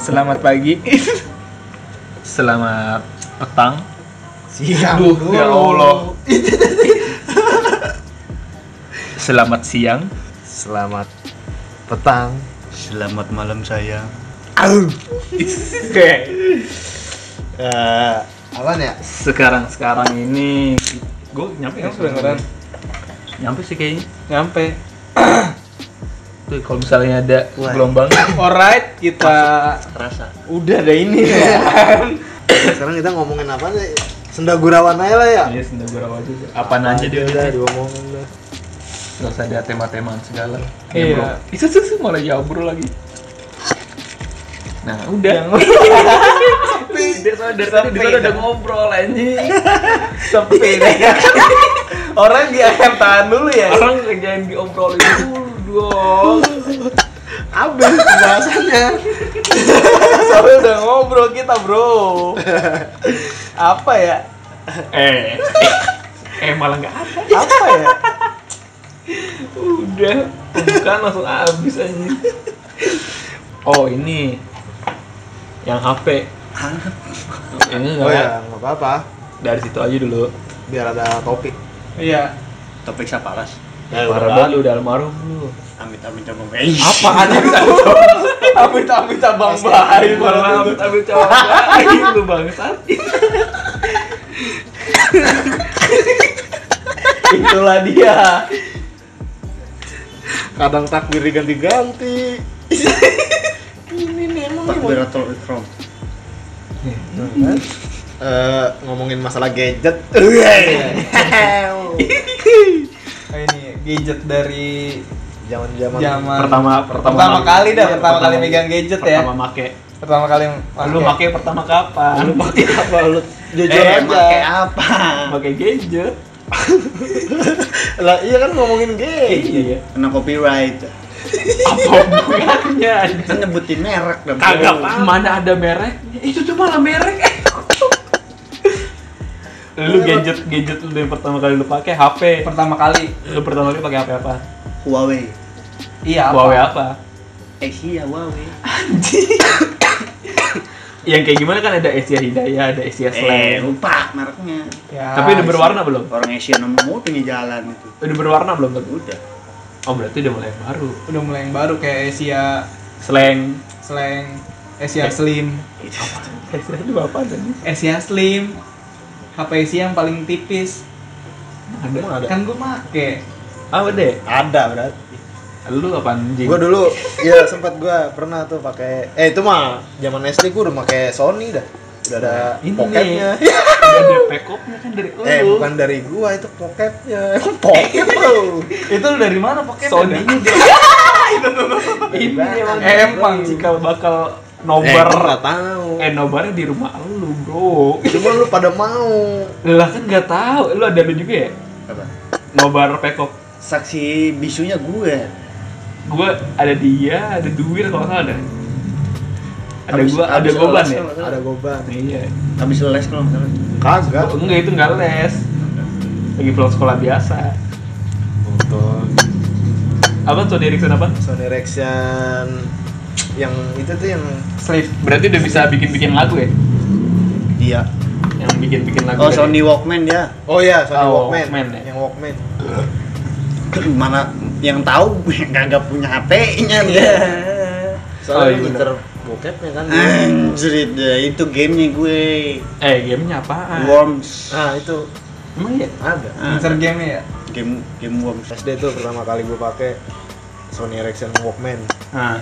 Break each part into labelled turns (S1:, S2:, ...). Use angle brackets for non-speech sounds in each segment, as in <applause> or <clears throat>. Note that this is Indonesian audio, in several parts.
S1: Selamat pagi.
S2: <laughs> Selamat petang.
S3: Siang
S1: Aduh,
S3: dulu.
S1: ya Allah.
S2: <laughs> Selamat siang.
S3: Selamat petang.
S4: Selamat malam sayang.
S3: Eh, apaan ya?
S2: Sekarang sekarang ini gue nyampe
S1: Ini
S2: nggak?
S1: kedengeran.
S2: Nyampe sih kayaknya.
S1: Nyampe.
S2: Tuh kalau misalnya ada
S3: Wah.
S2: gelombang
S1: Alright, kita
S2: terasa.
S1: udah ada ini ya.
S3: Sekarang kita ngomongin apa sih? Senda gurauan aja lah ya.
S2: Iya sendiri gue aja. sih. Apaan aja dia
S3: udah
S2: udah.
S3: diomongin dah.
S2: Gak usah ada tema-temaan segala.
S1: Iya.
S2: Iya. Itu tuh tuh, malah jabur lagi. Nah udah. Dia soalnya dari tadi di sana udah ngobrol anjing.
S1: Sepi nih. <laughs> Orang di akhir tahan dulu ya.
S2: Orang jangan diobrolin dulu dong.
S3: Abis pembahasannya.
S1: Soalnya udah ngobrol kita, Bro. <laughs> Apa ya?
S2: Eh. Eh malah nggak ada.
S1: Apa ya?
S2: Udah, pembukaan langsung habis aja. Oh ini yang HP. ini nggak
S1: Iya.
S3: Oh
S2: ya.
S3: ya, nggak apa-apa.
S2: Dari situ aja dulu.
S3: Biar ada topik.
S1: Iya.
S4: Topik Saparas.
S1: Eh,
S3: Ya,
S2: Parah banget lu udah almarhum lu.
S4: Amit amit sama Mei.
S2: <laughs>
S1: Apaan itu? Amit-amit abang bayi
S2: Malah ambil ambil cowok lain, lu bangsat.
S1: Itulah dia.
S3: Kadang takbir
S1: <laughs>
S3: diganti-ganti.
S4: Takbiratul ikram.
S3: Eh, ngomongin masalah gadget.
S1: Iya. Nah, ini gadget dari
S3: Zaman-zaman
S1: zaman
S2: Pertama pertama, Iya,
S1: Iya, Pertama kali dah, pertama kali
S2: pertama-
S1: megang gadget ya.
S2: Pertama make.
S1: pertama kali
S2: Lu make pertama kapan? Lu pakai apa lu?
S3: jujur
S2: Eh,
S3: aja.
S4: Pakai apa?
S2: Pakai gadget.
S3: Lah iya kan ngomongin gadget.
S2: Iya ya.
S4: Kena copyright.
S2: Apa hubungannya? anjing?
S4: Kita nyebutin merek dong. Iya.
S2: Kagak Mana ada merek? Itu tuh malah merek. lu gadget gadget lu yang pertama kali lu pakai HP.
S1: pertama kali
S2: Lu pertama kali pakai HP apa?
S4: Huawei.
S1: iya apa
S2: Huawei apa?
S4: Asia Huawei.
S2: Yang kayak gimana kan ada Asia Hidayah, ada Asia
S4: Eh,
S2: Slam.
S4: lupa mereknya.
S1: Ya,
S2: Tapi udah berwarna belum?
S4: Orang Asia nomor mau tinggi jalan itu.
S2: Udah berwarna belum? tapi?
S4: Udah.
S2: Oh berarti udah mulai yang baru.
S1: udah mulai yang baru kayak Asia
S2: Slang.
S1: slang Asia
S2: Eh.
S1: Slim
S2: Asia itu apa tadi?
S1: Asia Slim HP Asia yang paling tipis
S2: Ada. ada.
S1: kan gue make
S2: Ah udah.
S3: Ada berarti.
S2: Lu apa anjing?
S3: Gua dulu ya sempat gua pernah tuh pakai eh itu mah zaman SD gua udah pakai Sony dah. Udah ada
S2: Nah, Ini
S3: pocketnya.
S2: Udah ada backupnya kan dari lu.
S3: <laughs> Eh bukan dari gua itu
S2: <laughs>
S3: pocketnya. Emang
S2: Eh,
S3: pocket Eh, lu.
S1: itu lu dari mana pakai
S2: Sony-nya <laughs> dia.
S4: Iya,
S2: Ini emang
S1: Emang.
S2: cikal bakal
S3: Nobar
S2: nobar.
S3: enggak tahu.
S2: Eh, nobarnya di rumah lu, Bro.
S3: Cuma lu pada mau.
S2: Lah kan nggak tahu. Lu ada lu juga ya?
S4: Apa?
S2: Nobar pekok.
S4: Saksi bisunya gue.
S2: Gua ada dia, ada duit kalau nggak ada. Ada
S4: Habis-
S2: gua, ada
S4: habis
S2: goban
S4: les
S2: ya?
S4: kalau nggak salah.
S3: Ada goban.
S2: Iya.
S4: Habis les kalau nggak salah.
S3: Kagak.
S2: Oh, enggak itu nggak les. Lagi pulang sekolah biasa. Apa tuh Erickson apa?
S3: Sony Ericsson yang itu tuh yang
S1: slip
S2: Berarti udah bisa bikin-bikin lagu ya?
S4: Iya.
S3: dia.
S2: Yang bikin-bikin lagu.
S4: Oh,
S2: dari-
S4: Sony Walkman ya. <clears throat>
S3: Oh iya, Sony
S2: Oh,
S3: Walkman.
S2: Walkman ya?
S3: Yang Walkman.
S4: Mana yang tahu <laughs> kagak punya HP-nya dia.
S2: Oh, iya Eh.
S3: Soalnya lu
S2: bener.
S3: nyetir bokepnya kan.
S4: Anjir, itu gamenya gue.
S2: Eh, gamenya
S4: Ah.
S2: apaan?
S4: Worms.
S3: Nah, itu
S2: Emang ya?
S3: ada.
S4: Ah,
S1: insert game ya
S4: game game Worms.
S3: SD tuh pertama kali gue pakai Sony Ericsson Walkman.
S4: Ah,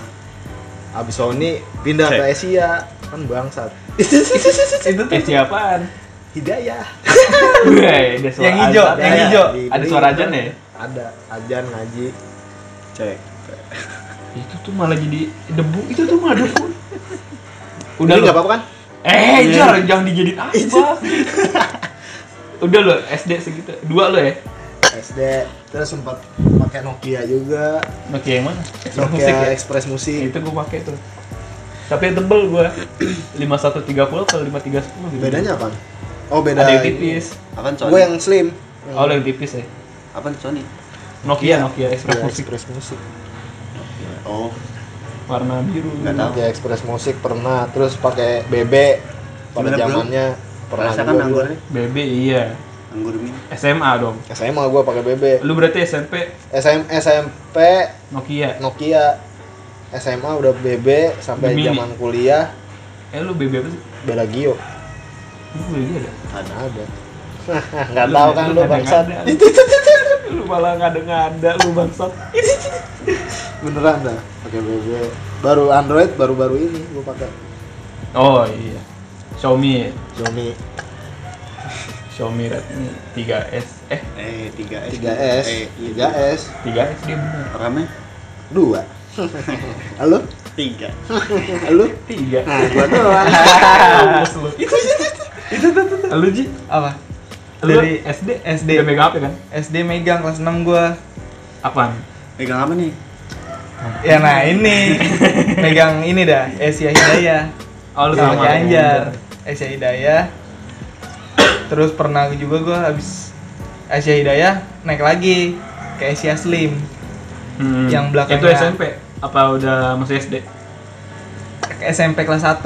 S3: Abis Sony pindah ke
S4: Cek.
S3: Asia kan
S2: <laughs>
S3: bangsat.
S1: itu tuh
S2: Eh, siapaan?
S3: Hidayah.
S2: Weh, ada suara
S1: Yang hijau,
S2: azan.
S1: yang
S3: Hidayah.
S1: hijau.
S3: Di-
S2: Ada
S3: di-
S2: suara aja ya?
S3: Ada ajan ngaji.
S4: cek.
S2: Itu tuh malah jadi debu. Itu tuh malah debu. <laughs> Udah
S3: Udah
S2: lu. Iya.
S3: nggak apa-apa kan?
S2: Eh, jar, jangan dijadiin apa. <laughs> Udah lu SD segitu. Dua lu ya?
S3: SD terus sempat pakai Nokia juga.
S2: Oke, yang mana? Ekspresi musik ya?
S3: Nokia Express
S2: Ya,
S3: Musik.
S2: Itu gua pakai tuh. Tapi yang tebel gua. <clears throat> 5130 kalau 5310 gitu.
S3: Bedanya apa? Oh beda. Iya.
S2: ada yang tipis.
S4: Apaan Sony?
S3: Gue yang slim.
S2: Oh, lu yang tipis ya.
S4: Apaan Sony?
S2: Nokia, Nokia Express
S3: Iya,
S2: Music.
S3: Express Musik.
S4: Oh,
S2: warna biru
S4: Nggak tahu.
S3: pakai Express Music pernah terus pakai BB pada
S4: Gimana, bro?
S3: zamannya pernah
S4: Rasakan
S3: juga dulu.
S4: anggurnya,
S2: BB iya
S4: anggur min.
S2: SMA dong
S3: SMA gua pakai BB
S2: lu berarti SMP
S3: SM, SMP
S2: Nokia
S3: Nokia SMA udah BB sampai
S2: Gemini.
S3: zaman kuliah
S2: eh lu BB apa sih
S3: beda Gio
S2: lu BB ada
S3: mana ada <laughs> nggak tahu kan lu bangsat
S2: ngada-ngada. <laughs> lu malah ngada-ngada lu bangsat
S3: beneran dah pakai BB baru Android baru-baru ini gua pakai
S2: oh iya Xiaomi ya?
S3: Xiaomi
S2: Xiaomi Redmi 3S eh
S4: Eh, 3S.
S3: 3S
S4: Eh, iya.
S3: 3S
S2: 3S dia bener
S4: Rame?
S3: dua <laughs> halo
S4: 3.
S3: halo
S2: 3 <laughs>
S3: nah gua doang
S2: Mampus lu. Itu itu iya. itu itu. Lu Ji,
S1: Apa?
S2: Lu-
S1: Dari SD? SD.
S2: udah megang apa kan?
S1: SD megang kelas 6 gua.
S2: Apaan?
S4: Pegang apa Eh, nih?
S1: Ya nah ini. megang ini dah, Asia Hidayah.
S2: Oh, lu
S1: sama
S2: sama
S1: Ganjar. Asia Hidayah. Terus pernah juga gua habis Asia Hidayah naik lagi ke Asia Slim.
S2: Hmm.
S1: Yang belakangnya.
S2: Itu SMP apa udah masuk SD?
S1: Ke SMP kelas 1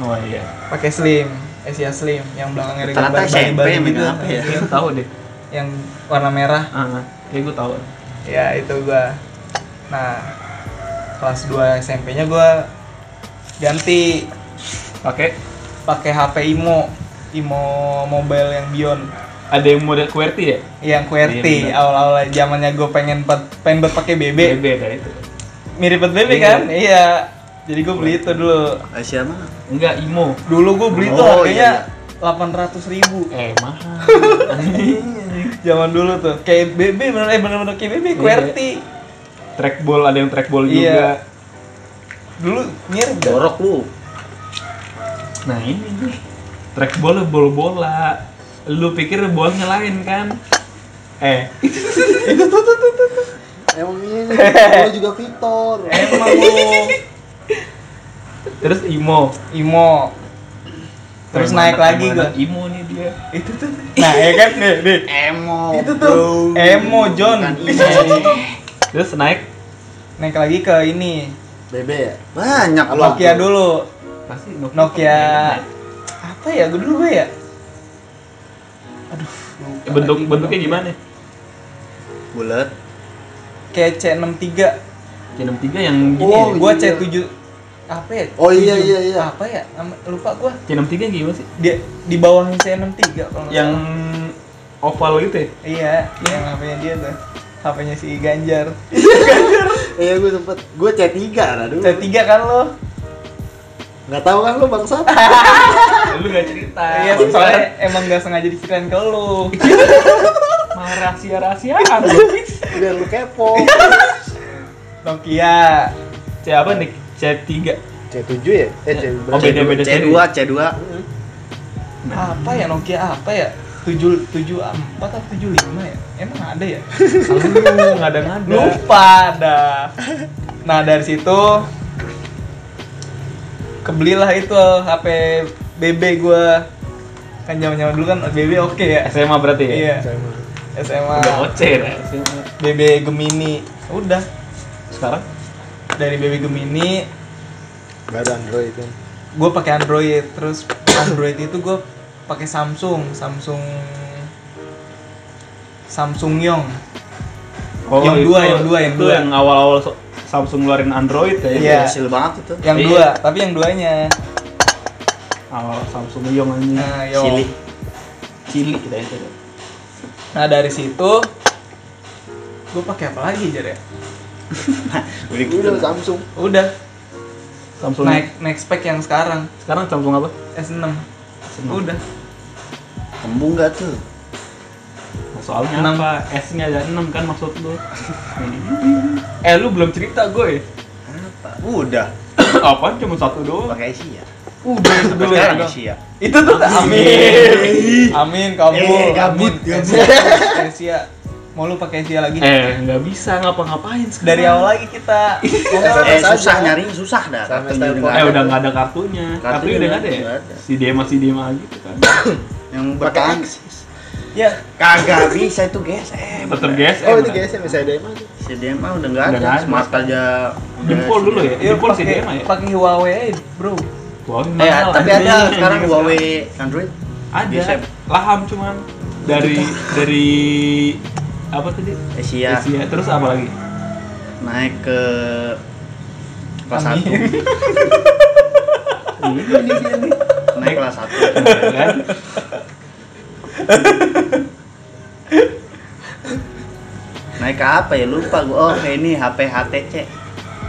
S2: Oh iya.
S1: pakai Slim, Asia Slim yang belakangnya ada
S4: Ternyata
S1: gambar
S4: SMP
S1: Bali-Bali
S4: yang
S1: gitu.
S4: megang
S2: Oh,
S4: apa ya?
S2: Kayaknya tahu deh.
S1: Yang warna merah.
S2: Ah, kayak gue tahu.
S1: ya itu gua nah kelas 2 SMP-nya gua ganti
S2: Pakai
S1: pakai HP Imo Imo mobile yang Beyond
S2: ada yang model QWERTY ya?
S1: yang
S2: Iya,
S1: QWERTY
S2: bener.
S1: awal-awal zamannya gua pengen pet, pengen buat pakai BB
S2: beda itu.
S1: mirip buat BB
S2: Iya.
S1: kan iya jadi gua beli itu dulu
S4: Asia mana?
S2: Enggak IMO.
S1: dulu gua beli itu
S4: Oh,
S2: iya,
S1: harganya 800 ribu
S2: Eh, mahal.
S1: zaman dulu tuh kayak BB bener eh bener-bener kayak BB
S2: Iya.
S1: QWERTY
S2: <laughs> trackball ada yang trackball juga.
S1: Iya. dulu mirip kan dah.
S4: Jorok lu.
S2: Nah, ini nih. Trackball bola-bola. Lu pikir bolanya lain kan? Eh,
S3: emang ini gua juga Victor
S1: emang lu
S2: terus IMO.
S1: Imo terus
S2: Preman-
S1: naik lagi
S2: preman
S1: gua
S2: IMO nih dia.
S1: itu tuh nah ya kan nih nih
S4: Emo.
S1: itu tuh emo John
S4: Bukan
S1: itu tuh, tuh, tuh.
S2: Terus naik
S1: naik lagi ke ini
S3: BB ya
S4: Banyak lu.
S1: Nokia dulu
S2: pasti Nokia.
S1: Nokia apa ya gue dulu gue ya aduh lupa
S2: Eh, Bentuk
S1: lagi gua.
S2: bentuknya gimana?
S4: Bulat.
S1: kayak C63
S2: C63 yang gini. ya?
S3: Oh,
S1: oh, gua
S3: iya.
S1: C7 apa ya
S3: Oh, iya,
S1: 7?
S3: iya, iya.
S1: apa ya Nama- lupa gua
S2: ya? C63 yang gimana sih?
S1: dia di bawahnya C63 kalau nggak
S2: Yang
S1: salah.
S2: oval gitu ya?
S1: iya yang HP-nya dia tuh HP-nya si Ganjar
S3: Hmm. iya gua sempet gua C3 lah dulu
S1: C3 kan lo
S3: nggak tahu kan lu bangsa <laughs>
S2: Lu gak cerita.
S1: Iya, soalnya emang gak sengaja diceritain ke
S2: <laughs>
S1: lu.
S2: Malah rahasia-rahasiaan lu.
S3: biar lu kepo
S1: Nokia.
S2: C apa nih? C3.
S3: C7 ya eh C7
S2: Oh, beda. Beda-beda
S4: C2, C2.
S1: Apa ya Nokia apa ya? 7 74 atau 75 ya? Emang ada ya?
S2: Lu ngada-ngada.
S1: Lupa dah. Nah, dari situ kebelilah itu HP BB gua. Kan zaman-zaman dulu kan BB oke ya.
S2: SMA berarti ya?
S1: Iya,
S3: Sama.
S1: SMA
S2: Udah oce dah SMA.
S1: BB Gemini. Udah
S2: Sekarang?
S1: dari BB Gemini
S3: baru Android kan
S1: gue pakai Android terus Android itu gue pakai Samsung Samsung Samsung Yong Yang
S2: Oh, itu-
S1: dua, yang dua, yang
S2: itu
S1: dua.
S2: yang awal-awal so- Samsung ngeluarin Android ya?
S1: Iya.
S4: Hasil banget itu.
S1: yang
S2: Iya.
S1: dua tapi yang duanya
S2: Awal Samsung Yong anjing.
S1: nah
S4: Cilik.
S1: Yong
S2: Cili kita itu.
S1: nah dari situ gue pakai apa lagi ya? jadi
S4: Udah gitu.
S3: udah Samsung
S1: udah
S2: Samsung.
S1: naik naik spek yang sekarang
S2: Sekarang Samsung apa?
S1: S6
S2: Hmm.
S1: udah
S4: Kembung nggak tuh?
S2: Nah, Soalnya
S1: Enam.
S2: apa? S-nya ada 6 kan maksud lu. eh lu belum cerita gue.
S4: Apa? Udah.
S2: <coughs> Apaan cuma satu doang?
S4: Pakai Asia.
S2: Udah itu
S4: Sampai
S2: dulu
S4: sekarang
S2: ya.
S4: Asia.
S1: itu tuh amin amin
S4: Eh,
S1: kabul amin
S4: gabut,
S1: Eh,
S4: gabut.
S1: Asia Asia. mau lu pakai Asia lagi
S2: Eh, nggak bisa ngapa-ngapain sekarang.
S1: dari awal lagi
S2: <laughs>
S1: kita
S3: Sama
S4: Eh,
S3: saja.
S4: susah nyarinya susah dah.
S3: Sama
S4: Kartunya
S3: Stanford.
S4: nggak
S2: Eh
S4: ada.
S2: udah nggak ada kartunya.
S4: Kartunya
S2: Kartunya udah nggak ada ya?
S4: nggak ada.
S2: Si Dema si Dema gitu kan.
S4: yang
S3: Pakai
S4: bertahan
S3: Axis.
S4: ya kagak bisa itu Eh, GSM
S2: tetep GSM
S3: Oh itu
S2: kan?
S3: GSM SDM aja.
S4: CDMA udah nggak
S2: Udah nggak
S4: ada
S2: ada.
S4: smart aja udah
S2: Jempol dulu ya?
S1: Iya,
S2: Jempol
S1: pakai
S2: CDMA ya?
S1: pakai Huawei aja, bro.
S2: Wow,
S4: Eh,
S2: ya? mahal,
S4: tapi
S2: <laughs> anjing.
S4: ada sekarang Huawei Android
S2: ada
S4: GSM.
S2: laham cuman dari dari apa tadi
S4: Asia
S2: Asia terus apa lagi
S4: naik ke kelas
S1: Amin.
S4: satu naik kelas satu
S2: kan
S4: naik ke apa ya lupa gua oh kayak ini HP HTC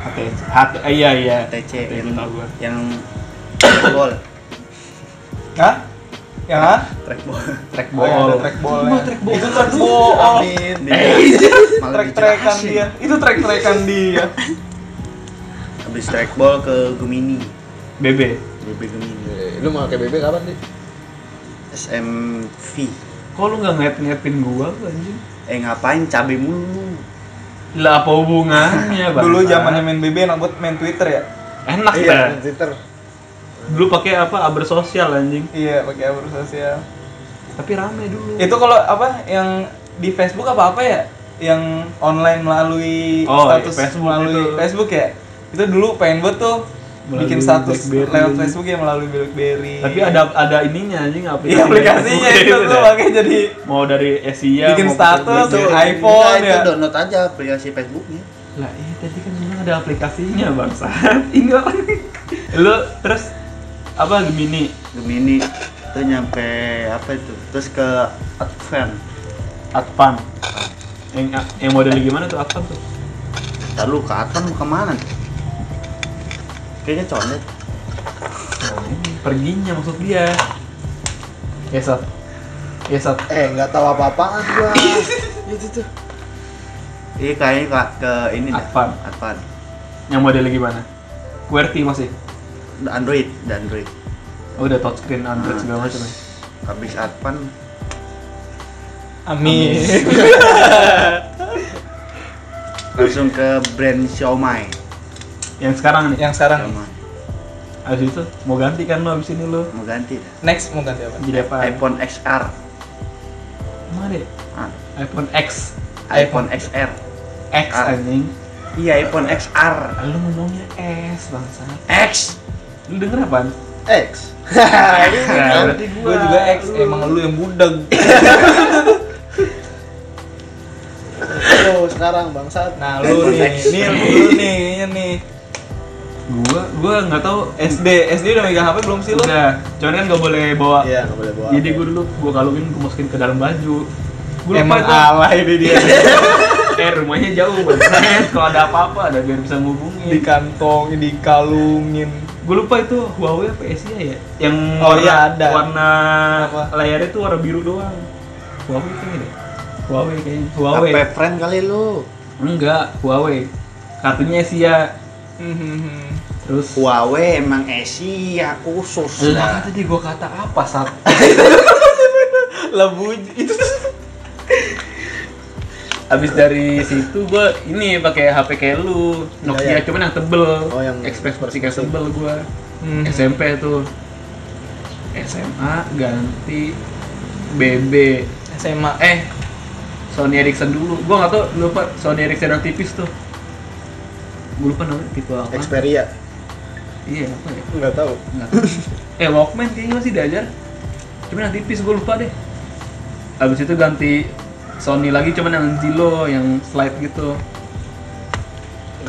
S2: HTC HT eh, iya iya
S4: HTC
S2: yang
S4: yang
S2: tahu gua
S4: yang trackball
S1: Hah? Ya kan?
S4: trackball
S2: trackball
S1: Oh, ada trackball.
S2: Cuma iya, trackball. ya. kan
S1: Itu trackball. Iya. Oh,
S3: Amin.
S4: Di-
S2: Eh,
S1: <laughs>
S4: malah
S1: Trek-trekan
S4: dijelasin.
S1: dia. Itu trek-trekan dia.
S4: habis trackball ke Gemini
S2: BB
S4: BB Gemini
S3: Eh, Lu mau pakai BB kapan sih?
S4: SMV
S2: kok lu nggak ngeliat ngeliatin gua lu, anjing
S4: eh ngapain cabe mulu
S2: lah apa <laughs> hubungannya bang
S1: Dulu zamannya main BB enak buat main Twitter ya.
S2: enak
S3: Iya,
S2: dah
S3: main Twitter.
S2: dulu pakai apa aber sosial anjing
S1: Iya, pakai abur sosial.
S2: tapi rame dulu
S1: Itu kalau apa yang di Facebook apa apa ya? Yang online melalui
S2: Oh, iya,
S1: status
S2: Facebook
S1: melalui
S2: itu.
S1: Facebook ya. Itu dulu pengen gue tuh
S2: Melalui
S1: bikin status
S2: BlackBerry.
S1: lewat Facebook ya melalui BlackBerry.
S2: tapi gitu ada ada ininya anjing aplikasi
S1: iya
S2: <laughs>
S1: aplikasinya itu tuh
S2: ya?
S1: pakai jadi
S2: mau dari Asia
S1: Bikin
S2: mau
S1: status,
S2: dari
S1: ya.
S2: BB.
S1: iPhone
S4: Nah, itu
S1: ya.
S4: download aja aplikasi Facebooknya
S2: lah iya tadi kan bilang ada aplikasinya bangsa ini orang lu terus apa Gemini
S4: Gemini itu nyampe apa itu terus ke Advent
S2: Advan yang yang modelnya gimana tuh Advan tuh
S4: ntar lu ke Advent mau kemana kayaknya condet
S2: Oh, perginya maksud dia ya sat ya sat
S3: Eh nggak tahu apa-apaan <laughs> gua. Ya, itu tuh.
S4: iya kayaknya ke, ke ini dah
S2: Advent.
S4: Advent
S2: yang modelnya gimana QWERTY masih
S4: Android dan Android
S2: oh, udah touchscreen Android segala
S4: Nah,
S2: macam
S4: terus
S2: ya
S4: habis Advent
S1: Amin.
S4: langsung ke brand Xiaomi
S2: yang sekarang nih
S1: yang sekarang
S4: Xiaomi
S2: abis itu mau ganti kan lo abis ini lo
S4: mau ganti dah
S1: next mau ganti apa?
S2: jadi apa
S4: iPhone XR
S2: mana deh
S4: Ah,
S2: iPhone X
S4: iPhone XR
S2: X
S4: Ah.
S2: anjing
S4: iya iPhone XR
S2: lu ngomongnya S bangsa
S4: X
S2: lu denger apaan
S3: X.
S2: Nah, berarti
S1: Gue juga X, emang lu yang budak.
S3: Lu Oh, sekarang bangsat.
S1: Nah lu nih, nih lu nih kayaknya nih.
S2: gua gua nggak tahu Eh,
S1: SD, SD udah megang HP belum sih lu?
S2: udah cuman kan nggak boleh bawa
S3: Iya nggak boleh bawa.
S2: jadi gua dulu gua kalungin gua masukin ke dalam baju gua lupa
S1: Emang
S2: itu
S1: alay deh dia
S2: eh rumahnya jauh banget <laughs> kalau ada apa-apa ada biar bisa
S1: <laughs> di
S2: ngubungin
S1: kantong, di kalungin.
S2: gua lupa itu Huawei apa Asia ya yang
S1: Oh,
S2: warna
S1: iya, ada.
S2: warna
S1: Apa?
S2: layarnya tuh warna biru doang Huawei kayaknya deh Huawei kayaknya Huawei
S3: HP friend kali lu.
S2: enggak Huawei kartunya Asia
S1: Hmm,
S2: terus
S4: Huawei emang Asia Nah, khusus
S2: Lah
S4: dah.
S2: tadi gua kata apa saat
S1: Lebu itu
S2: Abis dari situ gua ini pakai HP kayak lu, Nokia
S3: Iya, iya.
S2: cuman yang tebel.
S3: Oh, yang
S2: Express versi kayak tebel gua.
S1: Mhm.
S2: SMP tuh. SMA ganti BB.
S1: SMA.
S2: Eh Sony Ericsson dulu. Gua nggak tau lupa Sony Ericsson yang tipis tuh. Gua lupa namanya tipe apa.
S3: Xperia.
S2: Iya, apa ya?
S3: Nggak tahu.
S2: Nggak tahu. eh Walkman kayaknya masih diajar. Cuman yang tipis gua lupa deh. Abis itu ganti Sony lagi cuman yang Zilo yang slide gitu.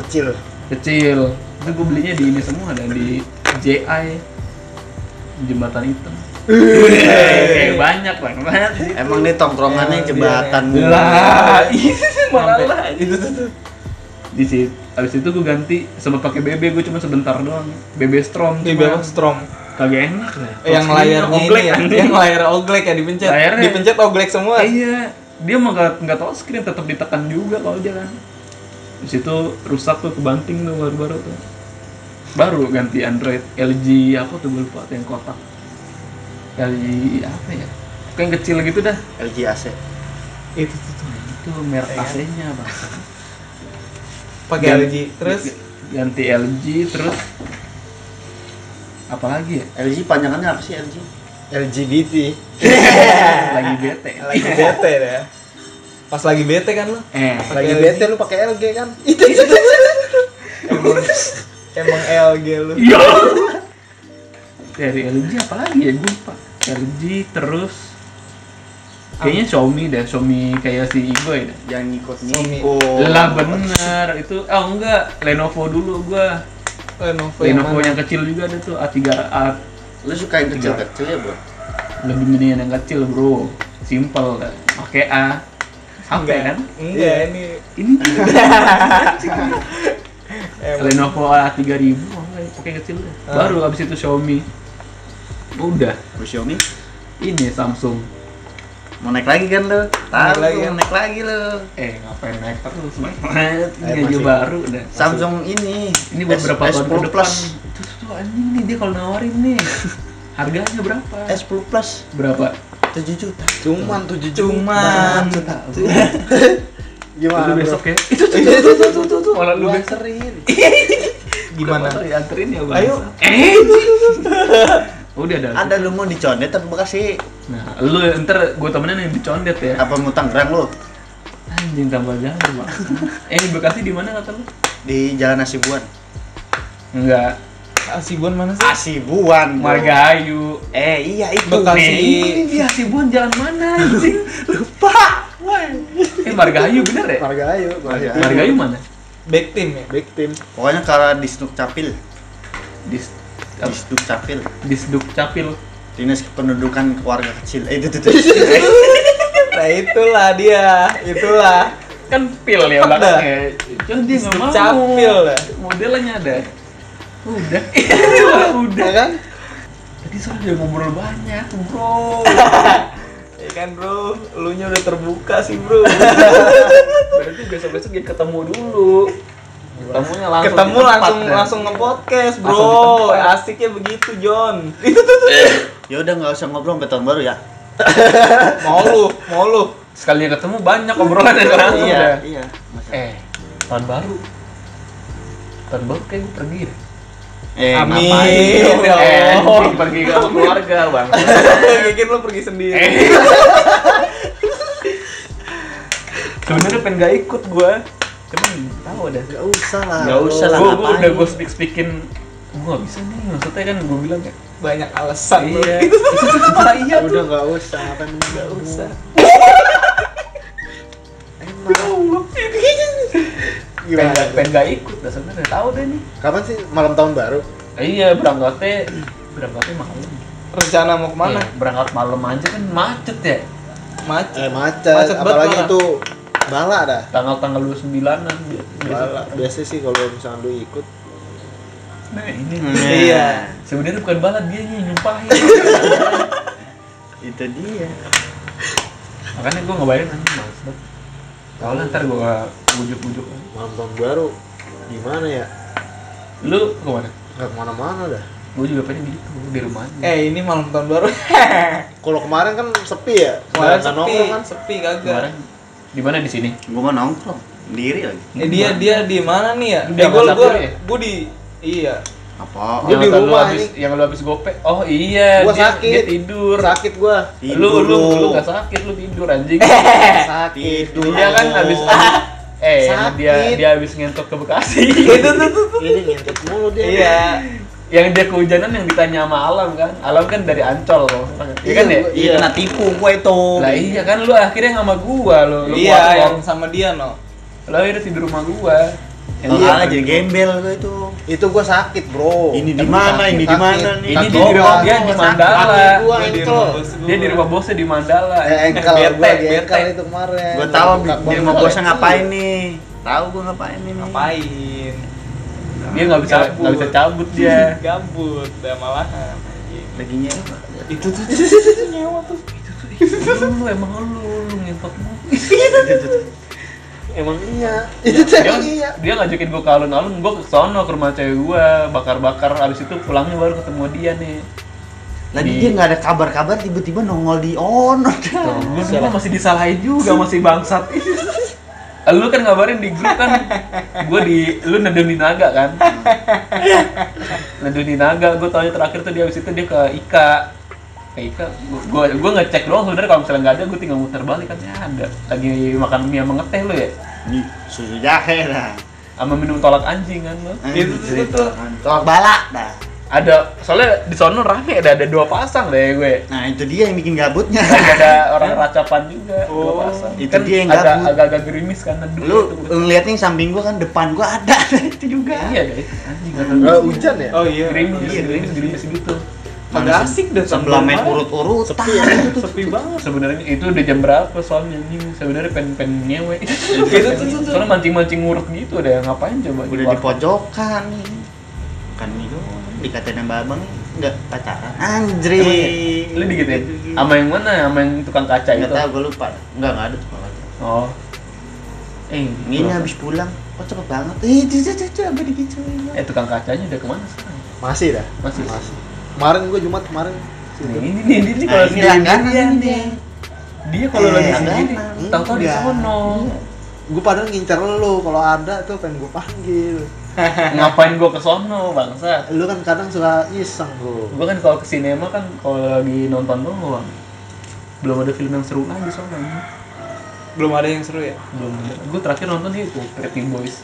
S3: Kecil.
S2: kecil itu gue belinya di ini semua dan di JI jembatan hitam eh, banyak bang banyak di situ.
S4: Emang nih tongkrongannya
S1: Emang
S4: jembatan
S2: iya,
S1: dia-
S2: lah itu iya, malah
S1: Sampai-
S2: lah itu tuh tuh. di situ abis itu gue ganti sempat pakai BB gue cuma sebentar doang BB Strom
S1: Di
S2: cuma
S1: bawah Strom.
S2: kagak enak lah
S1: Eh, Yang layarnya ini
S2: Oglek,
S1: ya,
S2: anjing.
S1: yang layar oglek ya dipencet.
S2: Layarnya.
S1: Dipencet oglek semua.
S2: iya dia mah nggak nggak tahu screen tetap ditekan juga kalau jalan di situ rusak tuh kebanting tuh baru-baru tuh baru ganti Android LG apa tuh gue lupa tuh yang kotak LG apa ya kayak yang kecil gitu dah
S4: LG AC.
S1: Itu tuh, tuh.
S2: itu merek AC-nya bang
S1: Iya. Pakai
S2: Ganti-
S1: LG. Terus
S2: ganti LG terus apalagi ya
S1: <laughs>
S4: LG panjangannya apa sih LG?
S3: LGBT
S2: lagi bete
S1: <laughs> lagi bete ya pas lagi bete kan lo
S2: eh
S3: lagi
S1: LG.
S3: bete lu pakai LG kan itu
S1: <laughs> emang emang LG lu
S2: iya dari LG apa lagi ya gue lupa LG terus kayaknya Xiaomi deh Xiaomi kayak si Igoy dah
S4: Jangan ngikut
S1: Xiaomi.
S4: ngikut.
S2: lah bener itu oh enggak Lenovo dulu gua
S1: Lenovo Oh, yang
S2: Lenovo
S1: mana?
S2: yang kecil juga ada tuh A3 A
S4: Lu suka yang kecil-kecil ya, Bro?
S2: lebih mendingan yang kecil bro simple kan pakai A sampai kan
S1: enggak enggak Iya, ini <laughs>
S2: ini
S1: emang
S2: Lenovo A3000 oh, enggak, pakai yang kecil deh.
S1: Ah.
S2: baru abis itu Xiaomi udah
S4: Lu Xiaomi.
S2: ini Samsung
S4: Mau naik lagi kan lu? Tahu
S1: Naik lagi
S4: lu,
S1: kan?
S4: naik lagi lu.
S2: eh ngapain naik terus Mat?
S3: Eh,
S2: ini aja
S3: masih.
S2: baru udah
S4: Samsung ini.
S2: ini beberapa tahun
S4: S-
S2: ke
S4: S10
S2: depan
S4: Plus.
S2: tuh tuh, tuh anjing nih dia kalau nawarin nih harganya berapa
S4: S10 Plus
S2: berapa
S4: 7 juta.
S3: cuman tujuh
S1: cuman
S3: gimana
S2: Lu
S3: bro?
S2: besok ya itu tuh
S3: Itu,
S2: tuh
S3: tuh,
S2: tuh tuh tuh tuh malah lu
S3: Gua
S2: besok
S3: anterin
S1: gimana
S2: Kenapa dianterin ya bang
S1: Ayo.
S2: <laughs> eh udah ada
S4: Ada lu mau dicondet tapi makasih
S2: nah lu ntar gue temenin yang dicondet ya
S4: apa mau Tangerang lu?
S2: anjing tambah jalan bang eh di Bekasi di mana kata lu
S4: Di Jalan Asibuan.
S2: enggak
S1: Asibuan Ah, mana sih
S4: Asibuan. bro.
S2: Margahayu
S4: Eh, iya itu.
S1: Bekasi.
S2: Eh, ini dia Sibuan jalan mana anjing
S4: Lupa. Wah.
S2: eh Margahayu bener ya
S3: marga ayo
S4: Marga Ayu.
S2: Margahayu mana
S1: back team ya
S3: big team
S4: Pokoknya kalau di Snuk Capil,
S2: di
S4: di Snuk Capil,
S2: di Sduk Capil
S4: Dinas Kependudukan Keluarga Kecil. Eh, itu itu. itu.
S1: nah itulah dia itulah
S2: kan pil ya
S1: Apa?
S2: belakangnya cuman dia nggak mau
S1: Capil dah.
S2: modelnya ada udah udah
S3: ya kan
S2: tadi soalnya udah ngobrol banyak bro
S1: ya kan bro lu nya udah terbuka sih <laughs> bro
S2: berarti besok besok dia ketemu dulu ketemunya langsung
S1: ketemu
S2: di tempat,
S1: langsung
S2: dah.
S1: langsung nge-podcast
S2: Langsung di
S1: bro
S2: tempat.
S1: asiknya begitu John itu tuh tuh
S4: Ya udah nggak usah ngobrol sampai tahun baru ya.
S1: <laughs> mau lu mau lu
S2: sekalinya ketemu banyak obrolan yang langsung
S4: iya,
S2: dah.
S4: iya.
S2: eh tahun baru tahun baru kayak gue pergi deh
S4: Eh,
S1: Amin.
S4: ngapain?
S1: Iya, dong.
S2: Eh, anjing, pergi ke keluarga bang
S1: <laughs> mungkin Eh. lu pergi sendiri
S2: Eh. sebenarnya pengen gak ikut gue cuman tahu ada
S4: Gak usah lah.
S2: Gak usah lah,
S4: Gua-
S2: gue
S4: gua
S2: udah gue speak speakin gue gak bisa nih, maksudnya kan gue bilang ya
S1: banyak alasan lu
S2: Iya, itu tuh malah iya tuh
S3: udah nggak usah kan nggak
S1: usah.
S2: Pengen
S3: gimana
S2: gak, pengen gak ikut, gak sebenernya tau deh nih
S3: kapan sih malam tahun baru
S2: Eh, Iya, berangkatnya berangkatnya malam
S1: rencana mau kemana
S2: Iya, berangkat malam aja kan macet ya
S1: macet
S3: eh macet,
S1: Macet banget
S3: apalagi
S1: malah.
S3: itu bala dah
S2: Tanggal-tanggal 29an bi-
S3: bala
S2: biasa
S3: biasa sih kalau misalnya lu ikut
S2: Nah ini
S4: Hmm.
S1: iya
S2: sebenarnya bukan balap dia nih, nyumpahin
S4: Itu dia.
S2: Makanya gue gak bayangin anjing males banget Tau lah ntar gue ujuk-ujuk
S3: malam tahun baru gimana ya
S2: Lu kemana?
S3: nggak kemana-mana dah
S2: Gue juga pengen gitu, di rumah aja
S1: eh ini malam tahun baru <laughs>
S3: kalau kemarin kan sepi ya Nggak
S1: kemarin sepi
S3: nongkrong kan
S1: sepi kagak
S2: Kemarin di mana di sini?
S4: Gua mau nongkrong sendiri lagi.
S1: eh dia dia di mana nih ya
S2: Di
S1: eh gua
S2: Jakarta
S1: gua
S2: Puri ya?
S1: gua di iya
S4: Apa?
S3: Gua
S2: yang
S3: di
S2: kata
S3: rumah,
S2: lu habis, yang lu habis gope. Oh iya,
S3: Gua
S2: dia,
S3: sakit.
S2: dia tidur.
S3: sakit gua
S2: Lu lu lu gak sakit, lu tidur anjing.
S3: Eh. sakit dulu
S2: dia kan habis
S3: <laughs>
S2: eh
S3: Sakit.
S2: dia dia habis ngentot ke Bekasi.
S1: itu tuh tuh tuh.
S3: ini ngintip mulu dia
S1: iya
S2: yang dia kehujanan yang ditanya sama Alam kan. Alam kan dari Ancol loh. Iya kan ya?
S3: gua-
S4: Iya, kena tipu gua itu.
S2: Lah iya kan lu akhirnya sama gua lo. Lu
S1: iya
S2: kuat,
S1: yang
S2: Bang.
S1: sama dia no
S2: Lu akhirnya tidur rumah gua.
S4: Yang
S2: Iya.
S4: kalah jadi gembel gua itu.
S3: itu gua sakit bro
S4: Ini di mana? Ini di mana nih?
S2: Ini
S3: Kaki
S2: di rumah
S3: gua,
S2: dia
S3: gua
S2: di
S3: sakit.
S2: Mandala.
S3: Kaki gua
S1: Gua di
S3: engkel.
S1: rumah bos gua.
S2: Dia di rumah bosnya di Mandala.
S3: Eh,
S2: <laughs>
S3: engkel
S1: Bete,
S3: gua lagi
S1: bete.
S3: engkel itu kemarin.
S4: Gua tahu
S3: Bengkak
S4: dia
S3: banget.
S4: mau bosan ngapain nih. Tahu gua ngapain ini.
S1: ngapain
S2: Dia nggak bisa
S1: Gabut.
S2: nggak bisa cabut dia.
S1: Kan gabut dah malahan
S4: Lagi nyewa.
S1: itu tuh tuh, tuh, tuh, nyewa tuh
S2: lu emang lu lu ngentot mulu.
S3: Emang iya. Itu
S2: dia,
S3: tuh emang iya.
S2: dia ngajakin gue ke alun-alun gue ke sono ke rumah cewek gue bakar-bakar abis itu pulangnya baru ketemu dia nih
S4: Lagi
S2: Di-
S4: dia nggak ada kabar-kabar tiba-tiba nongol di ono. dah.
S2: gue dulu masih disalahin juga masih bangsat <laughs> lu kan ngabarin di grup kan gue di lu nedunin naga kan nedunin naga gue tanya terakhir tuh dia abis itu dia ke Ika kayak Ika, gua gua ngecek doang sebenarnya kalau misalnya nggak ada gua tinggal muter balik kan ya ada lagi makan mie sama ngeteh lu ya
S4: Ini susu jahe lah.
S2: sama minum tolak anjing kan lu
S4: Ini
S1: Itu tuh,
S4: cerita
S1: tuh.
S4: kan. Tolak balak dah.
S2: ada soalnya di sono rame ada ada dua pasang deh gue
S4: Nah itu dia yang bikin gabutnya.
S2: Dan ada orang <laughs> racapan juga dua
S1: Oh,
S2: pasang
S4: itu
S2: kan
S4: dia yang
S2: agak
S4: gabut.
S2: agak agak gerimis kan neduh
S4: Lu
S2: gitu.
S4: ngeliat nih samping gua kan depan gua ada <laughs> itu juga.
S2: iya deh anjing
S3: Nggak hujan ya?
S1: Oh iya.
S2: gerimis
S4: Iya,
S2: gerimis
S4: gerimis.
S2: gerimis gitu
S1: Agak asik dah
S4: Sebelah main
S1: tempat.
S4: urut-urutan.
S3: Sepi ya?
S4: Itu tuh.
S1: Sepi banget.
S2: sebenarnya itu udah jam berapa soalnya anjing sebenarnya pengen pengen
S4: <laughs>
S2: nyewe
S4: Iya,
S1: Itu tuh, tuh, tuh.
S2: soalnya mancing mancing ngurut gitu deh ngapain coba
S4: Udah di
S2: warung?
S4: pojokan nih. Kan itu dikatain sama abang nggak pacaran. ya?
S2: Emang
S4: Anjri.
S2: iya? Lu digituin? Sama yang mana? Sama yang tukang kaca
S4: Nggak
S2: itu?
S4: tahu gua lupa. Nggak nggak ada tuh malah.
S2: Oh. Eh,
S4: Ini
S2: tukang-
S4: habis pulang, kok cepet banget. Eh, itu itu itu apa digituin?
S2: Eh, tukang kacanya udah kemana sekarang?
S3: Masih dah.
S2: Masih.
S3: Kemarin gua Jumat kemarin.
S2: Nah, ini nih, ini, ini
S4: Nah,
S2: kalau
S4: ini
S2: sendiri dia,
S4: langganan
S2: dia.
S4: dia.
S2: Dia kalau
S4: Eh,
S2: lagi
S4: langganan. Iya.
S2: sendiri, tahu-tahu di
S3: Enggak.
S2: sono.
S3: Gua padahal ngincer lu kalau ada tuh pengen gua panggil.
S2: Ngapain gua ke sono, bangsa?
S3: Lu kan kadang suka iseng lu.
S2: Gua kan kalau ke sinema kan kalau lagi nonton doang. Belum ada film yang seru lagi sono.
S1: Belum ada yang seru ya?
S2: Belum ada. Gua terakhir nonton itu Pretty Boys.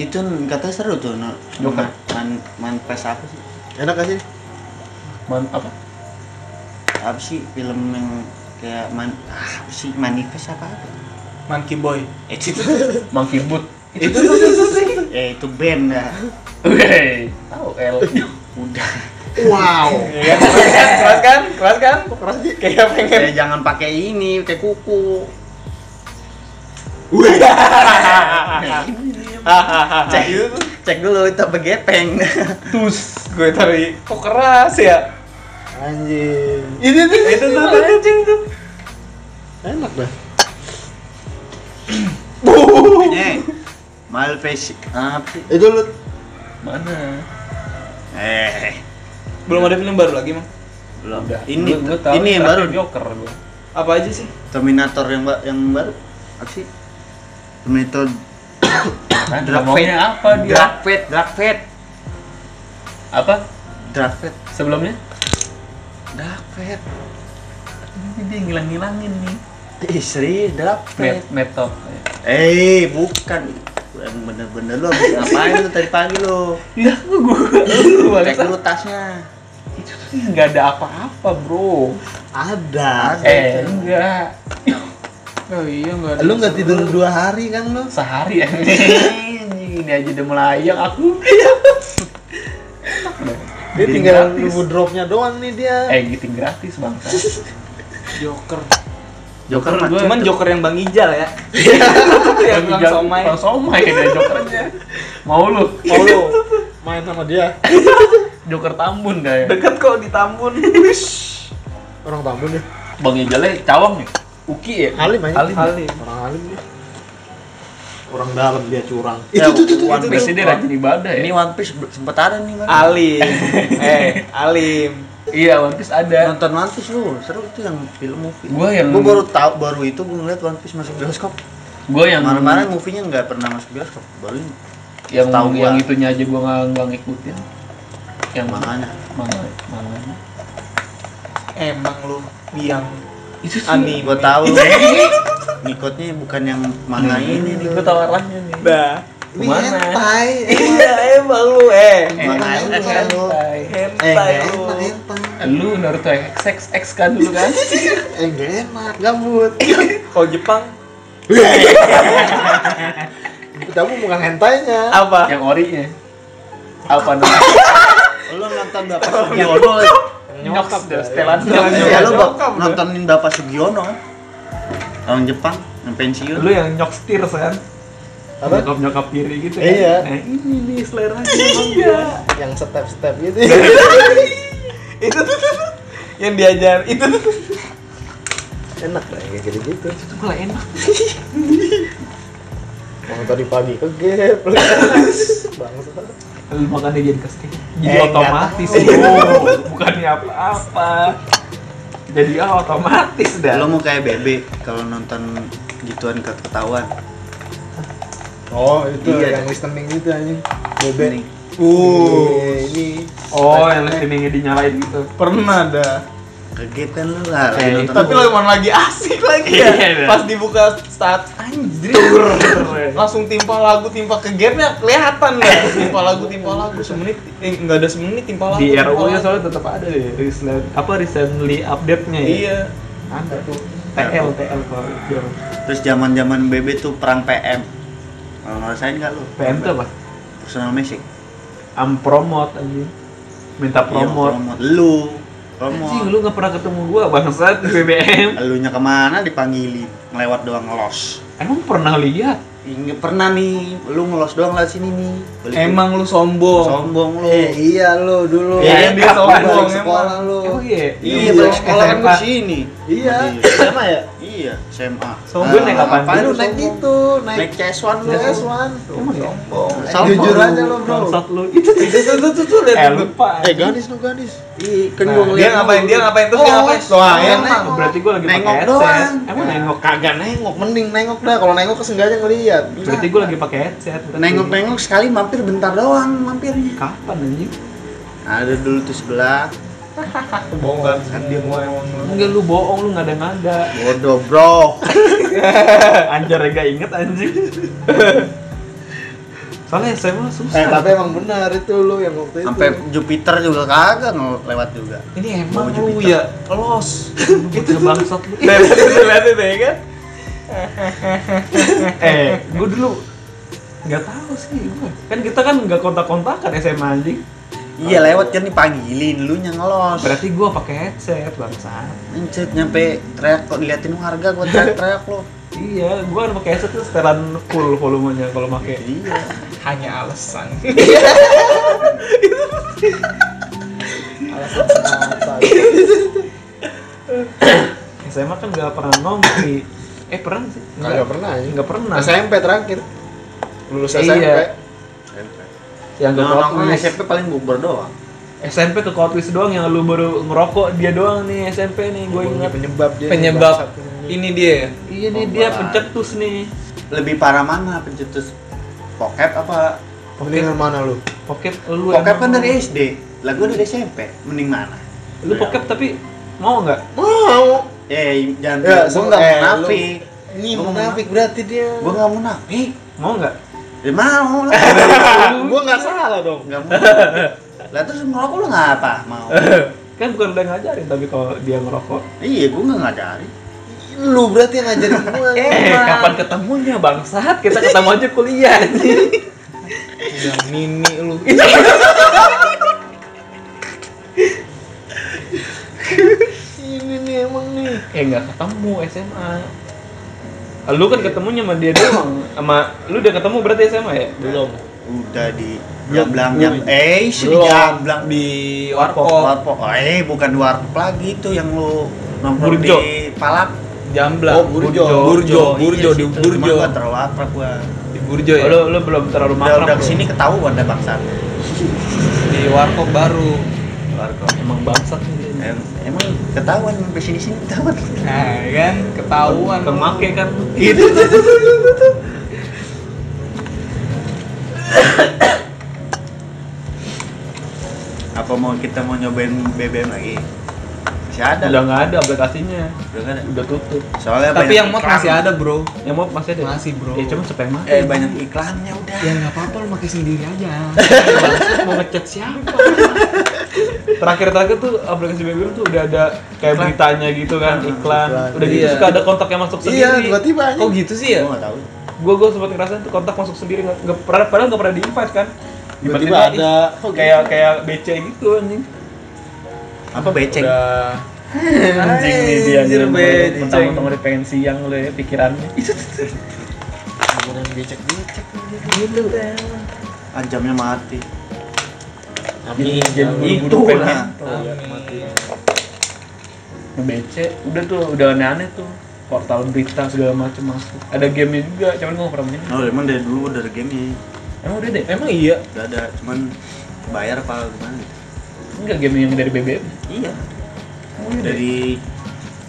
S4: Itu katanya seru tuh, no.
S2: Joker.
S4: Man, man, pes apa sih?
S3: Enak gak sih?
S2: Man, apa?
S4: Apa sih film yang kayak man, ah, apa sih manifest apa apa?
S1: Monkey Boy.
S4: Eh, itu,
S2: Monkey Boot. <laughs>
S1: Itu tuh tuh tuh, tuh.
S4: eh, itu band dah.
S2: Weh, tahu
S4: <laughs>
S2: L.
S4: Udah.
S3: <laughs> Wow.
S1: Iya kan? Keras kan? Keras kan? Keras kan? Keras sih. Kayak pengen.
S2: <laughs>
S4: Eh, jangan pakai ini, pakai kuku.
S1: Hahaha.
S4: <laughs> Cek dulu, cek dulu itu apa gepeng.
S1: Tus. Gue tadi. Kok keras ya?
S3: Anjing.
S1: Itu tuh. Itu tuh tuh tuh, tuh tuh.
S3: Enak dah.
S2: Uh.
S4: Eh, malpes apa sih?
S3: Itu lu
S2: Mana?
S4: Eh,
S1: Belum ada film baru lagi mang.
S4: belum.
S2: Udah.
S4: Ini,
S2: Gua- gua tahu
S4: ini yang baru.
S2: terakhir Joker gua.
S1: Apa aja sih?
S4: Terminator yang ba- yang baru apa sih? Terminator
S2: Kan
S4: Drag
S2: ngomongnya apa dia?
S4: Dragpet, Dragpet,
S2: Apa?
S4: Dragpet,
S2: Sebelumnya?
S4: Dragpet.
S2: Ini dia ngilang-ngilangin nih.
S4: Istri
S2: Net,
S4: Dragpet.
S2: net top.
S4: Eh, bukan. Yang bener-bener lo habis ngapain lu tadi pagi lo?
S2: Ya aku gua.
S4: Cek dulu tasnya.
S2: Itu tuh nggak ada apa-apa bro.
S3: ada.
S2: Eh enggak.
S1: Oh iya nggak ada.
S3: Lu nggak tidur dua hari kan lu?
S2: Sehari <laughs> ya. Ini aja udah melayang aku.
S3: Dia
S2: Jadi
S3: tinggal
S2: gratis.
S3: nunggu dropnya doang nih dia.
S2: Eh gitu gratis <laughs> bangsa.
S1: Joker.
S4: Joker
S2: Gua-
S1: Cuman Joker yang Bang Ijal ya. <laughs> yang
S2: Bang
S1: Bang
S2: Ijal-
S1: Somai. Oh,
S2: Bang Somai <laughs> ada jokernya. Mau lu?
S3: Mau lu main sama dia?
S2: Joker Tambun dah ya.
S1: Deket kok di Tambun.
S3: Orang Tambun ya?
S2: Bang Ijalnya cawang nih. Uki ya?
S3: Alim aja.
S2: Alim.
S1: Halim.
S3: Orang alim dia. Orang dalam dia curang.
S4: Ya, One Piece
S2: Berarti dia rajin ibadah ya?
S4: Ini One Piece be- sempet ada nih baru.
S1: Alim. Eh, Alim.
S2: Iya, One Piece ada.
S4: Nonton One Piece lu, seru itu yang film movie.
S2: Gue yang
S4: Gue baru tahu baru itu gue ngeliat One Piece masuk bioskop.
S2: gue yang
S4: Kemarin-kemarin movie-nya nggak pernah masuk bioskop, baru ini.
S2: yang
S4: setahu gua.
S2: yang itunya aja gue nggak nggak ngikutin. Yang mana?
S4: Makanya.
S2: Mana? Mana?
S1: Emang lu biang
S2: Itu sih.
S1: Ani.
S4: Gue tahu. Ngikutnya bukan yang manga ini nih.
S2: gue tahu arahnya nih.
S1: Dah.
S3: Ini
S2: Kemana? <laughs>
S3: hentai.
S1: <laughs>
S3: Eh,
S1: Iya, emang lu eh.
S2: Eh,
S4: Mana
S2: eh,
S4: enak
S2: eh,
S4: lu?
S2: eh.
S3: Eh, nggak
S1: Hentai lu.
S3: enak hentai.
S2: Lu Naruto X X kan dulu kan?
S3: Eh, nggak enak, gabut.
S1: Kalau Jepang
S3: Kamu bukan hentainya.
S1: apa?
S2: yang orinya. Apa namanya?
S4: Lu nonton Bapak Sugiono. eh.
S2: Nyokap dari setelan.
S4: Ya lu Bap-
S1: Nyokap, bro.
S4: nontonin Bapak Sugiono kan. Orang Jepang yang pensiun.
S1: Lu yang nyok setir kan?
S3: Apa?
S2: Nyokap nyokap kiri gitu. kan?
S3: Iya.
S2: Nah, ini nih selera Iya.
S3: Yang step-step gitu. <laughs>
S1: Itu tuh tuh, tuh. yang diajar itu tuh, tuh.
S3: enak lah ya, gitu. kayak gitu-gitu.
S2: Itu tuh gak enak.
S3: Mau tadi pagi kegep. Bangsa.
S1: Lu makannya jadi kestik. Jadi
S3: Eh, nggak
S1: otomatis
S3: tahu.
S1: bro. Bukannya apa-apa. Jadi ah, otomatis
S2: Iya.
S1: dah.
S4: Lu mau kayak bebek kalau nonton gituan ke- ketahuan.
S3: Oh, itu
S4: Iya.
S3: yang listening itu anjing.
S4: Nih.
S3: Bebek. Uh, ini
S1: Oh, yang listeningnya dinyalain gitu.
S3: pernah dah.
S4: Kaget kan lu lah.
S2: Kayak
S4: lagi
S2: itu.
S4: nonton
S1: Tapi
S4: bola.
S1: lemon lagi asik lagi ya.
S2: Iya, iya.
S1: Pas dibuka start anjir. Langsung timpa lagu, timpa ke game-nya kelihatan ya. Timpa lagu, timpa lagu semenit eh, enggak ada semenit timpa lagu.
S2: di
S1: timpa
S2: RO nya
S1: lagu.
S2: soalnya tetap ada deh recent apa recently update nya ya
S1: Iya.
S2: ada tuh Oh, iya. TL TL kalau jauh
S4: Terus zaman-zaman BB tuh perang PM. Kalau ngerasain nggak lu?
S2: PM tuh apa
S4: Personal Magic.
S2: am promote anjing minta promote
S4: Iya, Lu.
S2: anjing
S4: Promote.
S2: lu nggak pernah ketemu gua bangsat di BBM
S4: Elunya kemana dipanggilin? Ngelewat doang ngelos.
S2: emang pernah lihat
S4: Nggak pernah nih, lu ngelos doang lah sini nih. Balik-
S1: Emang lu sombong.
S4: sombong lu.
S3: Eh, iya lu dulu.
S1: Iya,
S3: Lu
S1: dia sombong,
S3: balik
S1: emang.
S3: sekolah lu.
S2: emang iya
S4: Iya,
S3: Iya.
S4: balik sekolah kan ke sini.
S3: Iya,
S4: Iya.
S3: sama ya?
S4: Iya, SMA.
S2: Sombong
S4: Ah,
S2: naik apaan?
S3: Apaan
S4: lu
S3: lu
S4: naik
S3: naik itu, naik
S4: naik CS1 lu.
S3: cs one
S2: emang ya
S1: Sombong.
S4: Sombong.
S3: Jujur aja lu, bro.
S2: bangsat lu itu
S1: Itu tuh tuh tuh, tuh
S2: eh
S1: lihat.
S2: lupa
S4: Eh,
S2: anjing.
S4: gadis lu gadis. Iya, kan
S2: Nah,
S4: gua
S1: Dia ngapain? Dia ngapain? Terus dia
S4: Oh,
S1: ngapain? iya.
S3: soalnya
S1: emang.
S3: nengok.
S2: iya, berarti gua lagi pakai
S4: Nengok
S2: headset
S4: doang. Nah.
S2: emang nengok
S3: Kagak nengok, mending nengok dah. Kalau nengok sengaja ngelihat.
S2: berarti gua lagi pakai headset berarti.
S4: Nengok-nengok sekali mampir bentar doang mampirnya.
S2: kapan anjing
S4: Ada dulu tuh sebelah.
S1: Bohong kan dia mau emang.
S2: enggak lu bohong lu ngada-ngada
S4: Bodoh, bro.
S2: Anjar ya gak inget anjing Soalnya SMA susah
S3: Eh, tapi emang benar itu lu yang waktu itu.
S4: Sampai Jupiter juga kagak ngelewat juga.
S1: Ini emang
S4: Bau
S1: lu
S4: Jupiter.
S1: ya, los.
S2: Itu bangsat lu
S1: <laughs> Lihat itu lihat itu ya kan.
S2: <laughs> Eh, gue dulu nggak tahu sih gua. Kan kita kan nggak kontak-kontakan SMA anjing
S4: Iya lewat kan dipanggilin, lu yang ngelos.
S2: Berarti gue pakai headset bangsat
S4: Mencet nyampe teriak kok diliatin warga gua teriak-teriak lo.
S2: Iya, gue kan pakai headset tuh setelan full volumenya kalau pakai.
S4: Iya.
S1: Hanya alasan.
S3: Alasan semata.
S2: SMA kan nggak pernah nongki. Eh pernah sih?
S3: Kagak pernah ya.
S2: Nggak pernah.
S3: SMP terakhir. Lulus
S2: Nah. Iya.
S3: SMP.
S2: Yang gak
S4: Nah, nongkrong SMP paling bubur doang.
S2: SMP ke Kotwis doang yang lu baru ngerokok dia doang nih SMP nih gue
S3: Ini
S2: ingat.
S3: penyebab Oh, dia.
S1: Penyebab
S3: Bangsat.
S1: ini dia. ya?
S2: Iya nih dia pencetus nih.
S4: Lebih parah mana pencetus pocket apa?
S3: Mendingan mana lu?
S2: Pocket lu
S4: Pocket
S2: emang-
S4: kan dari SD. Lah gua dari SMP. Mending mana?
S2: lu pocket tapi mau nggak?
S3: Mau.
S4: Eh, jangan.
S3: Ya,
S4: gua
S3: so-
S4: enggak
S3: eh,
S4: mau munafik.
S3: Ini
S4: Gua
S3: munafik berarti dia.
S4: Gua enggak munafik.
S2: Mau nggak?
S4: Ya mau
S1: <laughs>
S4: lah.
S3: Gua nggak salah dong.
S4: Enggak mau. Lah terus ngerokok lu ngapa?
S1: <laughs>
S4: Mau.
S2: Kan bukan lu yang ngajarin tapi kalau dia ngerokok.
S4: Iya, gua enggak ngajarin.
S3: Lu berarti yang ngajarin gua.
S2: Eh kapan ketemunya bangsat? Kita ketemu aja kuliah.
S1: Udah mini <laughs> lu.
S3: Ini nih emang nih.
S2: eh nggak ketemu SMA. Lu kan ketemunya sama dia doang. Sama lu udah ketemu berarti SMA ya?
S1: Belum.
S4: Udah di
S1: Belum,
S4: jamblang
S1: belum.
S4: jam eh sih di
S1: Belum.
S4: jamblang
S1: Di warkop,
S4: warkop. Eh, bukan di warkop lagi itu yang lu nongkrong
S2: Burjo.
S4: di Palap.
S1: Jamblang,
S3: Oh, Burjo.
S1: Burjo,
S2: Burjo,
S1: Burjo
S4: Iya,
S1: di
S4: situ. Cuman
S1: Burjo.
S4: gua terlalu akrab gua.
S1: Di Burjo ya.
S2: Oh, Lu lu belum terlalu
S4: Udah
S2: makrab. ya?
S4: udah
S2: bro.
S4: kesini ketahuan dah bangsat.
S1: Di warkop baru.
S4: Warkop.
S2: Emang bangsat nih. dia.
S4: Em- Emang ketahuan sampai sini sini ketahuan. <laughs>
S1: Nah, kan ketahuan.
S2: Kemake kan.
S4: Gitu tuh tuh tuh tuh, tuh. Apa mau kita mau nyobain BBM lagi? Masih ada.
S2: Udah nggak ada aplikasinya.
S4: Udah nggak ada.
S2: Udah tutup.
S4: Soalnya
S1: Tapi
S4: banyak
S1: yang mod
S4: iklan.
S1: masih ada, Bro.
S2: Yang mau masih ada.
S1: Masih, bro.
S2: Ya cuma sampai mati.
S4: Eh banyak iklannya udah.
S1: Ya nggak apa-apa lu pakai sendiri aja.
S2: mau ngecat siapa? Terakhir-terakhir tuh aplikasi BBM tuh udah ada kayak
S4: Iklan.
S2: beritanya gitu kan,
S4: Iklan.
S2: iklan. Udah gitu
S1: Iya.
S2: suka ada kontak yang masuk
S3: Iya,
S2: sendiri.
S3: tiba-tiba aja.
S1: <laughs> Kok gitu sih ya?
S4: Gua nggak tahu.
S2: Gue gue sempat ngerasain tuh kontak masuk sendiri nggak nggak pernah padahal nggak pernah di invite kan.
S3: Tiba-tiba ada.
S2: ih, kayak kayak BC gitu anjing.
S4: Apa beceng?
S1: Udah.
S2: Anjing nih dia
S1: Anjir,
S2: anjing.
S1: BC.
S2: Mentang-mentang udah pengen siang lo ya pikirannya.
S3: Beneran becek-becek.
S4: Ah, jamnya mati.
S3: Amin.
S2: Jadi buru-buru
S4: Itu
S2: pengen
S4: lah.
S2: nyentuh.
S1: Amin.
S2: BC udah tuh udah aneh-aneh tuh portal berita segala macem masuk ada gamenya juga cuman gue gak pernah main
S4: Oh, emang dari dulu udah ada gamenya.
S2: emang udah deh
S1: Emang iya.
S4: Udah ada, cuman bayar apa gimana gitu.
S2: enggak game yang dari BBM
S4: Iya.
S2: oh,
S4: Dari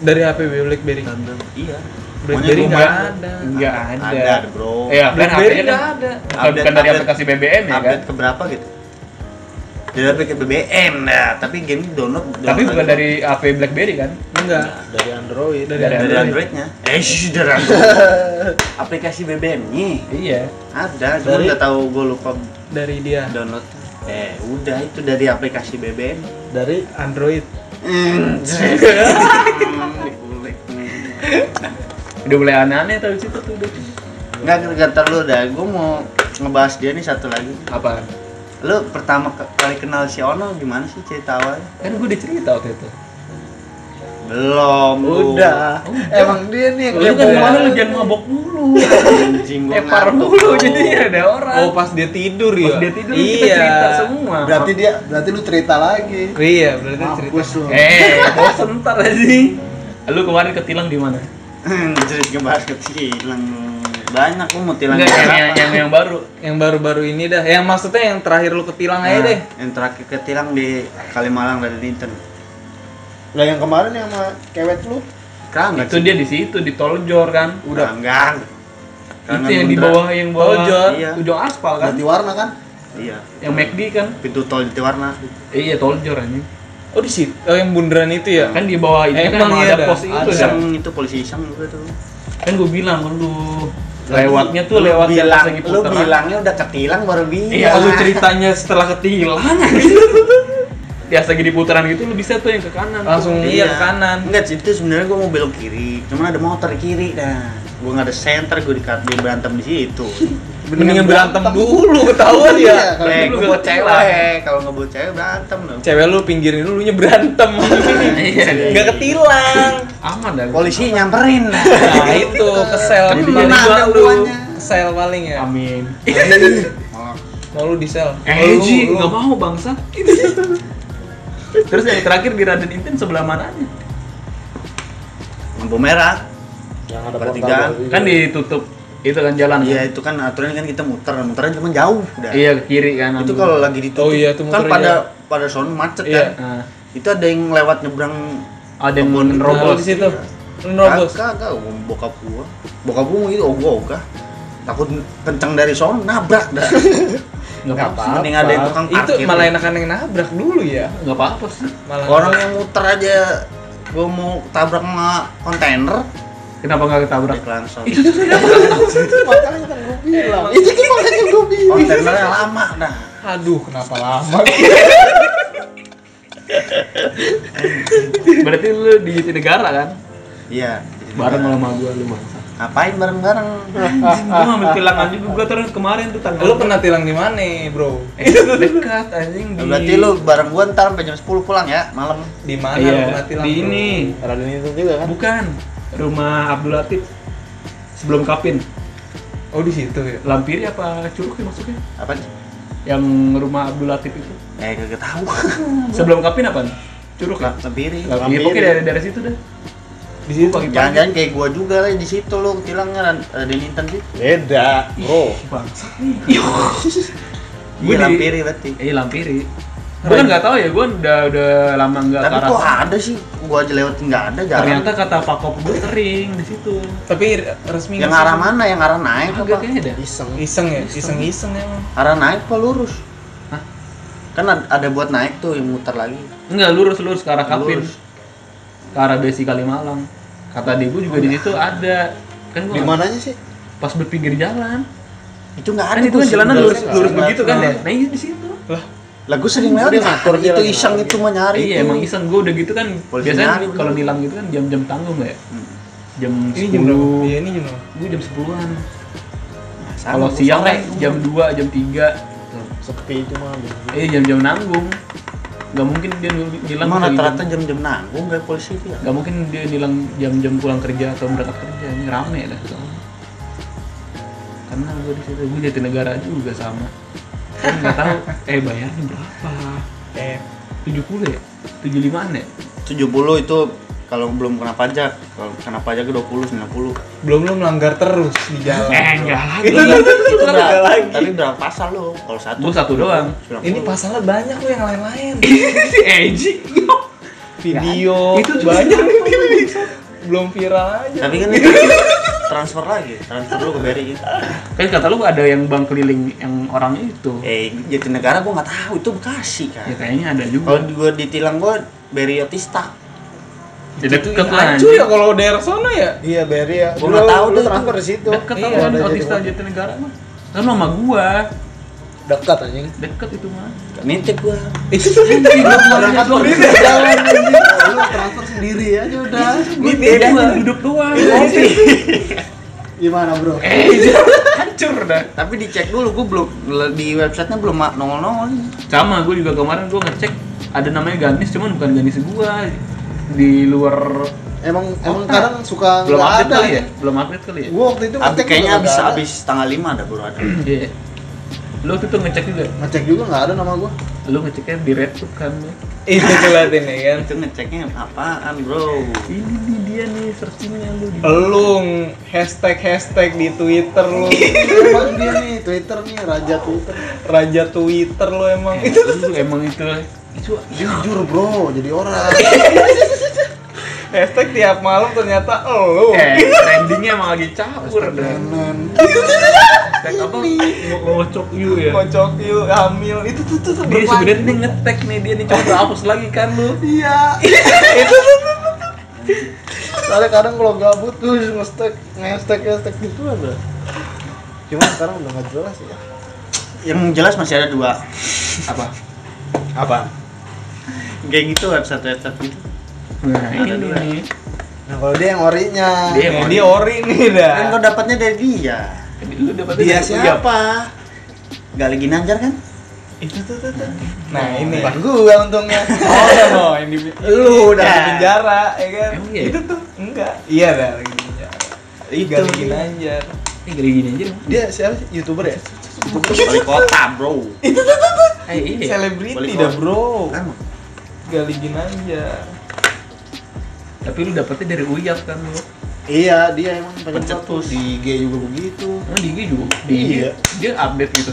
S1: Dari HP BlackBerry.
S4: Tandem. Iya.
S1: BlackBerry
S2: Pokoknya
S1: nggak
S2: gua-
S1: ada.
S2: enggak ada,
S4: Ada, ada, bro.
S2: ya kan
S1: BlackBerry
S2: HP-nya kan
S1: nggak ada.
S2: bukan, bukan
S4: Update-
S2: dari
S4: update-
S2: aplikasi BBM ya kan
S4: Update keberapa gitu? Dia pakai BBM nah, tapi game ini download, download
S2: Tapi bukan
S4: lagi.
S2: dari HP BlackBerry kan?
S1: enggak
S3: dari Android
S1: Dari-
S4: dari
S2: Android.
S4: Androidnya. Eh, shh, dari Android. <laughs> aplikasi BBM-nya
S2: Iya.
S4: ada, cuma
S1: Dari-
S4: nggak tahu gue lupa
S1: dari dia
S4: download. Eh, udah itu dari aplikasi BBM.
S3: dari
S1: Android
S4: Hmm, jrek. Hmm, dikulik nih.
S2: Udah mulai aneh-aneh tadi situ tuh udah.
S4: Nggak gantar lu dah, gue mau ngebahas dia nih satu lagi.
S2: Apa?
S4: Lu pertama ke- kali kenal si Ono gimana sih cerita awalnya?
S2: Kan gue udah cerita waktu itu.
S4: Belum. Bu.
S3: udah emang dia
S2: Lu
S3: nih
S2: kan
S1: Iya.
S2: kemarin lu jangan mabok mulu.
S4: Anjing gue
S2: Epar mulu jadi ya ada orang.
S1: oh pas dia tidur ya
S2: Pas dia tidur kita
S1: iya
S2: cerita semua.
S3: berarti dia berarti lu cerita lagi
S1: iya berarti cerita
S3: mampus lu
S2: Eh, bosen ntar sih. Lu kemarin ketilang di mana?
S4: Jadi ngebahas ketilang banyak lu mau tilang
S2: Enggak, yang,
S4: berapa?
S2: yang, yang, yang baru.
S1: yang baru-baru ini dah yang maksudnya yang terakhir lu ketilang aja
S4: Nah,
S1: deh
S4: Yang terakhir ketilang di Kalimalang dari Dinten.
S3: lah yang kemarin yang sama kewet lu
S4: Keramat
S2: Itu dia di situ di tol Jor kan.
S4: udah enggak.
S2: itu yang di bawah yang bawah
S1: Tol Jor.
S4: Iya.
S2: ujung aspal kan.
S3: ganti warna kan
S4: Iya.
S2: Yang McD kan.
S4: Pintu tol Jatiwarna.
S2: Eh, iya tol Jor anjing.
S1: oh di situ oh yang bundaran itu ya
S2: Kan di bawah ini kan
S1: Emang
S2: emang
S1: iya
S2: ada
S1: dah,
S2: pos itu
S1: ada.
S2: dah.
S4: Iseng itu polisi iseng juga tuh.
S2: Kan gue bilang lu lewatnya tuh
S4: Lu
S2: lewat jalan
S4: bilang,
S2: lagi
S4: lu
S2: puteran.
S4: bilangnya udah ketilang baru bilang.
S2: Iya, lu ceritanya setelah ketilang. Biasa gini putaran gitu lu bisa tuh yang ke kanan. tuh.
S1: Langsung iya, ke kanan.
S4: Enggak sih, itu sebenarnya gua mau belok kiri, cuman ada motor di kiri. Nah, gua nggak ada senter, gua di di berantem di
S1: <laughs>
S4: situ.
S1: mendingan berantem dulu ketahuan ya
S3: Iya, kalau
S4: Eh,
S2: dulu
S4: gua
S2: gua
S4: buat
S2: kecewa.
S4: cewek, kalau nggak buat cewek berantem dong.
S1: cewek lu pinggirin lu nya berantem
S2: <laughs> Iya.
S1: nggak ketilang
S2: Aman dah.
S1: <laughs>
S4: Polisi nyamperin. Nah,
S1: nah itu kesel
S4: Tapi
S1: paling
S4: belum
S1: gua
S4: ada
S1: lu
S4: uangnya.
S1: kesel paling ya
S2: Amin.
S4: Oh,
S1: mau lu di sel
S2: Eh,
S1: Mau lu-
S2: Ji,
S1: lu-
S2: nggak mau bangsa. Terus yang terakhir di Raden Inten sebelah mananya?
S4: Lampu merah.
S3: yang ada
S4: Pertigaan.
S3: portal
S1: Nah,
S2: Kan ditutup itu kan jalan. kan?
S4: Iya, itu kan aturan kan kita muter, muternya cuma jauh udah.
S2: Iya ke kiri kanan.
S4: Itu
S2: dulu.
S4: kalau lagi ditutup.
S1: Oh iya, itu
S4: kan
S1: muternya
S4: pada
S1: jauh.
S4: pada sono macet
S1: Iya.
S4: kan.
S2: Nah,
S4: Itu ada yang lewat nyebrang
S2: ada yang
S4: Kebun.
S1: Nah, lu
S2: nerobos.
S1: di situ lu nerobos
S4: Kagak, kagak, bokap gua. Bokap gua itu ogah-ogah. Takut kenceng dari sono nabrak
S1: <laughs>
S4: dah.
S2: Nggak apa-apa.
S4: Mending ada yang tukang
S1: itu
S4: parkir.
S1: malah enakan yang nabrak dulu ya
S2: Nggak apa-apa sih.
S1: malah
S4: Orang yang muter aja gua mau tabrak sama kontainer,
S2: Kenapa nggak ketabrak?
S4: naik langsung.
S3: itu makanya kan gue bilang
S1: Iya.
S2: Iya,
S3: itu kan makanya gue
S1: <laughs>
S3: bilang
S4: Kontainernya lama dah.
S1: aduh kenapa lama
S2: Eh, Berarti lu di Jatinegara kan?
S4: Iya.
S2: Bareng sama gua lu bangsa.
S4: Ngapain bareng-bareng?
S2: Gua ngambil tilangan juga gua terus kemarin tuh tanggal.
S1: lu pernah tilang di mana bro
S2: itu dekat anjing di.
S4: Ya Berarti lu bareng gua ntar sampai jam 10 pulang ya, malam.
S1: di mana lu
S2: Iya,
S1: pernah tilang
S2: di
S1: bro?
S2: ini.
S3: Raden itu juga kan
S2: Bukan. Rumah Abdul Latif. Sebelum Kapin.
S1: oh di situ ya
S2: Lampiri apa Curug ya maksudnya?
S4: Apa sih?
S2: Yang rumah Abdul Latif itu.
S4: Eh, kagak tahu. <laughs>
S2: Sebelum Kapin apa? Curug ya?
S4: Sendiri.
S2: Lampiri. Pokoknya dari dari situ deh.
S1: di situ
S4: Jangan-jangan kayak gua juga lah di situ lu ketilangnya Ran- Raden Inten sih.
S3: beda bro
S2: Bangsat <laughs> nih. Gua
S4: Iya,
S2: di-
S4: lampiri berarti.
S2: Eh Lampiri. Gua kan nggak tahu ya, gua udah udah lama nggak
S4: Tapi
S2: karatan.
S4: kok ada sih? Gua aja lewatin nggak ada jarang.
S2: Ternyata kata Pak Kop gue sering di situ.
S1: tapi resmi
S4: Yang
S1: nggak sih?
S4: arah mana? Yang arah naik apa?
S2: Agak kayaknya dah.
S3: iseng
S1: iseng ya iseng iseng emang
S4: Arah naik apa lurus?
S2: Hah?
S4: Kan ad- ada buat naik tuh yang muter lagi.
S2: Enggak lurus lurus ke arah Kapin,
S4: Lurus.
S2: ke arah Besi Kalimalang. Kata adik gue juga
S4: Oh, iya.
S2: di situ ada. Kan
S3: di
S2: gua
S3: mananya sih
S2: pas berpinggir jalan.
S4: Itu nggak ada.
S2: Kan itu
S4: gua
S2: kan
S4: sering
S2: jalanan
S4: lewat.
S2: lurus lurus
S4: Nggak
S2: begitu kan
S4: ada.
S2: ya. Nah iya di situ.
S4: Lah gua sering lewat
S3: Dia
S4: nah,
S3: ngatur dia
S4: Itu
S3: lagi
S4: iseng
S3: ngatur.
S4: Nah, itu mau nyari.
S2: Iya
S4: tuh.
S2: emang iseng gue udah gitu kan.
S4: Polisi nyari,
S2: Biasanya
S4: bener.
S2: kalau nilang gitu kan jam-jam tanggung ya.
S4: Hmm.
S2: Jam
S1: ini jam berapa
S2: sepuluh.
S1: iya ini jam berapa
S2: Gue jam sepuluhan.
S4: Nah, sama,
S2: Kalau
S4: gua
S2: siang
S4: sore.
S2: kan jam 2, jam 3
S3: sepi cuma
S2: Eh jam-jam nanggung. Gak mungkin dia nil- nilang.
S4: Emang
S2: dari jam-
S4: rata-rata jam-jam nanggung dari polisi itu ya?
S2: nggak mungkin dia bilang jam-jam pulang kerja atau berangkat kerja ini rame dah soalnya. karena gue di situ gue jadi negara juga sama kan nggak tahu eh bayarnya berapa
S1: eh
S2: 70 ya 75 an ya
S4: 70 itu kalau belum kena pajak, kalau kena pajak 20 90.
S1: belum lu melanggar terus di jalan
S2: eh enggak lagi <laughs>
S4: Itu
S1: kan
S4: berapa-
S1: ada lagi.
S4: Iya, Tapi berapa pasal lo? Kalau satu.
S2: Gua satu doang.
S4: 90.
S1: ini pasalnya banyak lu yang lain-lain
S2: si Eji
S1: video
S2: Iya. Itu
S1: banyak belum viral aja
S4: Tapi kan itu transfer lagi transfer lu ke gitu. BRI
S2: Kan kata lu ada yang bank keliling yang orang itu.
S4: eh Jatinegara gua nggak tahu itu Bekasi kan
S2: Ya kayaknya ada
S4: kalau
S2: juga.
S4: gua ditilang gua BRI Otista
S2: Ya deket lah.
S1: Hancur ya kalau daerah sana ya.
S3: Iya Barry ya.
S4: Gua
S3: Lu,
S4: nggak tahu
S3: lu
S4: tuh.
S3: transfer di situ.
S2: Deket
S1: Iya,
S2: tau kan
S3: ada jadi
S2: Otista
S3: motor.
S2: Jatinegara mah. Kan lu sama gua.
S3: Dekat anjing.
S2: Deket itu mah.
S4: ngintip gua
S1: Itu tuh minta
S2: Gua
S3: Berangkat
S2: gua-
S3: sendiri jalan anjing. Lu transfer sendiri aja udah.
S2: Gua Iya,
S1: Ini
S2: bedanya
S1: gua.
S2: duduk doang.
S3: Gimana, Bro?
S2: Eh, hancur dah.
S4: Eh, tapi dicek dulu gua belum di websitenya belum ma- nongol-nongol nih.
S2: Sama, gue juga kemarin gue ngecek ada namanya Ganis, cuman bukan Ganis gua di luar
S3: Emang
S2: Otak.
S3: emang kadang suka
S2: Oh, belum
S3: nggak
S2: update
S3: ada
S2: kali
S3: ya.
S2: ya, belum update kali ya. <clears throat>
S3: Gua waktu itu
S4: Abis,
S3: ngecek
S4: kayaknya
S3: juga
S4: abis
S3: nggak ada.
S4: abis tanggal 5 dah baru ada
S2: Iya. Lu waktu itu ngecek juga,
S3: Ngecek juga nggak ada nama gua.
S2: lu ngeceknya di RedTube kan. lu.
S1: Itu celatin ya kan.
S4: itu ngeceknya apaan bro
S2: Ini nih dia nih searchingnya lu. di-
S1: Elung hashtag hashtag di Twitter lu.
S3: Emang dia nih Twitter nih raja Twitter.
S1: Raja Twitter lu emang.
S2: Eh,
S1: Itu
S2: lu emang itu itu
S3: Jujur, Bro, jadi orang.
S1: hashtag tiap malam ternyata elu.
S2: eh trendingnya emang lagi campur dah.
S3: Kanan.
S2: Tag apa? Ngo- Ngocok you ya.
S1: Kocok yuk hamil. Itu tuh tuh tuh
S2: Dia
S1: bermain.
S2: sebenarnya nih ngetek nih dia nih coba hapus lagi kan lu.
S3: Iya. Soalnya kadang kalau gabut tuh ngestek, ngestek, ngestek gitu ada. Cuma sekarang udah nggak jelas ya.
S4: yang jelas masih ada dua
S2: Apa?
S1: Apa?
S4: kayak gitu website website gitu
S2: Nah, ini
S4: Ada dua.
S2: nih.
S3: Nah kalau dia yang orinya,
S2: Dia
S1: Nah,
S2: yang
S1: dia ori nih
S4: kan kau
S1: dah.
S4: dapatnya dari dia
S2: Lu dapetnya
S4: dia
S2: dari-
S4: siapa gak lagi nanjar kan
S1: Itu tuh tuh. tuh. Nah, ini.
S3: bukan gua untungnya.
S1: <laughs> Oh, udah no, ini
S4: Lu
S1: udah
S4: dah.
S1: di penjara, ya kan?
S2: Emang iya?
S1: Itu tuh enggak. Iya dah lagi di penjara.
S4: itu
S1: Gali Ginanjar.
S2: Ini gini aja. lu.
S3: Dia siapa sih? Youtuber ya?
S4: wali kota bro
S2: Eh, iya.
S1: Selebriti
S4: Balik
S1: dah,
S4: orang.
S1: Bro.
S4: kan
S1: Gali Ginanjar.
S2: Tapi lu dapetnya dari Uyap kan lu.
S3: Iya dia emang pencetus
S4: Pencetus.
S3: di IG juga begitu.
S2: Emang di IG juga. Di IG.
S3: Iya.
S2: Dia update gitu.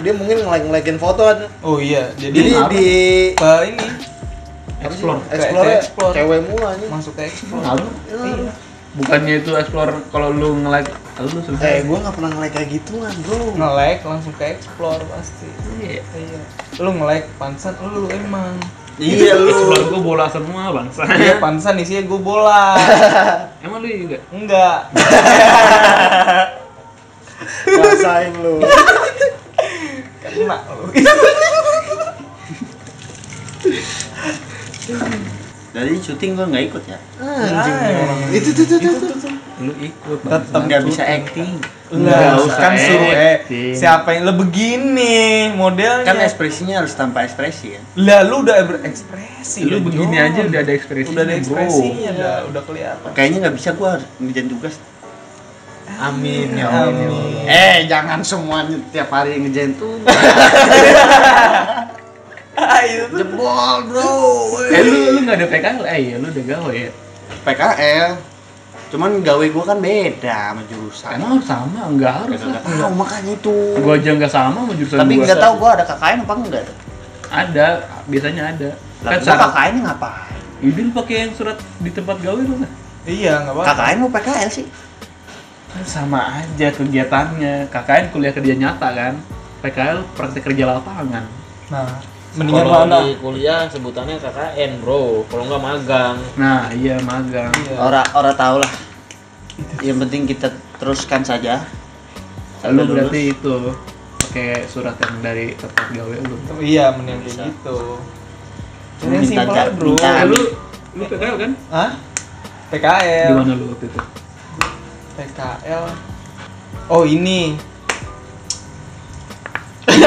S3: Dia mungkin nge-like nge-likein foto kan.
S1: Oh iya,
S3: Jadi
S1: jadi
S2: apa?
S3: di
S1: eh, ini
S2: Explore.
S3: explore,
S1: Kayak explore.
S3: cewek mulu anjing.
S1: masuk ke explore.
S2: Lalu
S3: Iya.
S2: bukannya itu explore kalau lu nge-like lu
S3: Eh
S2: selesai.
S3: gua nggak pernah nge-like kayak gituan bro.
S1: Nge-like langsung ke explore pasti.
S2: Iya.
S1: Iya. Lu nge-like pansan lu emang.
S4: iya lu
S2: Explore gua bola semua bangsa.
S1: Iya, pansan isinya gue bola.
S2: <laughs> Emang lu juga.
S1: Enggak.
S3: Rasain lu.
S1: Kena lu.
S4: dari syuting gua nggak ikut ya
S3: Anjing
S1: Nah.
S3: orang. Itu tuh tuh tuh. tuh.
S2: Lu ikut
S1: Tetep.
S2: bangsa.
S4: nggak bisa acting
S2: Nggak
S1: Lah,
S2: usah
S1: kan suruh eh
S2: acting.
S1: siapa yang lu begini modelnya?
S4: kan ekspresinya harus tanpa ekspresi kan
S1: Lah lu udah berekspresi.
S2: Lu
S1: Jon.
S2: begini aja udah ada ekspresinya,
S1: iya, Udah ada
S2: bro.
S1: ekspresinya dah, udah kelihatan.
S4: kayaknya nggak bisa gua harus ngerjain tugas
S3: Amin ya Allah.
S1: Amin.
S4: eh jangan semuanya tiap hari ngerjain tugas
S1: Ah, itu tuh.
S4: jebol bro
S2: Eh lu lu enggak ada PKL. Eh iya lu udah gawe ya.
S4: PKL cuman gawe gua kan beda sama jurusan
S2: Emang harus sama enggak harus. lah.
S4: nggak tahu Iya, makanya itu
S2: Gua aja enggak sama sama jurusan
S4: tapi
S2: gua.
S4: nggak tahu gua ada KKN apa enggak tuh
S2: Ada, biasanya ada.
S4: lah
S2: Kan
S4: gua
S2: saran.
S4: KKN ngapain
S2: Ini lu pakai yang surat di tempat gawe lu nggak?
S1: Iya, enggak apa-apa.
S4: KKN mau PKL sih
S2: Kan sama aja kegiatannya. KKN kuliah kerja nyata kan. PKL praktek kerja lapangan.
S1: Nah, mendingan mana?
S5: kuliah sebutannya KKN bro kalau nggak magang
S2: Nah, iya magang.
S1: Iya.
S4: ora ora tau lah yang penting kita teruskan saja
S2: Lu
S4: Sampai lulus.
S2: berarti itu pakai surat yang dari tempat gawe lu.
S1: Iya, mendingan kayak gitu. Jadi
S4: Minta
S1: simpel
S4: ja-
S1: aja, bro.
S4: minta.
S2: Eh, lu lu PKL kan?
S1: Hah? PKL.
S2: Di mana lu waktu itu?
S1: PKL. Oh, ini
S2: Amin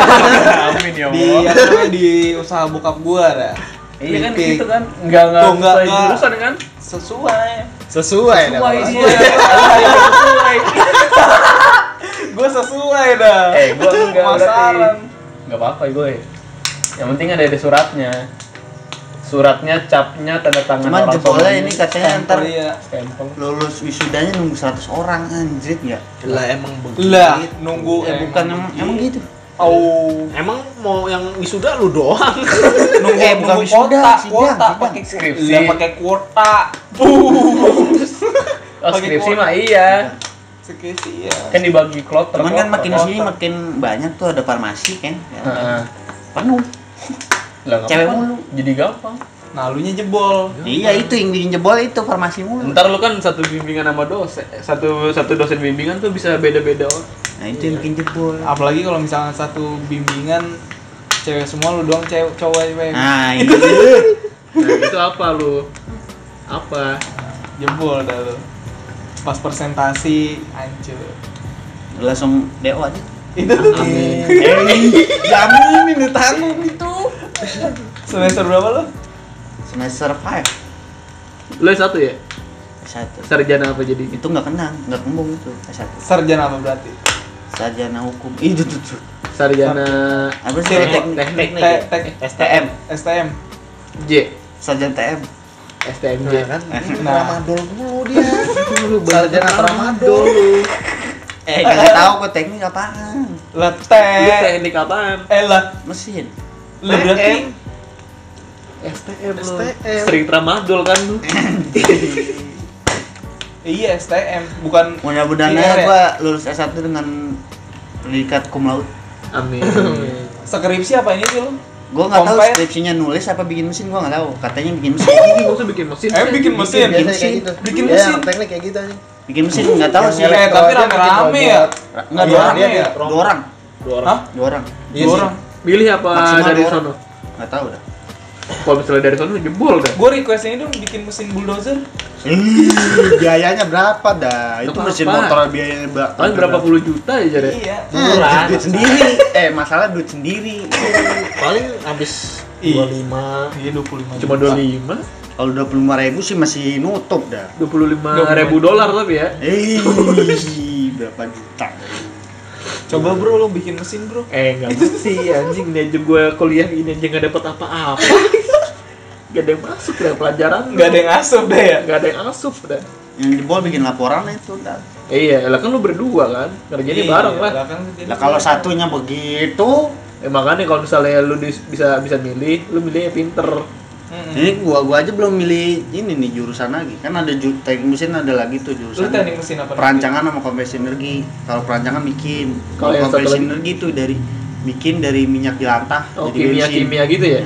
S2: ya
S1: di apa namanya, di usaha bokap gua dah.
S2: Iya kan
S1: Pipik.
S2: gitu kan. Enggak enggak
S1: Tuh, nggak,
S2: sesuai
S1: nggak.
S2: jurusan kan?
S1: Sesuai.
S3: Sesuai dah.
S2: Sesuai
S3: Bang.
S2: dia. Sesuai.
S1: Gua sesuai dah.
S2: Eh, gua enggak berarti.
S1: Pemasaran.
S2: Enggak apa-apa, gue. Yang penting ada ada suratnya. Suratnya, capnya, tanda tangan
S4: cuman
S2: orang
S4: jebolnya
S2: tuanya.
S4: ini kan katanya Eh, ntar
S1: Stempel, iya.
S2: stempel.
S4: lulus wisudanya nunggu 100 orang anjrit ya
S3: Lah emang begitu.
S1: Lah, eh, nunggu
S4: ya bukan emang, emang gitu
S1: Oh,
S5: emang mau yang wisuda lu doang
S1: nunggu
S4: Eh, bukan
S1: nunggu
S4: wisuda,
S1: kuota,
S4: sidang,
S1: kuota
S4: sidang.
S1: pakai
S2: Skripsi.
S1: Lah, pakai kuota.
S2: Oh,
S1: Pakai
S2: skripsi
S1: kuota.
S2: mah iya.
S1: sekesi ya
S2: kan dibagi kloter
S4: Cuman kan
S2: kloter,
S4: makin
S2: kloter.
S4: sini makin banyak tuh ada farmasi kan. Ya,
S2: Heeh.
S4: Penuh.
S2: Lah, nggak
S4: Cewek
S2: apa-apa.
S4: mulu.
S2: jadi gampang
S1: nalunya jebol
S4: Iya itu yang bikin jebol itu farmasi mulu.
S2: ntar lu kan satu bimbingan sama dosen satu satu dosen bimbingan tuh bisa beda beda
S4: Nah itu yang bikin jebol.
S1: apalagi kalau misalnya satu bimbingan cewek semua lu doang cewek cowok cewek <laughs>
S4: Nah itu
S2: nah <laughs> itu apa lu apa
S1: jebol dah lu pas presentasi hancur
S4: langsung DO aja. Eh,
S1: itu tuh jamin ini tanggung itu semester berapa lo
S4: Semester 5
S2: lu satu ya
S4: satu.
S2: sarjana apa jadinya
S4: Itu nggak kena, nggak kembung itu satu.
S1: sarjana apa berarti
S4: Sarjana hukum. Ih, Itu tuh tuh.
S2: sarjana
S4: Apa sih
S1: Teknik. ya?
S4: teknik? ya? Eh,
S5: Teknik nih.
S1: Tek- tek.
S5: STM.
S1: STM
S2: J
S4: Sarjana TM.
S2: STMJ
S3: Nah, kan
S1: Nah.
S3: tramadol mulu dia.
S4: kan
S2: Sarjana
S3: tramadol.
S4: Eh nggak tahu kok teknik apaan.
S2: Lu
S1: letek
S2: teknik apaan?
S1: eh lah
S4: Mesin.
S1: lu berarti
S3: Iya,
S2: STM lu.
S3: STM.
S2: Sering tramadol kan lu.
S4: Eh.
S1: iya STM bukan
S4: Mudah-mudahan
S1: Iya,
S4: aja
S1: ya.
S4: gua lulus S1 dengan predikat cum laude. <laughs>
S2: Amin.
S1: skripsi apa ini sih lo
S4: Gua nggak tahu
S1: Compare.
S4: skripsinya nulis apa bikin mesin gua nggak tahu. Katanya bikin mesin.
S2: Ini maksudnya bikin mesin.
S1: eh bikin mesin
S3: Biasanya kayak gitu.
S1: bikin
S3: Iya,
S1: mesin
S3: teknik kayak gitu aja.
S4: Bikin mesin nggak tahu sih.
S1: Eh, tapi rame-rame ya
S4: Enggak
S1: Iya,
S4: dua orang.
S1: iya, iya.
S4: Dua orang.
S5: Dua orang.
S1: hah
S4: Dua orang.
S1: dua orang
S2: Milih apa
S4: Maksimal
S2: dari
S4: dua
S2: sono?
S4: Nggak tahu dah.
S2: Kalau misalnya dari sono jebol kan? dah.
S1: gue requestnya dong bikin mesin bulldozer
S3: Ih, biayanya berapa dah? Itu
S2: Nggak
S3: mesin
S2: apa-apa.
S3: motor biayanya ber-
S2: Paling berapa puluh juta ya jadi?
S1: iya
S5: Murah.
S3: Eh, duit sendiri. Eh, masalah duit sendiri.
S5: Paling habis
S1: Iya.
S5: 25
S1: iya 25
S2: Cuma 25,
S3: Kalau 25 ribu sih masih nutup dah.
S2: 25 ribu dolar tapi ya.
S3: Eh, berapa juta?
S1: coba bro lo bikin mesin bro
S2: Eh <laughs> enggak mesti anjing ini aja gue kuliah ini aja nggak dapat <laughs> apa-apa. Gak ada yang masuk dah pelajaran.
S1: nggak ada yang asup deh ya
S2: Gak ada yang asup dah.
S4: Yang jebol bikin laporan itu dah.
S2: Iya, lah kan lu berdua kan, ngerjainnya bareng lah.
S1: kan jadi
S4: Lah kalau
S1: bareng.
S4: satunya begitu,
S2: Eh, makanya kalau misalnya lu dis- bisa bisa milih, lu milihnya pinter.
S1: Mm-mm.
S4: ini gua gua aja belum milih ini nih jurusan lagi. Kan ada ju- teknik mesin ada lagi tuh
S1: lu
S4: jurusan.
S1: teknik mesin apa
S4: Perancangan sama konversi energi. Kalau perancangan bikin,
S2: Kalau
S4: kalau
S2: yang satu
S4: konversi
S2: lagi?
S4: energi itu dari bikin dari minyak jelantah
S2: Oh,
S4: jadi
S2: kimia
S4: bensin.
S2: kimia gitu ya.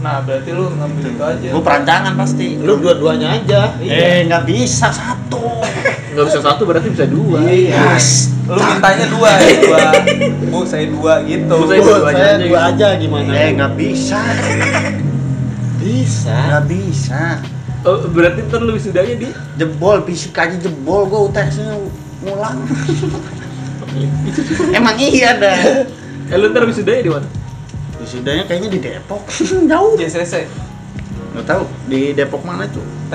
S1: nah berarti lu ngambil itu aja
S4: Gua perancangan pasti.
S5: Lu dua-duanya aja.
S4: Eh, nggak bisa satu.
S2: Nggak bisa satu berarti bisa dua.
S1: Iya. Lu mintanya dua ya dua. Bu saya dua gitu.
S2: Bu, saya
S3: Bu,
S2: dua aja
S3: saya
S2: aja
S3: dua aja gimana?
S4: Eh, nggak bisa.
S5: Bisa.
S4: Nggak bisa.
S2: Oh, berarti ntar lu wisudanya di
S4: Jebol, fisikanya jebol, gua UTS-nya ngulang. <laughs> Emang iya dah.
S2: eh, lu ntar wisudanya di mana?
S4: Wisudanya Ya kayaknya di Depok. Jauh.
S1: JCC.
S4: Nggak tahu di Depok mana tuh.
S1: T.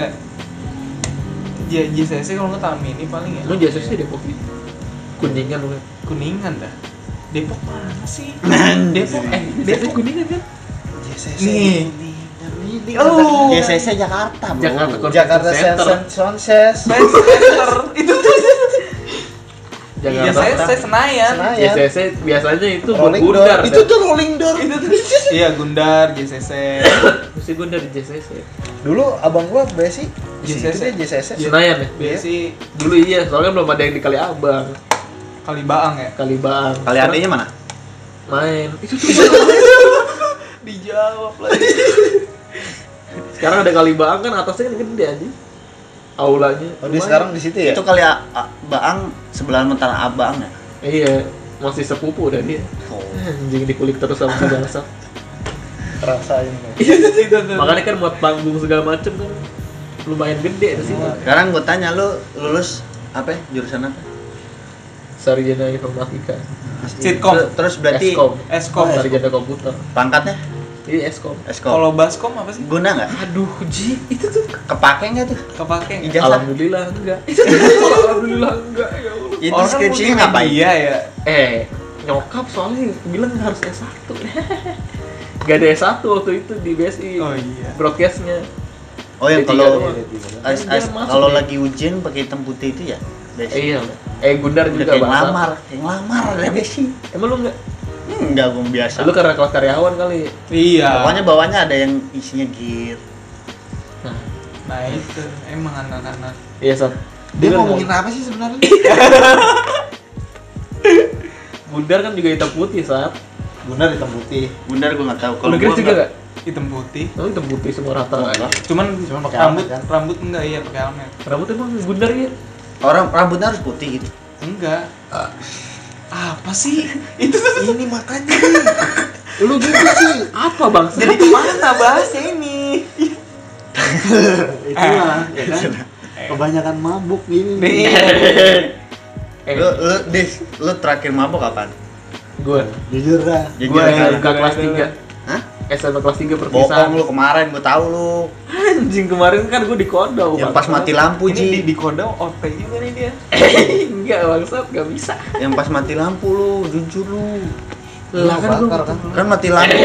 S1: J- JCC kalau nggak tahun ini paling ya.
S2: Lu jasa sih Depok gitu. Kuningan lu.
S1: Kuningan dah. Depok mana sih?
S2: Depok eh Depok kuningan kan?
S3: JCC.
S1: Nih.
S3: Oh.
S1: Oh.
S4: Ya,
S3: JCC Jakarta, bro.
S2: Jakarta Convention
S3: Oh, Jakarta
S2: Center.
S3: Sen- Sunset.
S1: Best Center itu tuh. Iya saya
S2: Jakarta.
S1: saya Senayan.
S3: Senayan.
S2: JCC biasanya itu ya. buat
S3: Rolling Door.
S2: Gundar.
S3: Itu tuh rolling door.
S1: Itu tuh. Iya Gundar JCC.
S2: mesti Gundar di JCC.
S3: Dulu abang gua Besi.
S1: JCC.
S3: JCC.
S1: Iya.
S3: JCC.
S2: Senayan ya.
S1: Besi
S2: Dulu iya, soalnya belum ada yang di Kaliabang,
S1: Kalibaang
S2: <laughs>
S1: ya.
S2: Kalibang.
S4: Kali adanya mana?
S2: main. Itu tuh <laughs>
S1: Dijawab lagi.
S2: Sekarang ada Kalibang kan atasnya kan gede aja. Aulanya.
S3: Oh, dia
S2: lumayan.
S3: sekarang di situ ya?
S4: Itu kali A- A- Baang sebelah Mentara Abang ya.
S2: Iya, masih sepupu dan dia.
S4: Oh.
S2: Anjing dikulik terus sama si bangsa.
S3: Rasain. Bang.
S1: Itu tuh.
S2: Makanya kan buat panggung segala macem kan lumayan gede di situ.
S4: Sekarang gua tanya lu lulus apa ya? Jurusan apa?
S2: Sarjana informatika,
S1: Sitkom.
S4: Ter- Terus berarti
S2: Eskom,
S1: Eskom.
S2: sarjana komputer.
S4: pangkatnya
S2: Iya, Eskom.
S4: Eskom.
S1: Kalau Baskom apa sih?
S4: Guna nggak?
S2: Aduh, Ji, itu tuh
S4: Kepake nggak tuh?
S1: Kepake nggak?
S4: Ijazah.
S2: alhamdulillah enggak. <laughs> Itu tuh alhamdulillah enggak ya Allah.
S4: Itu
S1: Orang
S2: iya.
S1: multimedia
S4: skripsinya ngapain?
S1: ya.
S2: Eh, nyokap soalnya bilang harus S1. <laughs> Gak ada S1 waktu itu di BSI.
S1: Oh iya.
S2: Broadcastnya.
S4: Oh yang
S2: D3
S4: kalau
S2: doang.
S4: as-
S2: Iya, Dia
S4: as-
S2: masuk
S4: kalau
S2: deh.
S4: lagi ujian pakai hitam putih itu ya? Besi.
S2: Eh, iya. Eh Gundar
S4: Udah
S2: juga
S4: kayak
S2: bahasa.
S4: ngelamar, kayak ngelamar ada besi.
S2: Emang lu enggak?
S4: Enggak, gua biasa.
S2: Lu karena kelas karyawan kali.
S1: Iya.
S4: Pokoknya bawahnya ada yang isinya gear.
S2: Nah,
S1: Nah itu emang anak-anak
S2: iya, Sat.
S3: Dia
S2: Bener,
S3: ngomongin apa sih sebenarnya?
S2: Bundar kan juga hitam putih saat.
S3: Bundar hitam putih.
S4: Bundar gue nggak Oh, tahu
S2: Kalau
S4: kalau
S2: Inggris
S4: gue
S2: juga nggak?
S1: hitam putih
S2: Oh hitam putih semua rata.
S4: nggak-
S1: cuman,
S3: Cuman pakai helmet,
S1: rambut
S3: kan?
S1: rambut enggak iya pakai helmet
S2: Rambut emang bundar ya?
S4: orang rambutnya harus putih gitu
S1: enggak
S3: Ah.
S1: apa
S3: <laughs>
S1: sih itu tuh
S3: Ini makanya nih. Lu gitu sih.
S2: Apa bang?
S1: jadi kemana bahasnya
S3: <laughs>
S1: ini
S3: Itulah, ya kan? Kebanyakan mabuk ini.
S1: nih
S2: Eh,
S4: lu lu dis lu terakhir mabok kapan
S2: gue
S3: Jujur dah.
S4: Jujur
S2: gue
S4: aja.
S2: SMK kelas
S1: Jujur aja.
S2: 3
S4: Hah?
S2: SMK kelas 3 perpisahan.
S4: bokong lu kemarin gue tahu lu
S2: Anjing kemarin kan gue di kodok.
S4: yang pas mati lampu
S1: ini di,
S4: ji
S1: di kode OT juga nih
S4: <laughs>
S1: dia
S2: Enggak bangsat, enggak bisa.
S4: yang pas mati lampu lu jujur lu
S3: Lah kan
S2: gua-
S3: bakar kan.
S4: kan mati lampu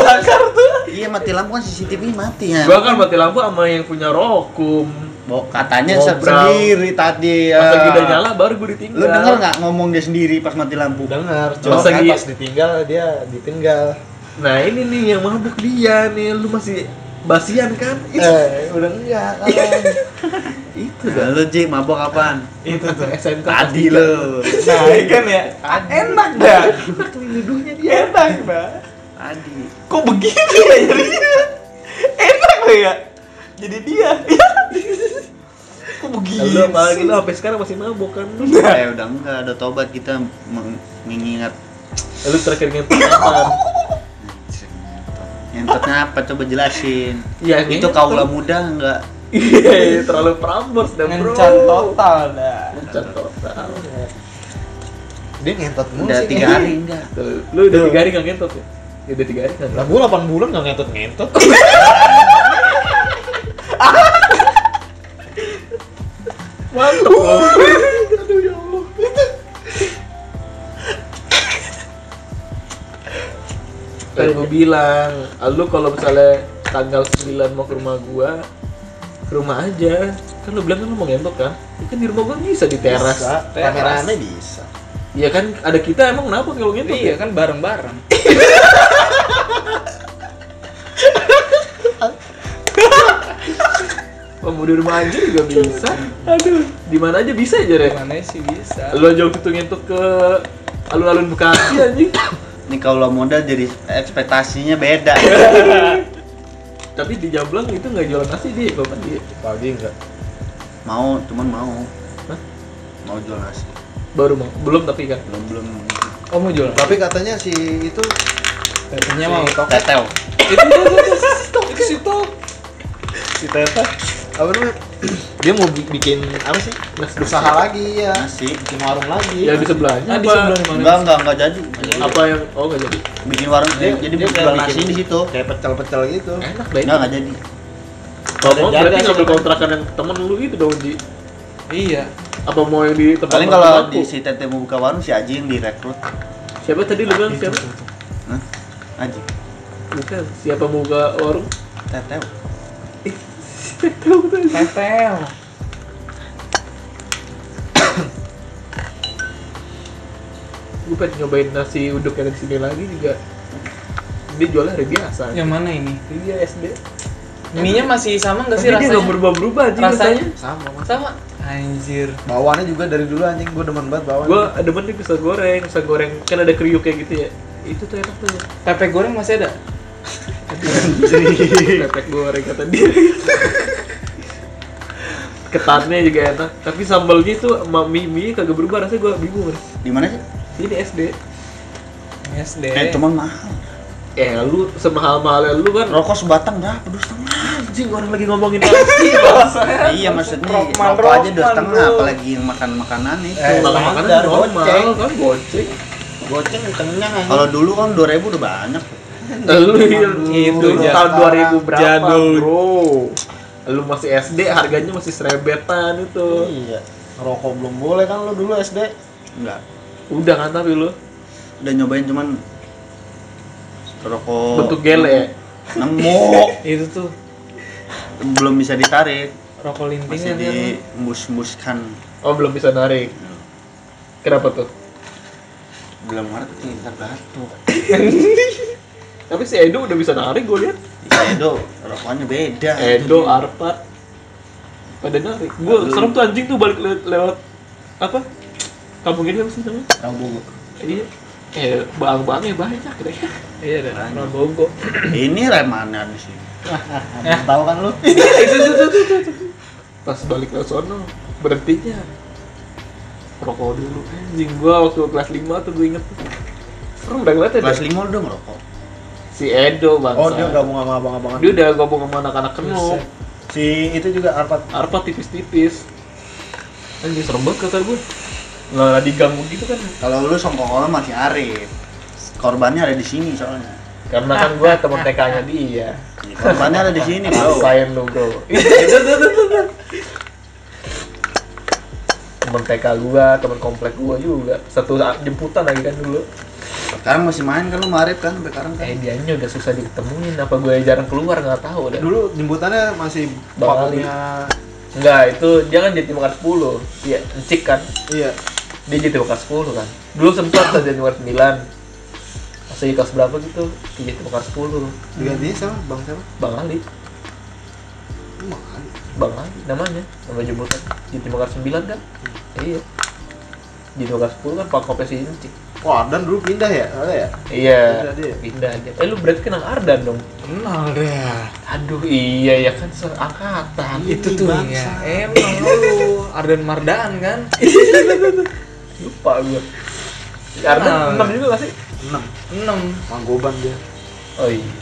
S1: bakar tuh
S4: iya mati lampu kan CCTV mati ya
S2: Gua kan mati lampu sama yang punya rokum.
S4: Bo- katanya
S2: Ngobrol.
S4: sendiri tadi
S2: Pas lagi
S4: ya
S2: udah Iya. nyala baru gue ditinggal.
S4: lu denger nggak ngomong dia sendiri pas mati lampu
S3: Dengar,
S2: Masa
S3: kan
S2: gini?
S3: pas ditinggal dia ditinggal.
S2: Nah ini nih yang mabuk dia nih, lu masih basian kan? Ih,
S3: Eh, udah enggak kan.
S2: Itu
S4: Nah,
S2: dah.
S4: lu Ji, mabok kapan?
S1: itu tuh
S2: SMK
S4: Tadi lu.
S1: nah
S3: <laughs>
S1: iya kan ya enak dah
S2: Keliduhnya
S3: Iya.
S4: <laughs>
S2: dia.
S1: enak dah
S4: Tadi.
S1: kok begitu ya
S3: <laughs>
S1: jadinya enak loh ya jadi
S3: <laughs>
S1: dia kok begitu
S2: Lu apalagi lu
S1: sih?
S2: sampai sekarang masih mabuk kan? Lu
S4: Eh udah enggak ada tobat kita meng- mengingat
S2: Lu terakhir ngentot kapan?
S4: Ngentotnya apa coba jelasin.
S2: Ya, ngentot.
S4: Itu kaula muda enggak?
S2: <laughs> Iya, terlalu prambors dan bro.
S1: ngencan total dah
S2: Ngencan total.
S3: Dia ngentot mulu
S4: Udah
S3: sih.
S4: tiga hari enggak?
S2: Tuh, Lu udah tiga hari nggak ngentot ya? Ya, Udah tiga hari nggak
S5: Lah
S2: ngentot.
S5: gua 8 bulan nggak ngentot-ngentot.
S2: <laughs> Mantep. ya Bang. Kan gue bilang, "Ah, lu kalau misalnya tanggal 9 mau ke rumah gua, ke rumah aja. Kan lu bilang kan lu mau ngentot kan? Ya kan di rumah gua bisa di teras.
S3: Bisa,
S1: teras.
S3: Kameranya bisa.
S2: Iya kan ada kita emang kenapa kalau ngentot ya?
S1: iya kan bareng bareng
S2: Oh, mau di rumah aja juga bisa. Aduh, di mana aja bisa aja, Ren.
S1: mana sih bisa
S2: Lu aja waktu itu ngentot ke alun-alun Bekasi anjing.
S4: Ini kaula muda jadi ekspektasinya beda.
S2: Tapi di Jablang itu nggak jualan nasi kan dia, Bapak dia.
S5: Pagi enggak.
S4: mau, cuman mau.
S2: Hah?
S4: Mau jual nasi.
S2: Baru mau, belum tapi kan.
S4: Belum belum.
S1: oh mau jualan
S3: Tapi katanya si itu
S1: katanya mau tok
S4: Tetel.
S1: itu itu itu situ
S3: si Teta apa namanya? <clears throat> Dia mau bi- bikin apa sih?
S2: Nasi
S3: Usaha lagi ya.
S4: Nasi.
S3: Bikin warung lagi.
S2: Yang di sebelahnya
S1: ah di
S2: apa?
S1: sebelah mana
S4: Enggak, enggak, enggak jadi.
S2: Apa yang oh nggak jadi.
S4: Bikin warung
S3: Dia-
S4: jadi
S3: dia
S4: jual
S3: kayak
S4: nasi
S3: bikin-
S4: di situ.
S3: Kayak pecel-pecel gitu.
S2: Enak deh.
S4: Enggak, enggak jadi.
S2: Kalau
S5: Ada
S2: mau
S5: jarak
S2: berarti ngambil
S5: sih.
S2: kontrakan yang temen lu itu dong di
S1: iya
S2: apa mau yang di tempat
S4: Paling
S2: temen
S4: kalau
S2: aku?
S4: di si Tete mau buka warung si Aji yang direkrut.
S2: siapa tadi lu bilang siapa?
S4: Hah? Aji.
S2: Bukan, siapa mau buka warung?
S4: Tetel.
S1: tetel
S2: Gue pengen nyobain nasi uduk yang di sini lagi juga. Dia jualnya hari biasa.
S1: yang mana ini
S2: Iya SD.
S1: mie nya masih sama
S2: Tapi
S1: nggak sih
S2: dia nggak
S1: rasanya
S2: berubah-berubah aja
S1: rasanya
S3: Sama mas.
S1: sama anjir
S3: Bawaannya juga dari dulu anjing gue demen banget bawaannya.
S2: Gue demen nih pisau goreng, pisau goreng kan ada kriuk kayak gitu ya. Itu tuh enak tuh.
S1: pepe goreng masih ada
S2: Pepek goreng kata dia. Ketannya juga enak, tapi sambalnya tuh sama mie mie kagak berubah rasanya gue bingung. Res.
S4: Di mana sih?
S2: Ini SD.
S1: yes deh
S4: Eh, cuman mahal.
S2: Eh lu semahal mahalnya lu kan
S4: Rokok sebatang berapa? Dua setengah.
S2: anjing orang lagi ngomongin nasi bangsa.
S4: iya maksudnya
S1: Rokman,
S4: rokok aja dua
S1: Rokman,
S4: setengah
S1: lu.
S4: apalagi yang makan makanan itu.
S3: Eh,
S2: Makan makanan
S3: standar,
S2: normal
S3: goceng.
S2: kan goceng.
S4: Goceng kenyang Kalau dulu kan 2000 udah banyak.
S2: Lu
S1: Itu
S2: itu
S1: jadul.
S2: tahun 2000 berapa
S1: Jadul.
S2: bro? Lu masih SD harganya masih serebetan itu.
S3: Iya. Ngerokok belum boleh kan lo dulu SD.
S4: Enggak.
S2: Udah kan tapi lu
S4: Udah nyobain cuman rokok
S2: Oh. bentuk
S1: ya?
S2: ya? gele.
S4: Nemu.
S1: itu tuh
S4: Belum bisa ditarik,
S1: rokok lintingan
S4: masih
S1: kan
S4: diembus-embuskan.
S2: Oh belum bisa narik. Kenapa tuh?
S4: Belum ngerti ntar batuk.
S2: Tapi si Edo udah bisa narik gue liat. Eh,
S4: Iya, Edo, rokoknya beda.
S2: Edo, Arfat, pada narik gue
S6: Aduh.
S2: serem tuh anjing tuh balik le- lewat apa kampung ini apa sih namanya
S6: Tahu Bogor.
S2: iya eh bang bangnya banyak deh
S1: Iya, ada Prabowo.
S4: Ini remanan sih.
S1: Eh.
S3: Tahu kan lu?
S2: pas balik lewat sono berhentinya rokok dulu anjing gue waktu kelas 5 tuh gue inget tuh. serem udah ngeliatnya
S4: Kelas
S2: deh.
S4: lima udah ngerokok.
S2: si Edo bang
S3: Oh, dia gabung sama abang-abangan.
S2: dia udah gabung sama anak-anak kenop
S3: Si itu juga Arpat.
S2: Arpa tipis-tipis anjing serem banget kata gue
S6: Lah diganggu gitu kan.
S4: Kalau lu songkok masih Arif. Korbannya ada di sini soalnya.
S2: karena kan gue teman TK nya dia
S4: Korbannya ada di sini,
S3: Oh.
S4: Bro.
S2: Rasain lu
S3: <laughs>
S2: bro
S3: Iya,
S2: Temen TK gua, temen komplek gua juga Satu saat jemputan lagi kan dulu
S4: Sekarang masih main kan lu sama Arif kan sampai sekarang kan.
S2: Eh dianya udah susah ditemuin Apa gue jarang keluar nggak tahu deh
S3: Dulu jemputannya masih
S2: Bang Ali.
S3: paketnya
S2: Enggak itu dia kan jadi makan 10 Iya encik kan
S3: iya.
S2: Dia jadi makan 10 kan Dulu sempet kan jadi makan 9 Masih kelas berapa gitu Dia jadi makan 10
S3: Digantinya siapa? Bang siapa?
S2: Bang Ali
S3: Bang Ali.
S2: Bang Ali namanya Nama jemputan Jadi makan 9 kan Iya Jadi makan 10 kan Pak Kopes si encik
S3: Oh, Ardan dulu pindah ya? Ada ya?
S2: Iya,
S3: Pindah dia.
S2: pindah aja. Eh lu berarti kenal Ardan dong?
S1: Kenal deh.
S2: Aduh iya ya kan seangkatan.
S3: Iya.
S1: Itu tuh ya. Emang lu Ardan Mardaan kan?
S2: Lupa gua. Si Ardan
S1: Kenal.
S2: enam juga gak sih?
S1: 6.
S3: Manggoban dia.
S2: Oh iya.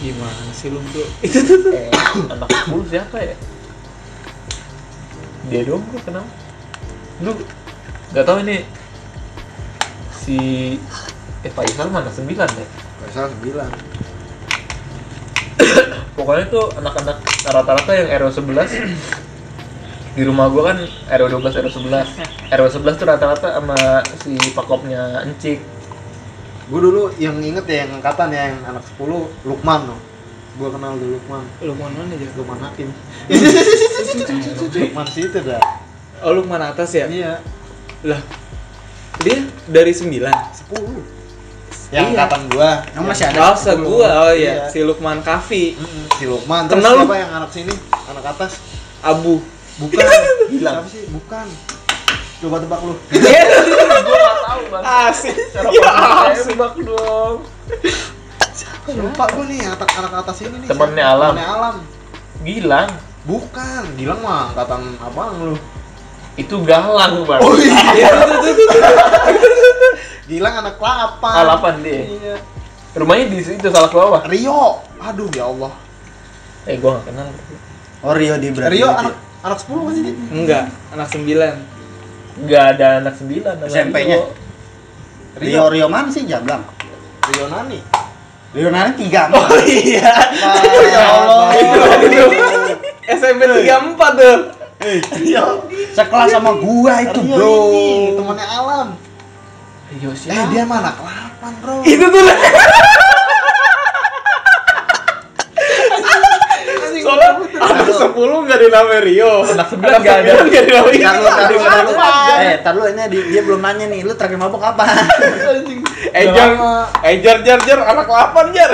S1: Gimana sih lu, Bro?
S2: Eh, anak 10 siapa ya? Dia doang gua kenal. Lu gak tahu ini si eh Pak Isal mana sembilan ya?
S3: Faisal 9.
S2: Pokoknya tuh anak-anak rata-rata yang RW 11 di rumah gua kan RW 12, RW 11. RW 11 tuh rata-rata sama si pakopnya Encik.
S3: Gue dulu yang inget ya yang angkatan ya, yang anak 10 Lukman loh. Gue kenal dulu Lukman.
S1: Lu mana mana aja?
S3: Lukman Hakim. Lukman situ dah.
S1: Oh, lu mana atas ya?
S3: Iya,
S1: Lah. Dia dari 9.
S3: 10. Yang
S1: Iya.
S3: angkatan gua.
S4: Yang masih ada.
S1: Oh, se gua. Oh iya,
S3: Iya.
S1: si Lukman Kafi,
S3: Mm-mm, Si Lukman. Terus
S1: Kenal lu?
S3: siapa yang anak sini? Anak atas?
S1: Abu.
S3: <laughs> Bukan.
S4: Hilang.
S3: Siapa sih? Bukan. Coba tebak lu.
S2: Gua gak tahu, Bang.
S1: Asik.
S2: Cara
S1: Ya,
S2: ya,
S1: asik.
S2: tembak dong.
S3: Lupa gua nih anak anak atas ini nih.
S2: Temennya
S3: siapa?
S2: Alam.
S3: Temennya Alam.
S2: Gilang,
S3: Bukan. Gilang mah angkatan abang lu.
S2: itu galang, Bang.
S1: Iya, tuh, tuh, tuh, tuh.
S3: Gilang anak lapan.
S2: Alapan dia.
S3: Iya.
S2: Rumahnya di situ salah bawah.
S3: Rio. Aduh ya Allah.
S2: Eh, gua gak kenal.
S4: Oh, Rio di berarti.
S3: Rio
S4: berarti.
S3: anak anak 10 kan sih dia?
S1: <laughs> Enggak, anak 9.
S2: Gak ada anak sembilan. nama
S4: SMP-nya?
S2: Rio.
S4: Rio Rio mana sih Jablang?
S3: Rio Nani.
S4: Rio Nani tiga. Oh iya.
S3: ya Allah.
S1: SMP 34 tuh.
S4: Rio sekelas sama gua itu,
S3: Rio
S4: Bro.
S3: ini temannya Alam.
S2: Rio
S3: Eh
S2: siapa?
S3: dia mah anak lapan bro.
S1: Itu tuh. Soalnya anak 10 enggak dinamain Rio.
S2: Anak sembilan gak ada.
S1: Enggak dinamain.
S4: Ntar lu, ntar lu, ntar lu.
S3: Apaan?
S4: Eh, ntar lu, ini di- dia belum nanya nih, lu terakhir mabok apa?
S1: Eh, Jar. Eh, Jar, Jar, Jar, anak 8, Jar.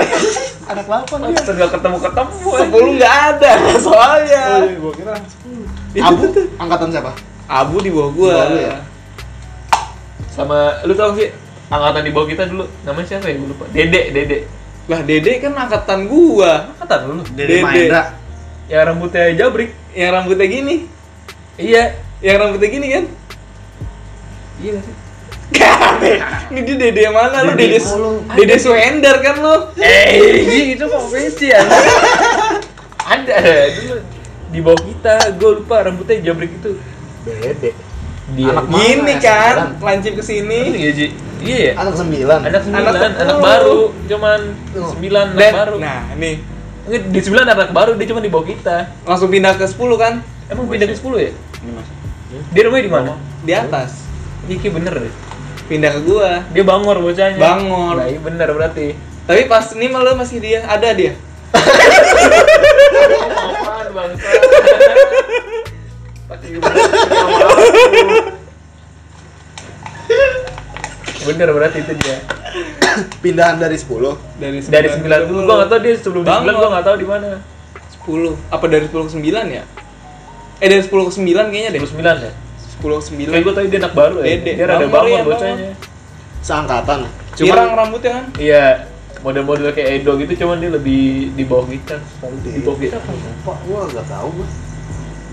S3: Anak lapan dia.
S2: Pantesan gak ketemu-ketemu.
S1: 10 enggak ada soalnya.
S3: Oh, iya, gua kira anak 10. <laughs> Abu angkatan siapa?
S1: Abu di bawah gua.
S3: Di bawah lu ya?
S2: Sama lu tau sih angkatan di bawah kita dulu namanya siapa ya? Gua lupa. Dede, Dede.
S1: Lah, Dede kan angkatan gua.
S2: Angkatan lu.
S4: Dede Mahendra.
S2: Yang rambutnya jabrik.
S1: Yang rambutnya gini.
S2: Iya.
S1: Yang rambutnya gini kan?
S2: Iya gak sih?
S1: Ini dia dede yang mana lu? Dede
S3: Oh, lu.
S1: Dede Suender kan lu?
S2: Eh, iya, itu kok fancy ya? Ada dulu di bawah kita, gue lupa rambutnya jabrik itu. Bede. Dia
S3: Anak
S2: Iya,
S1: Gini
S3: Mana?
S1: kan, lancip ke sini.
S2: Iya, Ji. Iya ya?
S3: Anak sembilan.
S4: Eh,
S2: Anak sembilan, anak,
S1: sepuluh.
S2: baru, cuman
S3: Tuh.
S2: sembilan anak
S1: Dan
S2: baru.
S1: Oh. nah, nih
S2: Nggak, di sembilan anak baru, dia cuma di bawah kita.
S1: langsung pindah ke 10 kan?
S2: Emang pindah ke sepuluh ya?
S4: Ini Mas.
S2: Dia rumahnya di mana?
S1: Di atas.
S2: Iya, kayak bener deh.
S1: Pindah ke gua.
S2: Dia bangor bocahnya.
S1: Bangor.
S2: Nah, iya bener berarti.
S1: Tapi pas ini malu masih dia, ada dia.
S2: Apaan bangsa? Bener berarti itu dia.
S3: Pindahan dari 10.
S1: Dari 9
S2: Dari sembilan dulu gua nggak tahu dia sebelum di
S1: Bangor.
S2: sembilan gua nggak tahu di mana.
S1: 10. Apa dari 10 ke 9 ya? eh dari 10 ke 9 kayaknya deh
S2: 29 ya
S1: 10 ke
S2: kayak
S1: 9
S2: gue tadi dia anak baru ya
S1: Dede.
S2: dia rada bangun
S1: Bangor ya, Bangor.
S2: bocahnya
S3: Seangkatan.
S2: Cuman-
S1: pirang rambutnya kan
S2: iya model-model kayak Edo gitu cuman dia lebih di bawah kita di bawah kita apa ya?
S3: Pak, gua nggak tahu gua.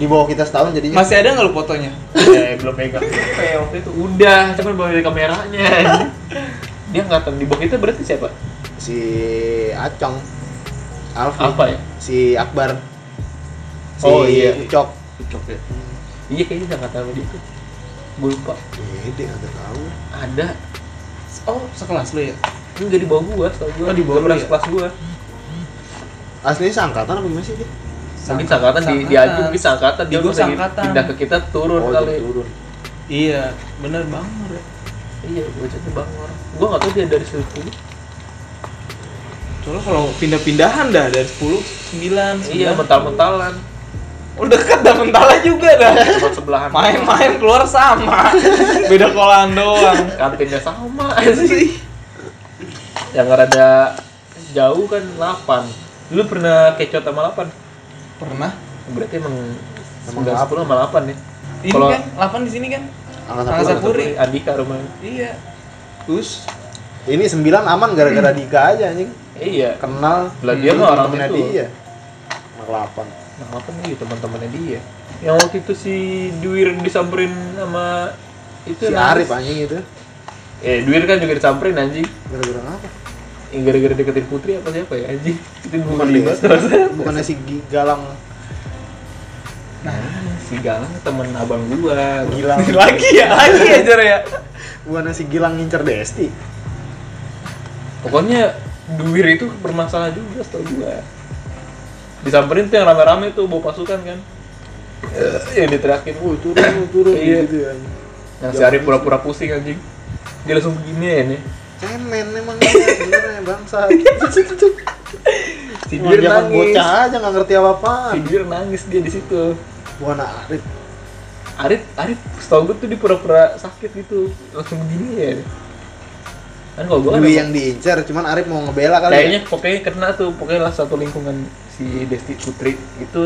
S3: Di bawah kita setahun jadinya.
S1: masih ada nggak lu fotonya
S2: ya belum pegang <laughs> kayak waktu itu udah cuman bawa dari kameranya <laughs> dia ngatan di bawah kita berarti siapa
S3: Si Acong. Alfi.
S2: apa ya
S3: Si Akbar. Si
S2: Oh, iya.
S3: Ucok.
S2: Ucok ya iya kayaknya nggak tahu dia tuh gue lupa
S3: Gede nggak tahu.
S2: ada
S1: oh sekelas lu ya
S2: enggak di bawah gua tau gua
S1: Oh, di bawah lu
S2: kelas
S1: ya?
S2: kelas gua
S3: Aslinya seangkatan apa gimana sih dia?
S2: mungkin seangkatan di di Aju mungkin seangkatan dia
S1: Di gua
S2: pas lagi
S1: seangkatan.
S2: pindah ke kita turun
S3: Oh,
S2: kali
S3: jadi turun.
S1: iya bener banget ya
S2: iya gua jadi bangor Iya. gua nggak tahu dia dari situ
S1: soalnya kalau pindah-pindahan dah dari 10 ke 9
S2: iya
S1: 9. <laughs>
S2: mental-mentalan
S1: oh dekat dah mentala juga
S2: <laughs>
S1: dah
S2: tempat sebelahan
S1: main-main
S2: <laughs>
S1: keluar sama beda kolam doang
S2: kantinnya Kan sama <laughs> Iya sih yang rada jauh kan 8 lu pernah kecot sama 8
S1: pernah
S2: berarti emang
S3: Emang
S2: 9 10 sama ya? 8 nih
S1: ini
S2: Kalau-
S1: kan 8 di sini kan
S3: Angkatan
S1: Angkatan
S3: pulang.
S1: Sapuri.
S2: Andika rumahnya
S1: iya terus
S3: Ini sembilan aman gara-gara Dika aja anjing.
S2: iya
S3: Kenal.
S2: Lah, dia mah orang
S3: temennya
S2: itu.
S3: Dia. Anak lapan.
S2: Nah, apa nih teman-temannya dia? Yang waktu itu si Duir disamperin sama itu
S3: Si
S2: namanya-
S3: Arif anjing itu.
S2: Eh, Duir kan juga disamperin anjing.
S3: Gara-gara apa?
S2: Yang gara-gara deketin Putri apa siapa ya anjing? Itu gue
S3: Bukan
S2: beli
S3: dia.
S2: banget.
S3: <laughs> Bukannya si Gi- Galang
S2: Si Galang temen abang gua.
S3: Gilang.
S1: lagi ya lagi ya Jer ya
S3: Bukannya si Gilang ngincer Desti.
S2: Pokoknya Duir itu bermasalah juga setahu gua. Disamperin tuh yang rame-rame tuh bawa pasukan kan. Eh, Yang diterakin, "Wuh,
S3: Turun, turun, turun
S2: Iya.
S3: gitu ya. anjing.
S2: yang si Arif pura-pura pusing anjing." Dia langsung begini ya
S3: <laughs>
S2: nih.
S3: Cemen emang dia sebenarnya bangsa.
S2: Si
S3: Wah,
S2: Duir
S3: Zaman
S2: nangis.
S3: bocah aja nggak ngerti apa-apaan.
S2: Si Duir nangis dia di situ.
S3: Bukan Arif.
S2: Arif, Arif setahu gue tuh dia pura-pura sakit gitu langsung begini ya kan kalau gue kan
S3: Dwi
S2: emang-
S3: yang diincar, cuman Arif mau ngebela kali. ya.
S2: kayaknya pokoknya kena tuh pokoknya lah satu lingkungan si Desti Putri itu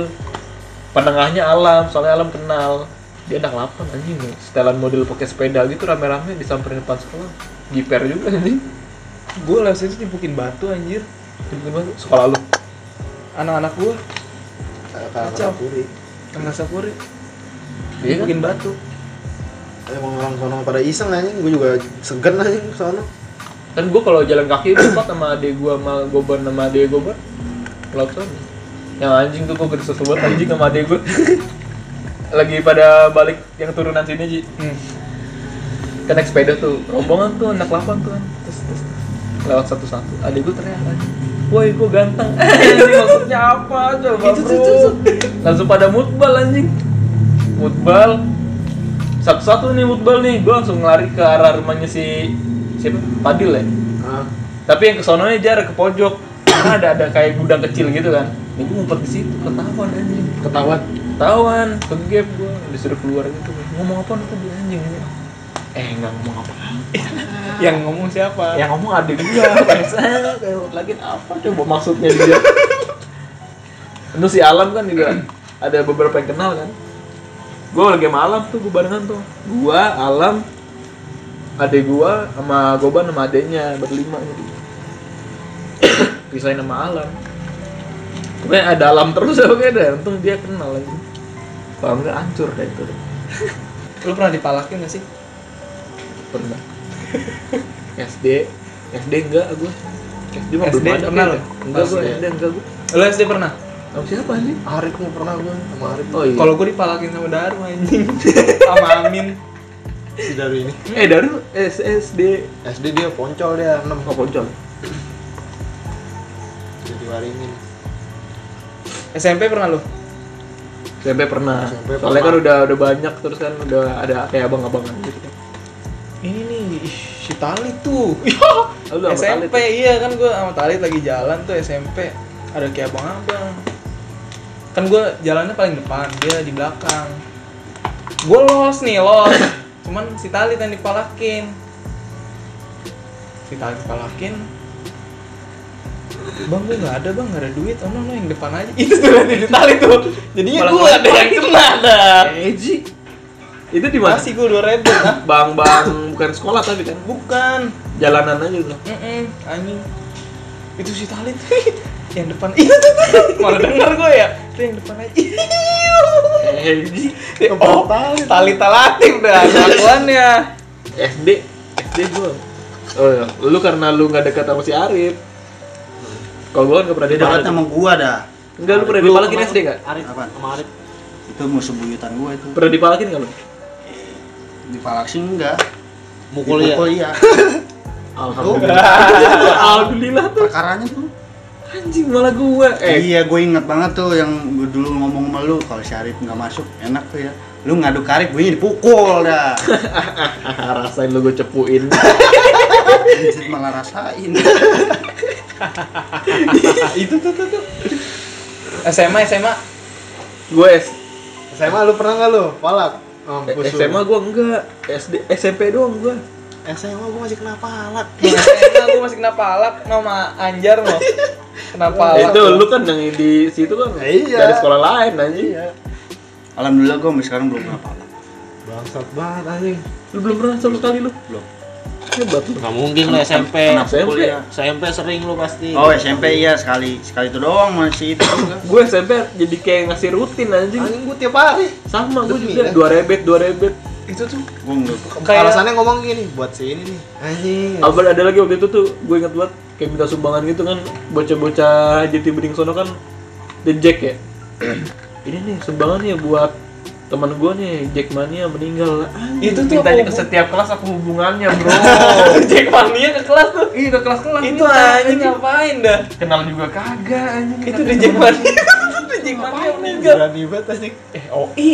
S2: penengahnya alam soalnya alam kenal dia anak lapan anjing nih setelan model pakai sepeda gitu rame-rame disamperin depan sekolah jiper juga anjing
S1: gue lewat situ dipukin batu anjir
S2: Tiba-tiba, sekolah lu
S1: anak-anak gue
S3: ya.
S1: Kacau.
S3: Kacau.
S1: sama Sapuri
S2: dia kan
S1: dipukin batu
S3: Emang orang sono pada iseng anjing, gue juga segan anjing ke sono.
S2: kan gue kalau jalan kaki empat sama adek gue sama goban sama adek goban laut sana. yang anjing tuh gue gersus banget anjing sama adek gue <laughs> lagi pada balik yang turunan sini Ji
S1: hmm.
S2: kan naik sepeda tuh rombongan tuh anak lapan tuh kan terus, terus, terus. lewat satu-satu adek gue teriak anjing woi gue ganteng <laughs> anjing
S1: <laughs>
S2: maksudnya apa coba
S1: Itu,
S2: bro
S1: itu, itu.
S2: langsung pada mutbal anjing mutbal satu-satu nih mutbal nih gue langsung lari ke arah rumahnya si siapa Padil ya
S3: Ah,
S2: tapi yang kesononya jarak ke pojok karena ada ada kayak gudang kecil gitu kan ya gue ngumpet di situ ketahuan anjing
S3: ketahuan.
S2: ketahuan kegep gue disuruh keluar gitu ngomong apa nanti dia anjing eh nggak ngomong apa
S1: yang ngomong siapa
S2: yang ngomong ada <laughs> dia bangsat lagi apa coba maksudnya dia terus si alam kan juga ada beberapa yang kenal kan gue lagi sama alam tuh gue barengan tuh gue alam adek gue sama goban sama adeknya berlima jadi <coughs> pisahin sama alam pokoknya ada alam terus <laughs> ya pokoknya deh untung dia kenal lagi kalau nggak hancur kayak itu deh.
S1: lu pernah dipalakin gak sih
S2: pernah SD SD enggak gue SD mah
S1: SD
S2: belum ada
S1: pernah
S2: kayaknya.
S1: lo?
S2: enggak gue
S1: Pasti ya.
S2: SD enggak gue
S1: lu SD pernah
S2: sama siapa anjing
S3: Arif nih pernah gue sama Arif.
S2: oh iya
S1: Hmm. kalau gue dipalakin sama Daru anjing <laughs> sama <laughs> Amin
S3: Si dari ini.
S2: eh dari SD
S3: SD dia poncol dia 6
S2: oh poncol
S3: jadi waringin.
S1: SMP pernah lu
S2: SMP pernah
S3: SMP
S2: soalnya
S3: pernah.
S2: kan udah udah banyak terus kan udah ada kayak abang-abangan gitu kan
S1: ini nih ih, si Tali tuh
S2: Lalu sama
S1: SMP
S2: Talit.
S1: iya kan gue sama Talit lagi jalan tuh SMP ada kayak abang-abang kan gue jalannya paling depan dia di belakang gue los nih <coughs> los cuman si Talit yang dipalakin si Talit dipalakin bang gue nggak ada bang nggak ada duit om no yang depan aja itu tuh yang ditali tuh jadinya
S2: Malah
S1: gue ada yang kena dah
S2: Eji. Eh, Itu di mana?
S1: masih gue dua ribu nah
S2: Bang-bang bukan sekolah tapi kan
S1: bukan
S2: jalanan aja udah.
S1: Mm-mm, anjing itu si tali tuh <laughs> yang depan itu tuh mana denger gue ya itu yang depan aja <laughs>
S2: Eji.
S1: oh tali talatif dah kelakuannya
S2: SD. SD gua. Oh, iya. lu karena lu nggak dekat sama si Arif. Kalau gua kan nggak pernah
S4: Beda banget
S2: dekat.
S4: sama gua dah.
S2: Enggak lu pernah dipalakin SD nggak?
S7: Arif,
S4: Apaan?
S7: sama Arif.
S4: Itu musuh buyutan gua itu.
S2: Pernah dipalakin nggak lu?
S4: Di Palaksi enggak.
S3: Mukul
S4: Di
S3: ya.
S4: Pukul iya.
S2: Alhamdulillah. <laughs> Alhamdulillah tuh.
S4: Perkaranya tuh.
S2: Anjing malah gua. Eh,
S4: Iya, gue ingat banget tuh yang gue dulu ngomong sama lu kalau Syarif nggak masuk enak tuh ya. Lu ngadu karib, gue dipukul dah.
S2: <laughs> rasain lu gua cepuin.
S4: Anjir, malah rasain.
S1: itu tuh tuh tuh SMA SMA
S2: gua S
S3: SMA lu pernah nggak lu? Palak. Mampus lu.
S2: SMA gua enggak. SD SMP doang gua.
S3: SMA gua masih kena palak.
S1: SMA gue masih kena palak nama anjar loh kena palak
S2: itu lu kan yang di situ kan
S3: Ya iya.
S2: dari sekolah lain anjing.
S3: Iya.
S4: Alhamdulillah gue sampai sekarang belum pernah palak.
S3: Bangsat banget anjing.
S2: Lu belum pernah sama sekali lu? Belum. Hebat lu.
S7: Gak mungkin lu SMP.
S4: Kenapa
S2: SMP?
S4: kuliah?
S7: SMP sering lu pasti.
S4: ya. Oh SMP iya sekali sekali itu doang masih itu juga.
S2: Gue SMP jadi kayak ngasih rutin anjing.
S3: Anjing gua tiap hari.
S2: Sama gue
S3: Demi
S2: juga
S3: ya.
S2: dua rebet, dua rebet.
S1: itu tuh
S4: Gue nggak
S1: Kayak-
S3: Alasannya ngomong gini, buat si ini nih. Anjing.
S1: Iya.
S2: Abal ada lagi waktu itu tuh gue inget banget kayak minta sumbangan gitu kan bocah-bocah jati bening sono kan the Jack
S1: <clears throat>
S2: ya. Ini nih sumbangan ya buat teman gue nih Jack Mania meninggal. Anjing,
S1: Itu tuh
S2: mintanya
S1: apa
S2: ke
S1: hubung-
S2: setiap kelas apa hubungannya <laughs> bro?
S1: Jack Mania Iya, ke kelas tuh
S2: Ih udah kelas-kelas
S1: itu
S2: minta,
S1: anjing ngapain dah
S2: kenal juga kagak anjing.
S1: itu di Jack Mania di Jack Mania meninggal
S3: Berani banget anjing.
S2: Eh, OI.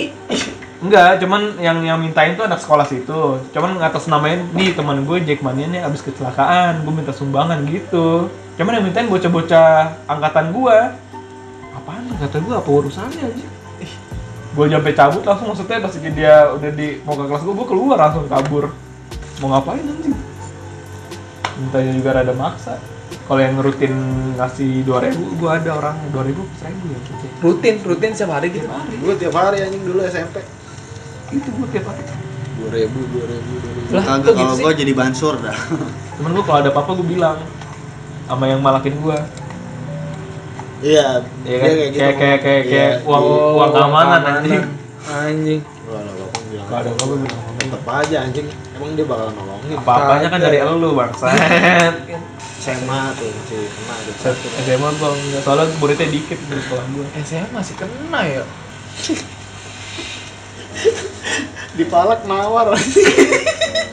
S2: Enggak, cuman yang yang mintain tuh anak sekolah situ. Gitu. Cuman ngatasnamain nih teman gue Jack Mania nih abis kecelakaan, gue minta sumbangan gitu. Cuman yang mintain bocah-bocah angkatan gue. Apaan kata gue apa urusannya aja? Gue nyampe cabut langsung maksudnya pas dia udah di mau ke kelas gue, gue keluar langsung kabur. Mau ngapain anjing? Mintanya juga rada maksa. Kalau yang rutin ngasih 2000, gue ada orang 2000, 1000 ya gitu.
S1: rutin rutin setiap hari gitu
S3: Gua tiap hari anjing dulu SMP.
S2: Itu gue gitu tiap hari.
S3: 2000, 2000, 2000.
S1: lah
S4: kagak
S1: kok gitu
S4: kalau
S1: sih
S4: gue jadi bansur dah.
S8: Cuman gua kalau ada apa-apa gua bilang sama yang malakin gua.
S3: Iya,
S8: Iya
S3: dia
S8: kan?
S3: kayak gitu.
S8: Kayak kayak kayak kayak
S3: Iya.
S8: uang
S1: Oh,
S8: uang keamanan anjing.
S1: anjing
S3: Lu ada apa bilang.
S8: Kalau ada apa-apa bilang sama gua.
S3: Tetep aja anjing. Emang dia bakal nolongin.
S8: Apa-apanya kan dari elu bangsa.
S3: SMA tuh masih kena gitu.
S8: SMA gua enggak soalnya muridnya dikit di sekolah gua.
S1: SMA masih kena ya
S3: Di palak nawar.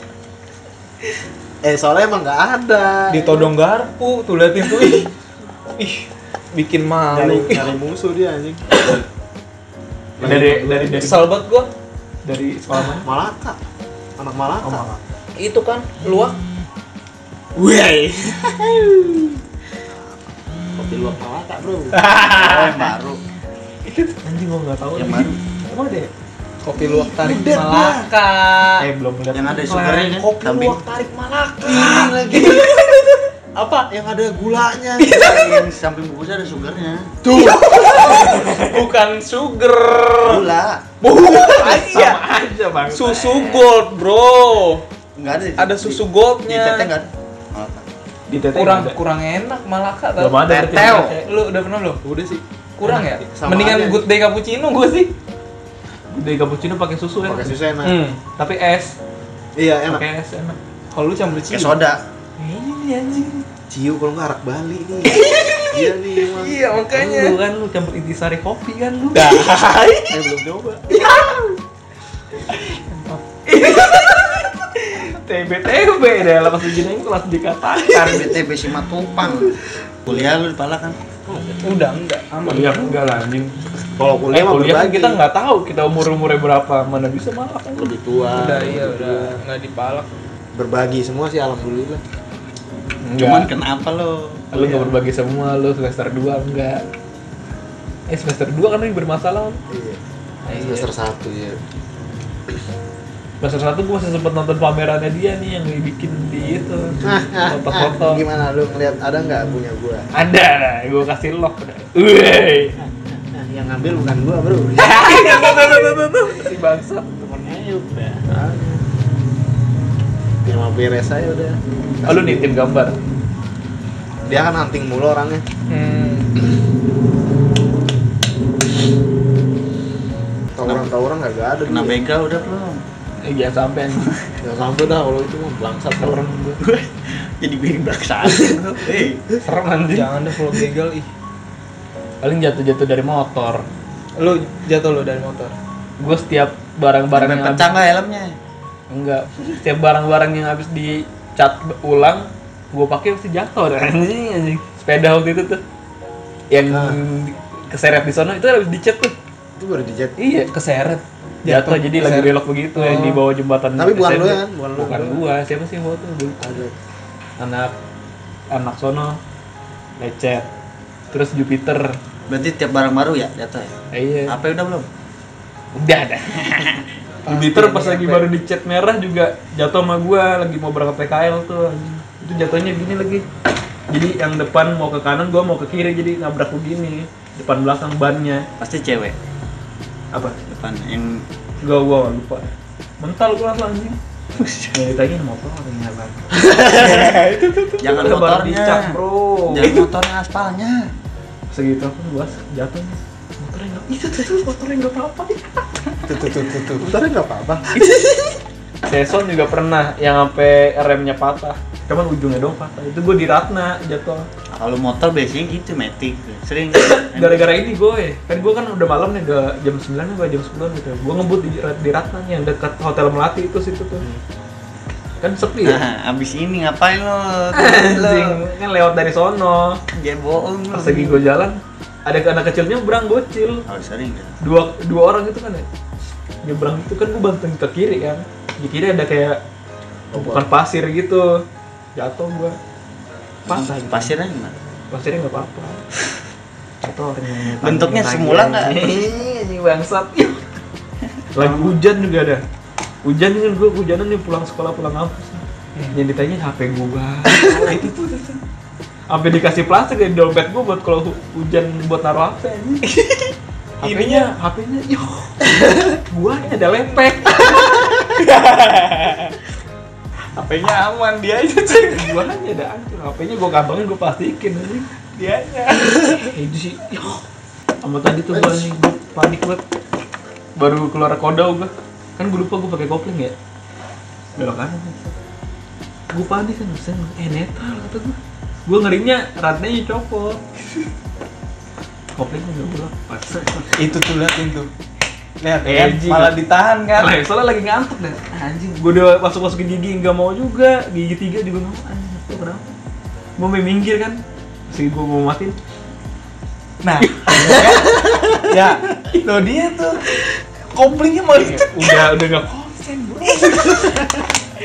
S3: <laughs> eh soalnya emang nggak ada.
S1: ditodong garpu tuh liatin tuh ih ih bikin malu
S3: nyari, nyari musuh dia anjing.
S8: Dari dari dari
S1: kesel banget gua
S8: dari sekolah mana?
S3: Malaka. Anak Malaka.
S8: Oh, malah.
S1: itu kan luak
S3: Wey. Kopi luwak Malaka,
S8: <laughs>
S3: Bro.
S4: <laughs> Oh yang baru,
S8: Anjing gua enggak tahu.
S4: yang
S8: lagi.
S4: baru,
S8: Emang ada ya?
S1: kopi luak tarik
S3: Udah, dah.
S1: malaka
S8: Eh belum lihat.
S4: yang ada sugarnya kan?
S1: kopi
S4: Kambing.
S1: luwak tarik malaka
S3: lagi.
S1: apa
S3: Yang ada
S1: <laughs>
S3: gulanya.
S4: Yang samping bungkusnya ada sugarnya.
S1: tuh bukan sugar
S4: Gula.
S1: bukan iya
S8: <laughs> Sama aja bang.
S1: susu gold bro
S4: Enggak ada. di-
S1: ada susu
S4: Di teteh
S1: goldnya
S4: enggak ada. Malaka.
S8: Di teteh
S1: kurang
S8: nggak ada.
S1: kurang enak malaka
S8: belum
S1: tau
S8: ada. berarti.
S4: Tetel.
S1: lu udah pernah belum
S3: Udah sih.
S1: kurang ya
S3: Sama
S1: mendingan
S3: aja.
S1: good day cappuccino gua sih
S8: Dari cappuccino pakai susu ya.
S3: <laughs> Pakai susu enak.
S1: hmm.
S8: Tapi es.
S3: Iya, enak.
S8: Pakai es enak.
S1: kalau lu campur
S4: Kayak
S1: cino
S4: soda.
S8: Ini anjing.
S3: Ciu kalau nggak arak Bali <laughs> nih. Iya nih, emang.
S1: iya
S8: Lu
S1: makanya
S8: kan lu campur intisari kopi kan lu.
S1: dah
S3: Saya belum coba.
S8: TBTB deh, lepas begini aku langsung dikatakan.
S4: BTB Sima Tupang. Kuliah lu di Palak kan?
S2: Iya.
S1: udah enggak aman
S8: Kuliah enggak lah anjing.
S3: Kalau
S8: Eh,
S3: kuliah mah
S8: kuliah kan
S3: berbagi.
S8: kita nggak tahu kita umur umurnya berapa, mana bisa malah kan lu.
S3: lebih tua.
S1: udah iya udah nggak dipalak
S3: Berbagi semua sih alhamdulillah.
S4: Cuman
S8: Enggak.
S4: kenapa lo?
S8: Lu nggak berbagi semua, lu semester 2 enggak. Eh semester 2 kan yang bermasalah.
S3: Iya.
S1: Iya.
S3: Semester satu ya.
S2: Semester satu gue masih sempet nonton pamerannya dia nih yang dibikin di itu foto-foto.
S3: <laughs> Gimana lu ngeliat ada nggak punya gua?
S2: Ada, gue kasih lock. Wih,
S3: Nah, yang ngambil bukan gua <laughs> bro.
S2: si bangsat.
S9: temennya ya udah
S3: Ah. Ya mau beres aja udah.
S2: Oh, lu nitip gambar.
S3: Dia kan hunting mulu orangnya.
S1: Hmm.
S3: Tawuran-tawuran nggak ada.
S4: Kena
S3: dia.
S4: begal udah belum?
S2: Eh, jangan sampai.
S3: Ya sampai dah kalau itu mah bangsat orang gua.
S4: Jadi gue yang beraksaan. Hei,
S2: Serem anjing.
S1: Jangan deh kalau begal ih.
S2: Paling jatuh-jatuh dari motor.
S1: Lu jatuh lu dari motor.
S2: Gue setiap barang-barang yang
S4: pecah
S2: habis-
S4: nggak helmnya?
S2: enggak, setiap barang-barang yang habis dicat ulang, gue pakai pasti jatuh <laughs> dah. anjing anjing. Sepeda waktu itu tuh yang
S3: Nah.
S2: di- keseret di sana itu habis dicat tuh.
S3: Itu baru dijet.
S2: Iya,
S1: Keseret.
S2: jatuh, jadi lagi
S1: keseret.
S2: belok begitu yang di bawah jembatan.
S3: Tapi bukan
S2: SMP.
S3: lu ya kan? Bukan lu.
S2: Bukan gua, siapa sih yang foto? Gua lupa.
S3: Ada.
S2: Anak anak sono lecet. Terus Jupiter.
S4: Berarti tiap barang baru ya jatuh ya?
S2: Eh, iya.
S4: Apa udah belum?
S2: Udah <laughs> dah. Jupiter pas lagi baru dicat merah juga jatuh sama gua lagi mau berangkat PKL tuh. Itu jatuhnya gini lagi. Jadi yang depan mau ke kanan, gua mau ke kiri jadi nabrak begini. Depan belakang bannya.
S4: Pasti cewek
S2: Apa?
S4: depan yang
S2: Gua gua lupa. Mental gua langsung <laughs> anjing. Yang ditanya motor atau yang apa?
S4: jangan
S2: Udah baru
S4: motornya. Iya.
S2: dicap, Bro.
S4: Jangan motornya aspalnya.
S2: segitu aku gua jatuh nih motornya nggak itu tuh tuh, motornya nggak apa-apa
S3: Tuh tuh tuh tuh. tuh. Bentar nggak apa-apa.
S2: Seson juga pernah yang sampai remnya patah cuman ujungnya dong patah itu gua di Ratna jatuh
S4: Kalau motor biasanya gitu metik, sering.
S2: gara-gara ini gue kan gue kan udah malam nih udah jam 9 gue jam 10 gitu gue ngebut di, di Ratna nih yang dekat hotel Melati itu situ tuh kan sepi ya
S4: Nah, abis ini ngapain lo?
S2: <laughs> anjing kan lewat dari sono
S4: Dia bohong.
S2: pas lagi gue jalan ada anak kecil nyebrang gocil
S4: Harus sering kan.
S2: dua dua orang itu kan ya nyebrang itu kan gue banting ke kiri kan di kiri ada kayak Oh, bukan pasir gitu jatuh gue patah gitu.
S4: Pasirnya gimana?
S2: pasirnya nggak <laughs> apa-apa jatuh orangnya
S4: Bentuknya
S2: Tangan
S4: semula
S2: lagi.
S4: nggak?
S2: Ih, ini bangsat lagi hujan juga ada hujan kan gue hujanan nih pulang sekolah pulang kampus yang ditanya HP gua <laughs> sampai dikasih plastik dari dompet gua buat kalau hu- hujan buat naruh HP <laughs> ininya HP-nya yo gua ada lepek HP-nya aman dia aja cek gua hanya ada hancur HP-nya gua kantongin gua plastikin anjing dia itu sih yo sama tadi tuh gua nih gua panik banget baru keluar kodau gua kan gua lupa gua pakai kopling ya belok kanan gua panik kan sen eh netral kata gua gua ngerinya ratnanya copot koplingnya nggak bolak paksa
S1: Itu tuh liatin tuh. Lihat
S2: Eh,
S1: kan?
S2: anjing.
S1: malah ditahan kan.
S2: Lah, ya? soalnya lagi ngantuk deh. Anjing, gua udah masuk masukin gigi nggak mau juga. Gigi tiga juga nggak mau. Anjing, ngantuk kenapa? Gua mau minggir kan. Si gua mau matiin.
S1: Nah. ya, itu dia tuh. Koplingnya malah dicek.
S2: Udah udah nggak kok.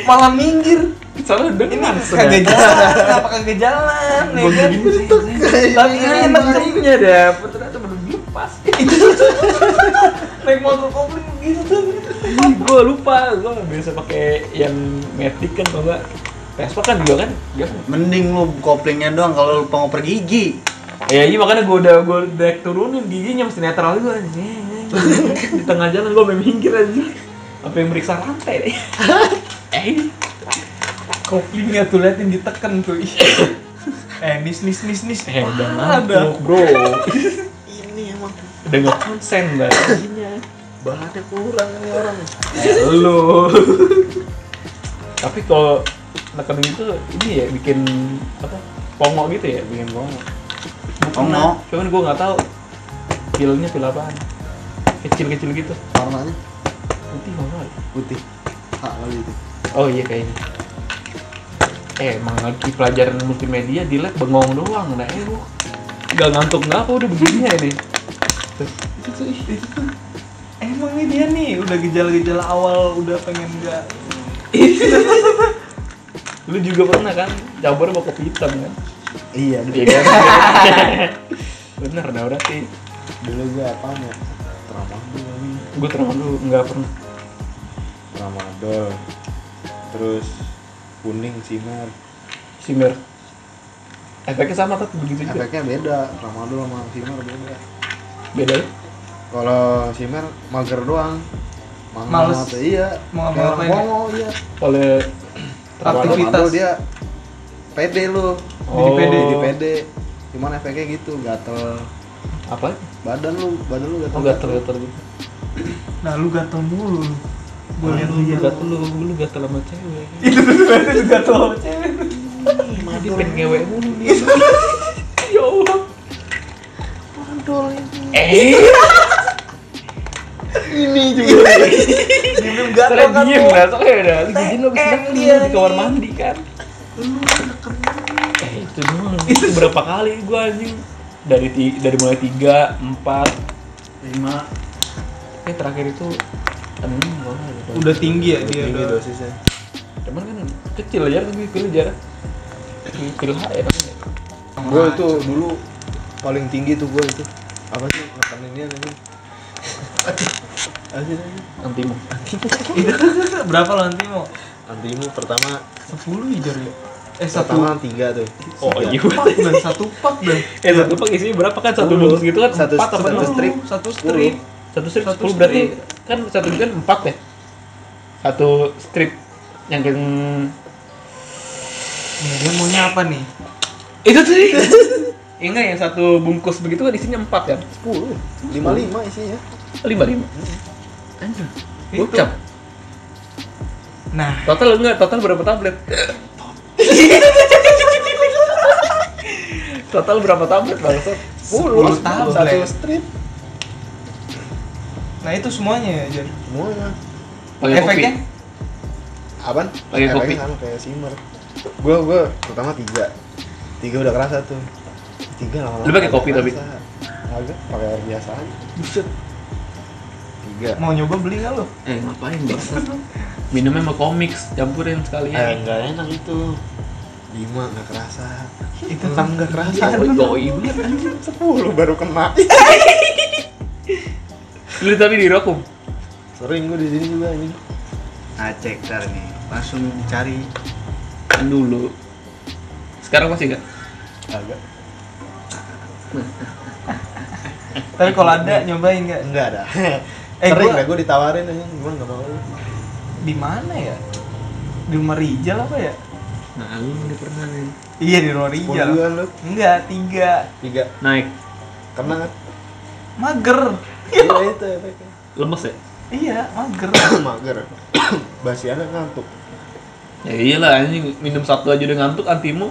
S1: malah minggir.
S2: Soalnya udah
S1: Ini
S2: ngantuk.
S1: kagak jalan, kenapa kagak jalan? ya
S2: Gua
S1: kan?
S2: gini sih.
S1: Tapi
S3: Iya.
S1: ini enak tuh.
S2: Ini ada ternyata baru dilepas.
S1: Naik motor kopling begitu tuh.
S2: Ih, gua lupa. Gua biasa pakai yang metik kan kalau nggak. Vespa kan juga kan? Dia kan
S4: Mending lu koplingnya doang kalau lu mau pergi gigi.
S2: Ya iya makanya gue udah gue direct turunin giginya mesti netral gue anjing. Iya, Di tengah jalan gue sampai minggir aja. Apa yang meriksa lantai deh. eh,
S1: Koplingnya tuh liatin diteken tuh. Ih. eh, nis nis nis nis.
S2: eh udah
S1: Wah, ada.
S2: ngantuk bro.
S3: Ini emang
S2: Udah nggak konsen banget.
S3: bahannya kurang ini orang.
S2: Lo. Eh, Tapi kalau neken itu ini ya bikin apa? Pongo gitu ya, bikin pongo. Gua pernah,
S4: Pongo.
S2: Cuman gue nggak tahu pilnya pil apaan. Kecil-kecil gitu.
S3: Warnanya
S2: Putih nggak
S3: putih. Hak gitu. kali itu.
S2: Oh iya kayaknya. Eh, emang lagi pelajaran multimedia di lab bengong doang, nah eh gua nggak ngantuk nggak apa udah begini ini.
S1: Itu tuh, ih, itu tuh. Emang nih dia nih udah gejala-gejala awal udah pengen enggak
S2: Lu juga pernah kan campur sama kopi hitam kan?
S3: Iya,
S2: Iya
S3: dulu,
S2: kan? <laughs> Bener, nah berarti
S3: dulu gue apa ya? Terang banget dulu.
S2: gue terlalu nggak pernah.
S10: Ramadol terus kuning sinar
S2: Simmer. Efeknya sama tapi begitu juga.
S3: efeknya beda Ramadol sama Simer beda
S2: Beda ya?
S3: kalau Simer mager doang Mangap,
S1: Males.
S3: iya
S1: Mau
S3: Kayak orang
S1: ngapain ya?
S3: Bongo iya
S2: Oleh
S3: Kalau
S1: Aktivitas.
S3: Ramadol dia pede lu
S1: Jadi
S2: Oh.
S1: pede,
S3: jadi pede cuman efeknya gitu gatel
S2: apa?
S3: badan lu badan lu gatel
S2: Oh gatel gatel gitu.
S1: Nah lu gatel mulu lu. ya. Gua liat
S2: Lu
S1: dia
S2: Ah, gatel lu, lu gatel sama <laughs> cewek.
S1: Itu tuh berarti lu gatel sama cewek.
S2: Ini dia pengen ngewek mulu nih. <laughs> ya Allah. Eh,
S1: Diem
S2: Soalnya
S1: gatel kan
S2: diem
S1: lu.
S2: kan, soalnya udah lu jadiin lu abis
S1: TM
S2: dateng
S1: dia
S2: di kamar
S1: nih.
S2: mandi kan. Eh itu doang, itu berapa kali gua anjing dari ti- dari mulai tiga, empat, lima, eh terakhir itu enam kalau nggak salah.
S1: Udah tinggi ya dia
S10: ini
S1: udah.
S10: dosisnya
S2: Cuman kan kecil aja kan gue pilih jarak. Pilih aja kan.
S3: gue itu dulu paling tinggi tuh gue itu apa sih ngeteninnya ini
S1: <laughs>
S3: aja
S2: Antimu.
S1: Itu berapa lo nanti mau?
S3: antimu pertama
S1: 10 ijar ya. Eh satu
S3: pertama tiga tuh
S2: Oh iya.
S1: pak dan satu pak dan
S2: Eh satu pak isinya berapa kan? Satu
S3: Sepuluh.
S2: bungkus gitu kan?
S3: Satu-
S2: Empat apa
S3: satu
S2: enam?
S3: strip.
S1: satu strip
S2: Satu strip
S1: Satu
S2: sepuluh berarti
S1: strip.
S2: kan satu kan empat ya? Satu strip yang yang-
S1: Nih, dia maunya apa nih
S2: itu tadi ingat yang satu bungkus begitu kan isinya empat kan
S3: sepuluh lima lima isinya
S2: lima lima anjir
S1: Itu.
S2: bocah
S1: nah
S2: total enggak total berapa tablet total berapa tablet bangsat
S3: sepuluh
S1: tablet.
S3: satu strip
S1: nah itu semuanya ya Jar
S3: semuanya
S2: pakai Oh, kopi
S1: efeknya
S3: Apaan?
S2: Pakai
S3: Efeknya
S2: kopi.
S3: sama kayak simmer gue gue pertama tiga tiga udah kerasa tuh tiga lama
S2: Lu pakai kopi tapi?
S3: agak pakai air biasa aja
S1: buset
S3: tiga
S1: mau nyoba beli nggak lo
S2: eh ngapain bangsat minumnya sama komiks campurin
S3: Eh,
S2: sekalian
S3: enggak enak itu lima nggak kerasa
S1: itu
S3: enam nggak kerasa
S2: Doi doi banget anjir.
S3: sepuluh baru kena
S2: Lu tapi di Rokum.
S3: sering gue di sini juga ini
S4: Nah, cek tar nih. Langsung cari
S2: Kan dulu. Sekarang masih enggak?
S3: agak
S1: tapi kalau ada nyobain nggak
S3: enggak <laughs> ada
S1: Eh,
S3: sering
S1: gua-
S3: lah gue ditawarin aja gue nggak mau
S1: di mana ya di rumah Rijal apa ya
S2: Nah, lu udah pernah nih.
S1: iya di rumah
S3: sepuluh
S1: Rijal
S3: juga lu
S1: enggak tiga
S3: tiga
S2: Naik.
S3: kena kan
S1: mager
S3: iya itu efeknya
S2: Lemes ya?
S1: iya mager <coughs>
S3: <coughs> mager basiannya ngantuk
S2: Ya iyalah anjing minum satu aja udah ngantuk antimu.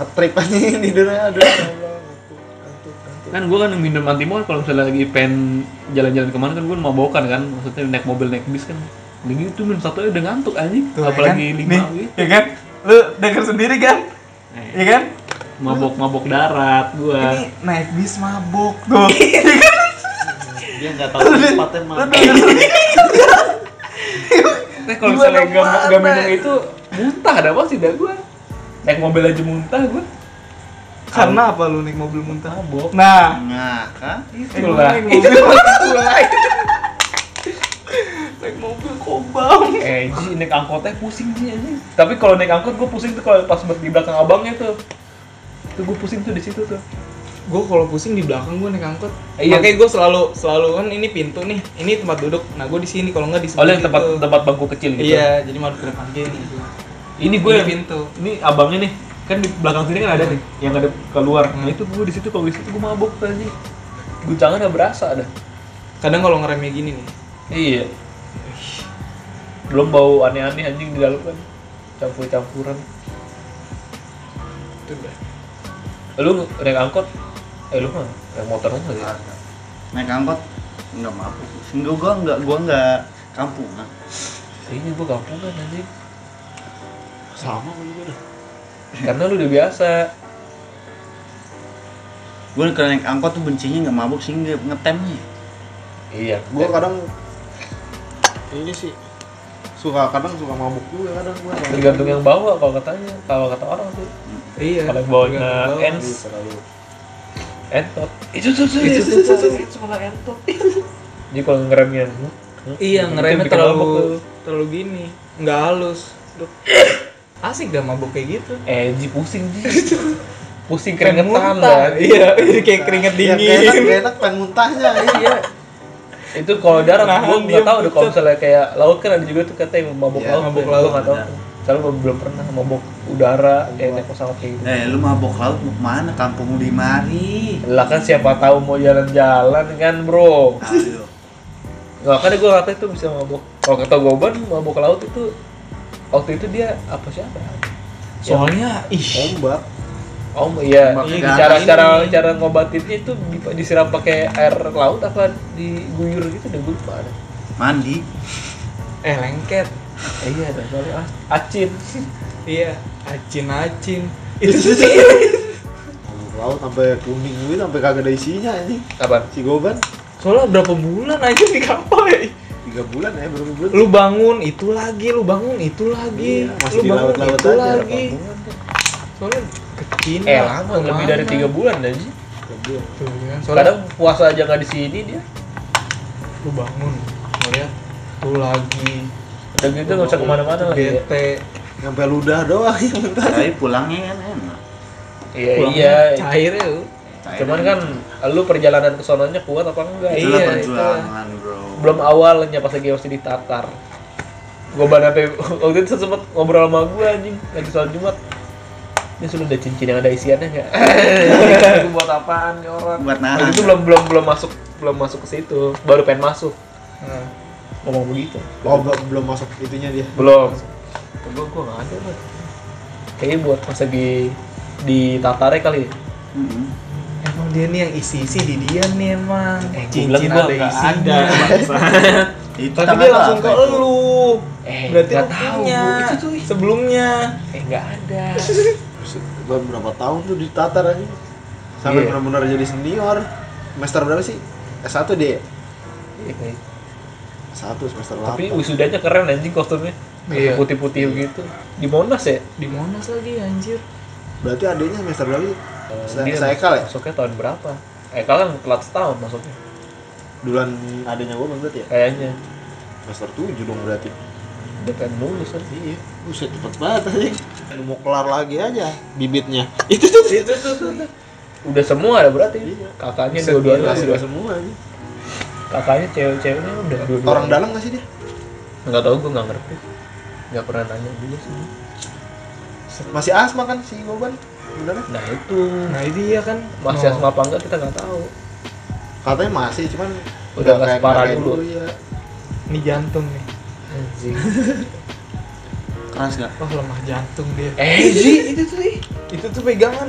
S3: ngetrip aja tidurnya aduh ya Allah, ngantuk, ngantuk, ngantuk.
S2: kan gue kan minum antimo kan kalau misalnya lagi pengen jalan-jalan kemana kan gue mabokan kan maksudnya naik mobil naik bis kan Mending itu minum satu aja udah ngantuk anjing
S1: Tuh, ya
S2: apalagi
S1: kan?
S2: lima
S1: Nih,
S2: gitu
S1: ya kan lu denger sendiri kan
S2: Eh,
S1: ya kan
S2: mabok mabok darat gue
S1: ini naik bis mabok tuh
S11: Dia nggak tahu tempatnya
S1: lu
S11: mana.
S1: denger sendiri
S2: nah kalau
S1: gua
S2: misalnya gak,
S1: apaan,
S2: gak minum
S1: Nay?
S2: itu muntah ada apa sih dah gue naik mobil aja muntah gue
S1: <laughs> karena apa lu naik mobil muntah
S2: mabok
S1: nah
S4: Nah, kan?
S2: itulah
S1: naik
S2: itu
S1: mobil mulai <laughs> naik mobil kobam
S2: eh Ji, naik angkotnya pusing sih anjing tapi kalau naik angkot gue pusing tuh kalau pas di belakang abangnya tuh tuh gue pusing tuh di situ tuh
S1: gue kalau pusing di belakang gue naik angkot
S2: Iya.
S1: makanya gue selalu selalu kan ini pintu nih ini tempat duduk nah gue di sini kalau nggak di sebelah
S2: oleh Oh, tempat
S1: gitu.
S2: tempat bangku kecil gitu
S1: iya jadi mau ke depan gini
S2: ini
S1: gue
S2: gue yang
S1: pintu
S2: ini abangnya nih kan di belakang sini kan ada nih yang ada keluar nah
S1: Hmm.
S2: itu gue di situ kalau di situ gue mabok tadi gue jangan ada berasa ada
S1: kadang kalau ngeremnya gini nih
S2: iya belum bau aneh-aneh anjing di dalam kan campur-campuran
S1: itu udah
S2: lu naik angkot eh lu mah naik motor aja ya
S4: Naik angkot enggak mampu. Enggak gua enggak gua enggak kampungan.
S2: ini gue kampungan anjing
S11: Sama gue juga dah.
S2: karena lu udah biasa
S4: Gua kalau naik angkot tuh bencinya enggak mabuk sih enggak ngetemnya.
S2: iya
S3: gue kadang
S11: Eh, Ini sih
S3: suka kadang suka mabuk juga kadang gue
S2: tergantung yang bawa kalau katanya kalau kata orang tuh
S1: iya
S2: kalau yang bawanya ends
S3: terlalu
S2: entot hmm, itu tuh itu tuh itu malah entot jadi kalau ngeremnya
S1: Iya, ngeremnya
S2: bikin mabok
S1: terlalu
S2: tuh.
S1: terlalu gini, nggak halus. Duh. Asik dah mabuk kayak gitu.
S2: Eh, Ji pusing
S1: <laughs>
S2: Ji. pusing
S1: Pengen
S2: keringetan
S1: muntah.
S2: lah.
S1: Iya, <laughs> iya, kayak keringet
S3: Ya,
S1: dingin.
S3: gak enak, gak enak pengen muntahnya. Iya.
S2: Itu kalau darat
S1: Nahan,
S2: gua
S1: dia
S2: enggak tahu deh kalau
S1: pucat.
S2: misalnya kayak laut kan ada juga tuh katanya mabok
S4: Iya,
S2: laut.
S1: mabok
S2: Gua
S1: laut,
S2: nggak tahu. Soalnya gua belum pernah mabok udara kayak naik pesawat kayak gitu.
S4: Eh, lu mabok laut mau kemana? Kampung Limari.
S2: Lah kan siapa tahu mau jalan-jalan kan, Bro.
S4: Aduh.
S2: Makanya gue kata itu bisa mabok. Kalau kata Goban mabok laut itu waktu itu dia apa siapa? ya?
S1: Soalnya ih,
S3: Ombak.
S2: Om iya,
S4: Ombak
S2: Iya,
S4: negara
S2: cara
S4: ini.
S2: cara cara ngobatinnya itu di- disiram pakai air laut apa diguyur gitu udah gue lupa. deh.
S4: Mandi.
S1: eh lengket.
S2: Eh, iya, ada soalnya ah, acin.
S1: Iya, acin-acin. Itu
S3: Laut sampai kuning gitu sampai kagak ada isinya anjing.
S2: Kapan?
S3: Si Goban
S1: soalnya berapa bulan aja di kapal ya.
S3: 3 bulan ya baru bulan.
S1: Lu bangun itu lagi, lu bangun itu lagi.
S3: Iya, masih
S1: lu
S3: di
S1: bangun
S3: laut-laut
S1: itu
S3: aja,
S1: lagi.
S3: berapa
S1: Soalnya kecil.
S2: Eh, lama lebih dari tiga bulan dah sih.
S1: Soalnya
S2: Kadang puasa aja nggak di sini dia.
S1: lu bangun, ngeliat tuh lagi.
S2: Udah gitu nggak usah kemana-mana lagi. ya.
S1: Bete.
S3: Sampai ludah doang <laughs> yang mentah.
S4: Tapi pulangnya kan enak.
S2: Iya
S1: Pulangnya
S2: iya.
S1: Cair ya. lu.
S4: Cair.
S2: Cuman kan lu perjalanan ke sononya kuat apa enggak?
S4: itulah
S1: iya,
S4: perjuangan, Bro.
S2: belum awalnya pas lagi masih ditatar gue banget waktu itu sempet ngobrol sama gue anjing lagi soal jumat ini sudah ada cincin yang ada isiannya nggak <laughs> Itu buat apaan nih orang
S4: Buat nahan.
S1: gitu,
S2: waktu itu belum belum belum masuk belum masuk ke situ baru pengen masuk
S1: Nah,
S2: ngomong begitu
S3: Oh, belum- belum masuk itunya dia.
S2: belum gue gue nggak ada lah kayaknya buat pas lagi ditatarnya kali ya.
S4: Mm-mm.
S1: Emang dia nih yang isi-isi di dia nih emang.
S2: Eh, gua bilang
S1: Cincin
S2: gua
S1: ada
S2: nggak
S1: isinya.
S4: Itu
S1: Tapi
S4: tangan
S1: dia
S4: lu
S1: langsung
S4: apa
S1: ke
S4: itu?
S1: elu.
S2: eh
S1: Berarti
S2: nggak
S1: lu
S2: tahu
S1: punya.
S2: itu tuh
S1: Sebelumnya.
S2: eh nggak ada
S3: Goban berapa tahun tuh ditatar anjing. Sampai
S2: Iya.
S3: benar-benar jadi senior. Semester berapa sih? S1 deh.
S2: Iya, kayak-
S3: Satu semester
S2: tapi
S3: delapan.
S2: wisudanya keren anjing kostumnya
S1: Iya.
S2: putih-putih gitu di Monas ya
S1: Di Monas lagi anjir.
S3: Berarti adiknya semester berapa sih? Se-
S2: Eh, Dia
S3: Seekal ya?
S2: masuknya tahun berapa? Ekal kan telat setahun masuknya
S3: Duluan adanya gue berarti ya?
S2: kayaknya
S3: Semester 7 dong berarti
S2: udah pengen lulus kan
S3: Iya Buset cepet banget anjing Mau kelar lagi aja bibitnya
S2: udah semua ada berarti
S3: Iya.
S2: kakaknya
S1: Buset,
S2: dua-duanya
S1: gila,
S2: udah
S3: Sudah semua anjing
S2: kakaknya cewek-ceweknya udah dua-duanya
S3: Orang dalam gak sih dia?
S2: nggak tahu gue nggak ngerti nggak pernah nanya juga sih
S3: Masih asma kan si Goban? Bener
S2: nah itu
S1: Nah, ini dia kan
S2: masih
S1: No.
S2: asma apa enggak kita nggak tahu
S3: Katanya masih cuman
S2: Udah nggak separah dulu.
S3: ya.
S1: Ini jantung nih.
S2: anjing
S4: Keras gak?
S1: Wah, Oh, lemah jantung dia.
S2: eh Ji itu tuh Ji.
S1: Itu tuh pegangan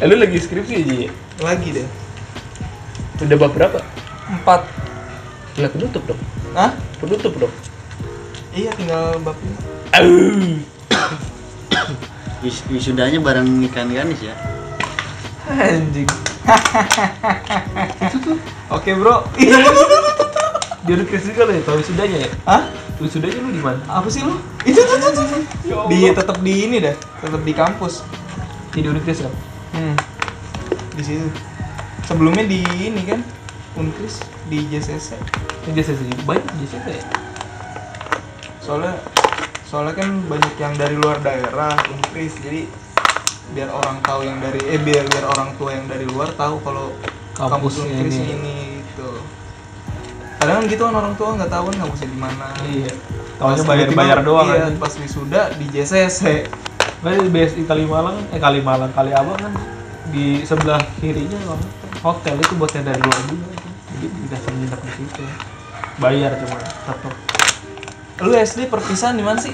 S2: eh, lu lagi skripsi Ji
S1: lagi deh.
S2: udah bab berapa
S1: Empat.
S2: Gila penutup dong
S1: Hah?
S2: penutup dong
S1: Iya, tinggal bab lima.
S4: Wis- Wisudanya bareng ikan ganis ya.
S1: Anjing. Oke, Bro. Iya.
S2: dia udah skripsi kan ya tahu sudahnya ya
S1: Hah?
S2: wisudanya lu di mana
S1: Apa sih lu? Ya Itu tuh tuh tuh. tuh. Di tetap di ini dah, tetap di kampus.
S2: tidur di kan
S1: Hmm. Di situ. Sebelumnya di ini kan Unkris di JCC.
S2: Ini jasa sih banyak jasa ya.
S1: Soalnya soalnya kan banyak yang dari luar daerah Unkris. Jadi biar orang tahu yang dari eh biar biar orang tua yang dari luar tahu kalau kampus
S2: Kampusnya
S1: Unkris
S2: ini.
S1: ini gitu. Kadang kan gitu kan orang tua nggak tahu kan kampusnya di mana.
S2: Iya.
S1: Pas
S2: Taunya bayar-bayar
S1: tiba-tiba-
S2: doang
S1: iya,
S2: kan.
S1: pas wisuda di JCC
S2: Berarti base di Kalimalang, eh Kalimalang, Kali Abang kan di sebelah kirinya bang hotel itu buat yang dari luar juga. kan. Jadi bisa nginep di situ. Bayar cuma tetap
S1: lu SD perpisahan di mana sih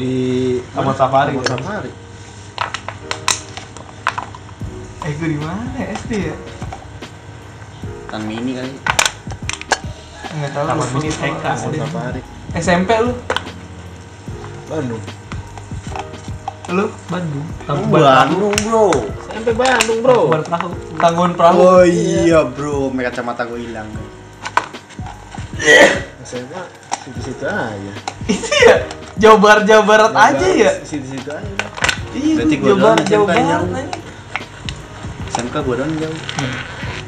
S3: Di
S2: sama safari.
S3: Taman
S2: kan.
S3: Safari
S1: eh gue di mana ya, SD ya
S4: Tan mini kali.
S1: nggak tahu
S2: Taman
S1: lu
S2: mini
S1: sama
S2: TK,
S1: SD.
S3: Taman Safari
S1: SMP lu
S3: Bandung
S1: lu
S2: Bandung.
S4: Bandung, Bro.
S5: SMP Bandung bro
S2: Bro. Perahu.
S1: tanggungan perahu
S4: Oh iya, Bro. Mereka kacamata gue hilang.
S3: SMA situ-situ aja
S1: itu ya Jawa Barat Jawa Barat aja ya
S3: Situ-situ aja
S1: iya
S4: Berarti
S1: tuh,
S4: gua
S1: Jawa
S4: doang
S1: Barat Jawa
S4: SMP -nya.
S1: Barat aja.
S4: SMK gue doang jauh.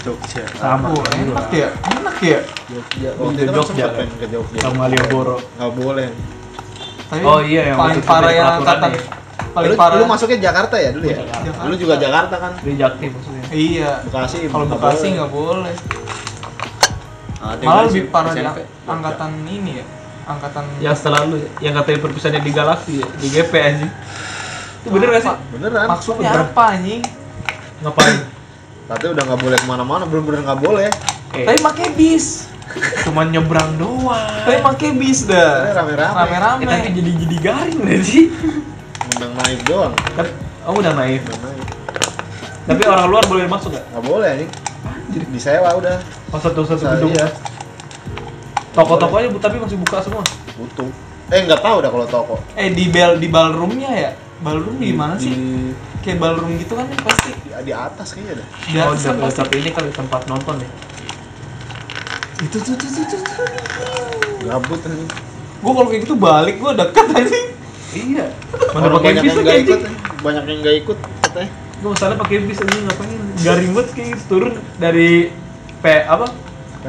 S4: Jogja.
S2: sama
S1: Oh, enak ya enak ya
S3: Jogja.
S2: Oh,
S3: Waktu itu kan
S2: Jogja.
S3: sempet pengen ke Jogja.
S2: sama Malioboro
S3: Nggak boleh.
S1: tapi
S2: Oh, iya, yang
S1: paling
S2: waktu itu
S1: parah
S2: dari
S1: yang
S2: peraturan
S1: angkatan
S2: ya.
S1: paling
S3: Lu,
S1: parah
S3: lu masuknya Jakarta ya dulu ya?
S1: Jakarta.
S3: Lu juga Jakarta kan?
S2: Rejaki maksudnya
S1: iya
S3: Bekasi.
S1: kalau
S3: nggak
S1: Bekasi
S3: boleh.
S1: nggak boleh
S4: Ada
S1: malah
S4: nggak sih
S1: lebih parah di
S4: SMP?
S1: angkatan ini ya angkatan
S2: Ya.
S12: yang setelah lu yang katanya perpisahannya di galaksi ya di GP aja itu bener gak sih
S3: Beneran.
S1: maksudnya apa anjing
S12: ngapain
S3: Katanya udah nggak boleh kemana-mana, belum bener nggak boleh.
S2: Eh.
S1: tapi pakai bis
S2: cuma nyebrang doang
S1: tapi pakai bis dah
S3: Karena rame-rame,
S2: Eh,
S1: rame-rame
S2: tapi jadi jadi garing deh sih
S3: menang naik doang.
S2: Kan- oh udah naik
S3: Menang naik.
S2: tapi orang luar boleh masuk gak?
S3: Nggak boleh anjing. Disewa udah.
S2: Oh satu satu
S3: Saya
S2: gedung
S3: iya,
S2: Toko-toko aja bu- tapi masih buka semua
S3: butuh. Eh nggak tahu dah kalau toko.
S1: eh di bel di ballroomnya ya ballroom di mana sih kayak ballroom gitu kan pasti
S3: Di, di atas kayaknya dah.
S1: di
S2: Oh
S1: atas kan
S2: udah
S1: pasti
S2: tapi ini kali tempat nonton ya
S1: itu tuh tuh tuh tuh, tuh
S3: Gabut anjing.
S1: gue kalau kayak gitu balik gue deket anjing
S2: Iya Mana
S3: Orang
S2: pakai
S3: banyak
S2: bis
S3: yang
S2: aja
S3: nggak ikut,
S2: anjing
S3: anjing. banyak yang nggak ikut katanya.
S2: Gue masalah pakai bis aja ngapain Garing banget kayak gitu turun dari P apa?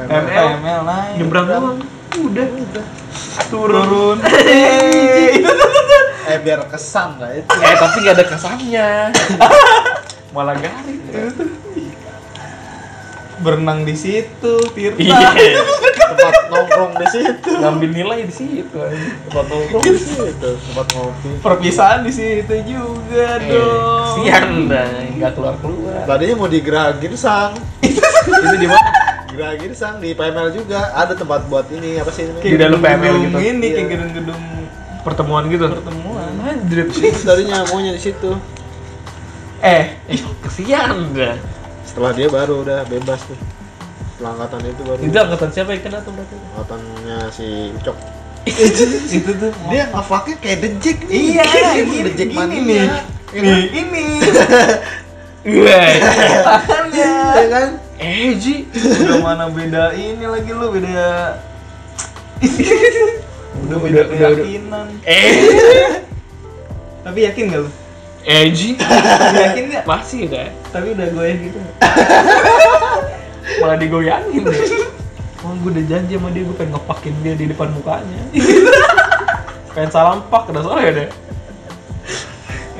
S1: Eh.
S3: Memang.
S2: ML.
S1: ML naik
S2: Nyebrang doang Udah
S3: Udah.
S2: Turun
S1: Yeay.
S3: Eh biar kesan lah itu.
S2: Eh tapi gak ada kesannya <laughs> Malah garing
S1: berenang di situ Tirta
S2: Iya
S3: Tempat nongkrong di situ.
S2: <laughs> Ngambil nilai di situ
S3: Tempat nongkrong di situ. Tempat ngopi.
S1: perpisahan di situ juga
S2: Eh,
S1: dong
S2: Siang dah Gak keluar-keluar
S3: Tadinya mau di Geraha Girsang.
S2: Itu di mana?
S3: Geraha Girsang di PML juga ada tempat buat ini apa sih
S1: kayak
S2: Di
S3: namanya?
S2: dalam PML
S1: gedung-gedung
S2: gitu.
S1: ini
S3: Iya.
S1: kayak gedung-gedung
S2: Pertemuan gitu
S1: pertemuan
S2: Anjir
S3: Di situ tadinya maunya di situ.
S1: eh
S2: Kesian dah
S3: Setelah dia baru udah bebas tuh. Pelangkatan itu baru.
S2: Itu angkatan siapa yang kena tuh berarti?
S3: Pelangkatannya si Ucok.
S1: itu tuh
S13: Dia ngafaknya kayak The Jack nih.
S1: iya
S13: The
S1: gini,
S13: Jack
S1: gini
S13: Mania.
S1: nih
S13: Iya
S1: Nih,
S13: kan?
S1: ini
S2: Weh
S1: tangannya
S13: Iya kan?
S2: Eh Ji
S1: udah mana beda ini lagi lu beda
S2: Udah,
S1: udah beda
S2: udah, udah.
S1: keyakinan
S2: Eh
S1: tapi yakin gak lu
S2: Eh Ji
S1: Lu yakin gak
S2: Masih dah
S1: tapi udah goyah gitu nggak?
S2: Malah digoyangin deh Oh gue udah janji sama dia gue pengen ngepakin dia di depan <laughs> mukanya Pengen salam pak udah sore ya deh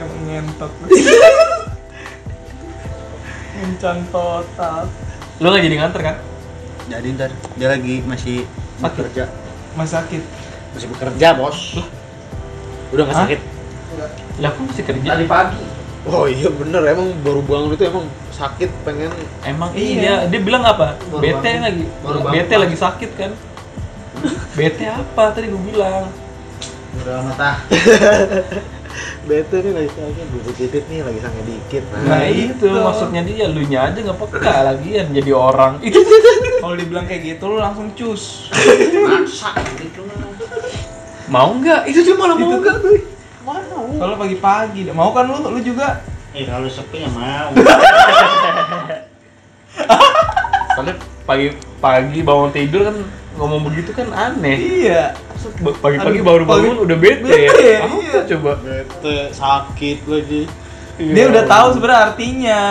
S1: emang <laughs> ngentot Encan total
S2: Lu gak jadi nganter kan?
S4: Jadi ntar dia lagi masih
S1: Sakit.
S4: bekerja,
S1: Mas sakit
S4: masih bekerja bos. Udah nggak
S1: Hah?
S4: sakit?
S2: Lah aku masih kerja
S12: pagi
S3: Oh iya bener emang baru bangun itu emang sakit pengen
S2: Emang iya
S1: Iya.
S2: Dia bilang apa?
S3: Baru
S2: Bete
S3: bangun.
S2: lagi
S3: Baru bangun.
S2: Bete lagi sakit kan? Bete apa tadi gue bilang
S4: Udah amat ah.
S3: bete nih lagi sakit dikit dikit nih lagi sange dikit
S2: Nah,
S1: Nah,
S2: itu
S1: itu.
S2: maksudnya dia lu nya aja nggak peka lagian jadi orang. Itu
S1: kalau dibilang kayak gitu lu langsung cus
S2: mau nggak? Itu dia malah mau nggak tuh.
S1: kalau pagi-pagi mau kan lu lu juga
S4: Eh kalau sepi ya mau.
S2: Soalnya pagi pagi bangun tidur kan ngomong begitu kan aneh.
S1: iya
S2: Pagi-pagi
S1: Aduh,
S2: baru
S1: pagi-
S2: bangun udah bete.
S1: Bete,
S2: Apa
S1: iya.
S2: coba?
S3: bete sakit lagi
S1: dia udah tahu sebenarnya artinya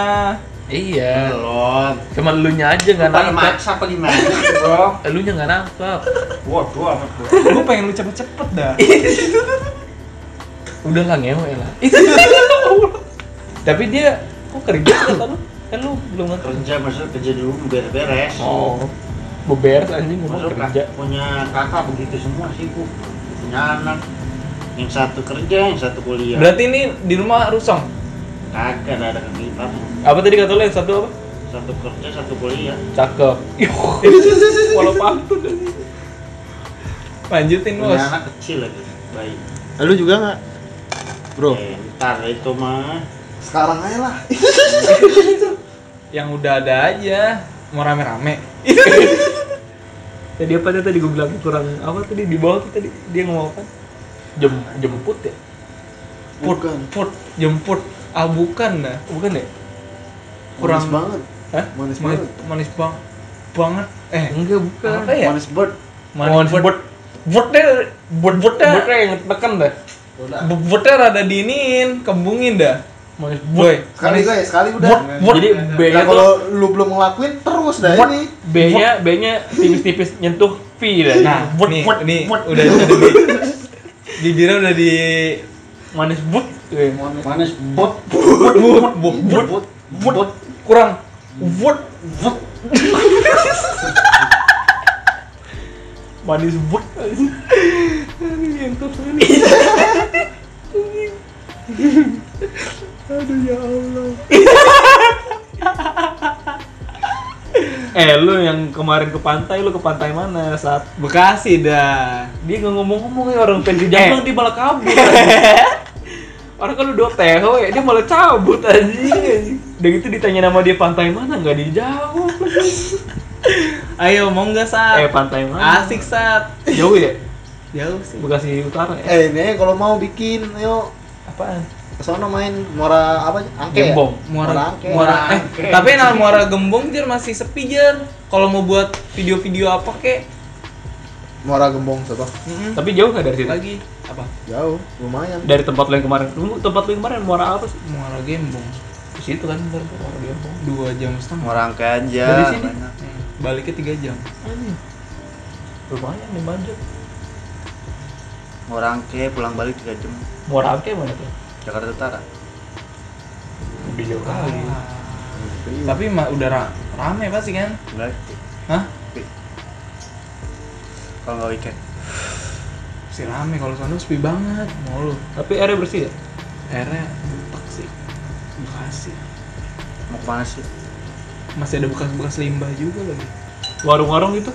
S2: Iya.
S4: Belum.
S2: Cuman lu nya aja nggak
S4: Pada
S2: nangkep.
S4: maksa apa gimana sih, bro?
S2: Eh, Lu nya nggak nangkep.
S4: Waduh amat bro.
S1: gue pengen lu cepet-cepet dah
S2: Udah lah ngewe <laughs> lah. Iya. Tapi dia kok kerja kata lu? Kan lu belum nganter.
S4: Kerja maksudnya kerja dulu beres-beres.
S2: Oh. Beberes anjing ngomong
S4: Maksudnya
S2: kerja.
S4: kak- punya kakak begitu semua sibuk punya anak yang satu kerja yang satu kuliah
S1: berarti ini di rumah rusong
S4: kagak nggak ada kegiatan
S2: Apa tadi kata lu yang satu apa?
S4: satu kerja satu kuliah
S2: Cakep. Yuh. <laughs> Walau pantun.
S1: lanjutin
S4: punya
S1: bos
S4: anak kecil lagi baik
S3: Nah, lu juga nggak bro
S4: eh, ntar itu mah
S3: sekarang aja lah
S1: yang udah ada aja mau rame-rame
S2: Tadi apa tadi, tadi gue bilang kurang apa tadi di bawah tuh tadi dia ngomong apa? Jem, jemput ya?
S1: put put jemput ah bukan dah
S2: Bukan ya?
S1: kurang
S3: manis banget
S1: Hah?
S3: manis
S1: manis,
S3: banget
S1: manis bang banget eh
S2: Enggak bukan.
S1: apa ya
S4: manis bird
S1: manis bot botnya bot botnya
S2: Botnya yang tekan dah.
S1: botnya rada diinin kembungin dah Manis boy.
S3: Sekali
S1: Manis.
S3: guys, sekali udah.
S2: Jadi B-nya
S3: Nah,
S2: tuh
S3: kalau lu belum ngelakuin terus dah
S2: Mut.
S3: ini.
S2: B-nya B-nya tipis-tipis nyentuh V dah.
S1: Nah, nih, nih udah udah di bibirnya udah di
S2: manis but.
S4: Manis bot.
S1: but but but but, but. kurang but
S2: Manis but. Eh lu yang kemarin ke pantai, lu ke pantai mana saat
S1: Bekasi dah.
S2: dia nggak ngomong-ngomong ya orang pengen ke Jambang dia malah kabur orang kan udah teho ya dia malah cabut anjing udah gitu ditanya nama dia pantai mana nggak dijawab
S1: Ayo mau nggak
S2: eh
S1: sat?
S2: pantai mana
S1: Ah. Asik sat.
S2: jauh ya
S1: Jauh sih.
S2: Bekasi Utara ya
S3: Eh, ini aja kalau mau bikin, ayo
S2: apaan
S3: kesana main muara apa angke ya?
S2: gembong
S1: Muara,
S3: Muara Angke.
S1: Muara, eh, tapi nah Muara Gembong Jer masih sepi Jer. Kalau mau buat video-video apa kek,
S3: Muara Gembong coba.
S1: Mm-mm.
S2: tapi jauh nggak dari situ
S1: lagi apa?
S3: Jauh, lumayan.
S2: dari tempat lu yang kemarin lu tempat lu yang kemarin muara apa sih
S1: Muara Gembong
S2: di situ kan ntar ke muara Gembong
S1: dua jam setengah.
S4: Orang kaya aja.
S2: Dari sini.
S4: banyak.
S1: Hmm, Baliknya tiga jam.
S2: anjing lumayan nih manja
S4: Orang kaya pulang balik 3 jam.
S2: muara Angke mana tuh
S4: Jakarta Utara.
S2: lebih jauh
S1: Ah.
S2: kali
S1: Tapi mah udah ra- rame pasti kan?
S4: Enggak.
S1: Hah?
S4: Kalau nggak weekend.
S1: Pasti rame kalau sana sepi banget. Mau lu.
S2: tapi airnya bersih ya
S1: Airnya butek sih. Bekasi.
S4: Mau kemana sih?
S1: Masih ada bekas-bekas limbah juga lagi.
S2: warung-warung gitu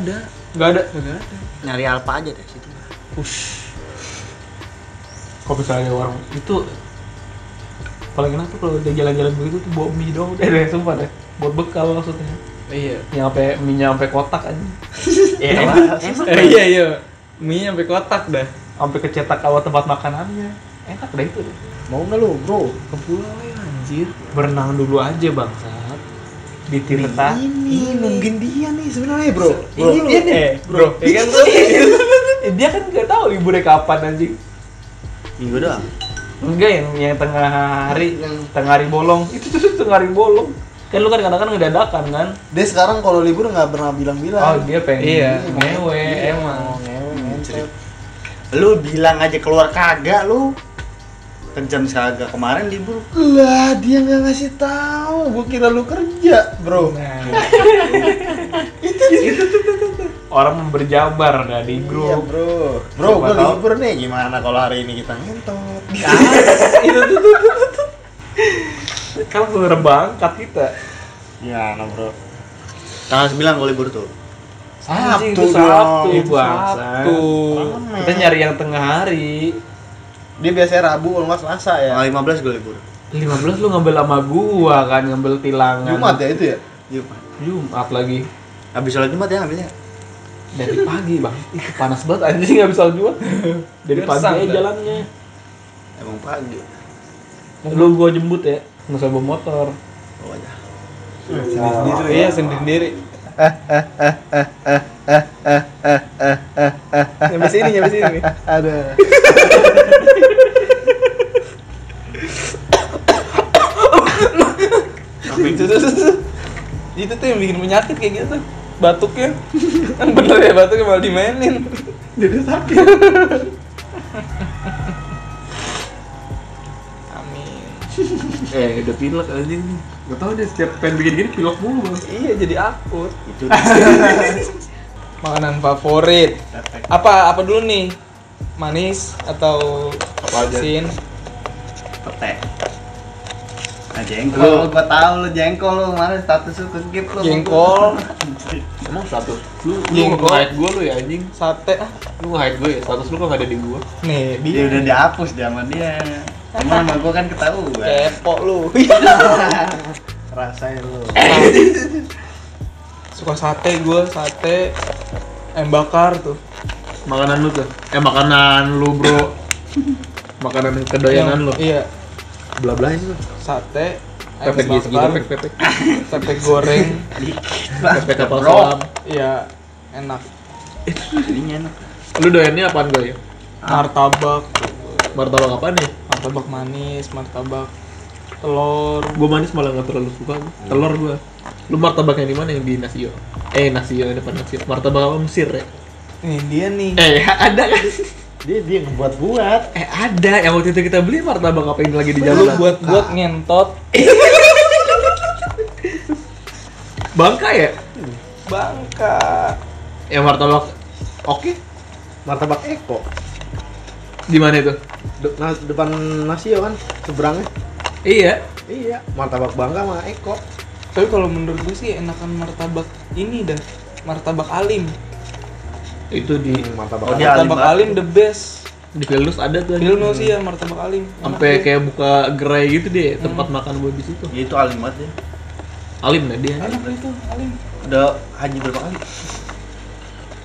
S2: ada
S1: ada.
S2: nggak ada
S1: Kagak ada.
S4: Nyari Alfa aja deh situ.
S1: Push.
S2: kalau misalnya ada warung itu paling enak tuh kalau udah jalan-jalan begitu tuh bawa mie doang udah Eh, deh sumpah deh buat bekal maksudnya
S1: Iya.
S2: yang sampai mie nyampe kotak <laughs> aja ya
S1: Eh, iya iya. Mie sampai kotak dah.
S2: sampai ke cetak awal tempat makanannya enak deh itu deh.
S3: Mau nggak lu, Bro?
S1: Ke pulau ya anjir.
S2: berenang dulu aja bang saat di tir rendah
S3: Ini nungguin dia nih sebenarnya, Bro.
S2: ini dia nih bro ya kan <laughs> bro? Eh, dia kan nggak tahu liburnya kapan anjing
S4: Minggu doang.
S2: enggak yang yang tengah hari
S3: Yang-
S2: tengah hari bolong itu tuh <laughs> tengah hari bolong kan lu kan kadang-kadang ngedadakan kan
S3: Dia sekarang kalau libur nggak pernah bilang-bilang.
S2: oh dia pengen
S1: Iya.
S2: ngewe
S3: Iya,
S2: emang
S3: mau ngewe, ngentot.
S4: Lu bilang aja keluar kagak lu. Kejam kagak kemarin libur.
S3: Lah, dia nggak ngasih tahu. Gua kira lu kerja, Bro.
S2: orang berjabar dah di
S3: Iya,
S2: grup
S3: Bro. Bro,
S2: Siapa
S3: gua
S2: tahu?
S3: libur nih. Gimana kalau hari ini kita ngentot?
S2: kan sebenarnya bangkat kita
S3: Iya,
S4: Ya, nah, Bro. Tanggal 9 gua libur tuh.
S2: Anjing, itu
S3: Sabtu
S2: sabtu
S3: dong, itu
S2: bangsa.
S3: Lama.
S2: kita nyari yang tengah hari
S3: Dia biasanya Rabu kalau nggak Selasa ya.
S4: Tanggal 15 gua libur.
S2: 15 lu ngambil sama gua kan ngambil tilangan
S3: Jumat ya itu ya?
S4: Jumat.
S2: Jumat lagi
S4: Iya, Habis sholat Jumat ya ambilnya.
S2: dari pagi bang Ih, panas banget anjing nggak bisa Jumat dari pagi
S1: Gersang,
S2: aja
S1: dah.
S2: jalannya
S4: Emang pagi.
S2: lu gua jemput ya nggak usah bawa motor
S4: Bawa aja.
S1: Sendiri. Iya sendiri.
S2: nyampe sini nyampe sini
S3: Ada.
S1: itu tuh, tuh, tuh. itu tuh yang bikin penyakit kayak gitu batuknya <laughs> kan bener ya batuknya malah dimainin
S2: jadi sakit
S1: amin
S2: eh udah pilek anjing gak tau deh setiap pengen bikin gini pilek mulu Bang.
S1: iya jadi akut <laughs>
S4: Itu
S1: makanan favorit
S4: Tetek.
S1: apa apa dulu nih manis atau asin
S4: Petek. Nah, jengkol. gua tahu lu jengkol lu kemarin status lu kegip lu.
S1: jengkol
S2: Emang status lu
S1: Iya,
S2: lu
S1: gua.
S2: nge-hide gua lu ya anjing.
S1: sate ah.
S2: Lu nge-hide gua ya, status lu kok gak ada di gua.
S1: nih
S4: Dia
S1: dia
S4: udah dihapus dia sama dia. Cuma sama gua kan ketahuan.
S1: kepo lu
S3: Rasain lu.
S1: suka sate gue sate ayam bakar tuh
S2: Makanan lu tuh. Eh makanan lu, Bro. makanan kedoyanan
S1: Yang-
S2: lu.
S1: iya
S2: Belah-belahin lu.
S1: sate ayam
S2: Pepek gigi
S1: bakar
S2: pepek pepek.
S1: sate goreng
S2: Pepek kapal selam.
S1: iya enak
S4: Ini enak.
S2: Lu doyannya apaan gua ya?
S1: martabak
S2: Martabak apaan nih?
S1: martabak manis martabak telur
S2: Gue manis malah nggak terlalu suka. gua. Telur gue. Lu martabak yang di mana yang di Nasio? Eh Nasio depan Nasio. Martabak apa Mesir ya?
S1: ini dia nih
S2: Eh <laughs> ada kan?
S3: Dia dia yang buat buat.
S2: Eh ada yang waktu itu kita beli martabak apa yang lagi di
S1: lu
S2: jalan?
S1: buat buat ngentot
S2: Bangka ya?
S1: bangka
S2: Yang martabak oke?
S3: Martabak Eko.
S2: Di mana itu?
S3: De- na- depan Nasio kan seberangnya.
S2: Iya.
S3: Iya, martabak Bangka sama Eko.
S1: tapi kalau menurut gue sih enakan martabak ini dah martabak alim
S2: Itu di
S3: Hmm, Martabak.
S4: Oh,
S3: Eko.
S4: dia alim
S1: martabak
S4: banget.
S1: alim the best
S2: di Vilnius ada tuh.
S1: film lu sih ya martabak alim Enak
S2: Sampai
S1: tuh.
S2: kayak buka gerai gitu deh tempat makan buat di situ.
S4: Ya itu alim banget ya.
S2: Alim lah dia.
S1: enak tuh itu alim
S4: Udah haji berapa kali?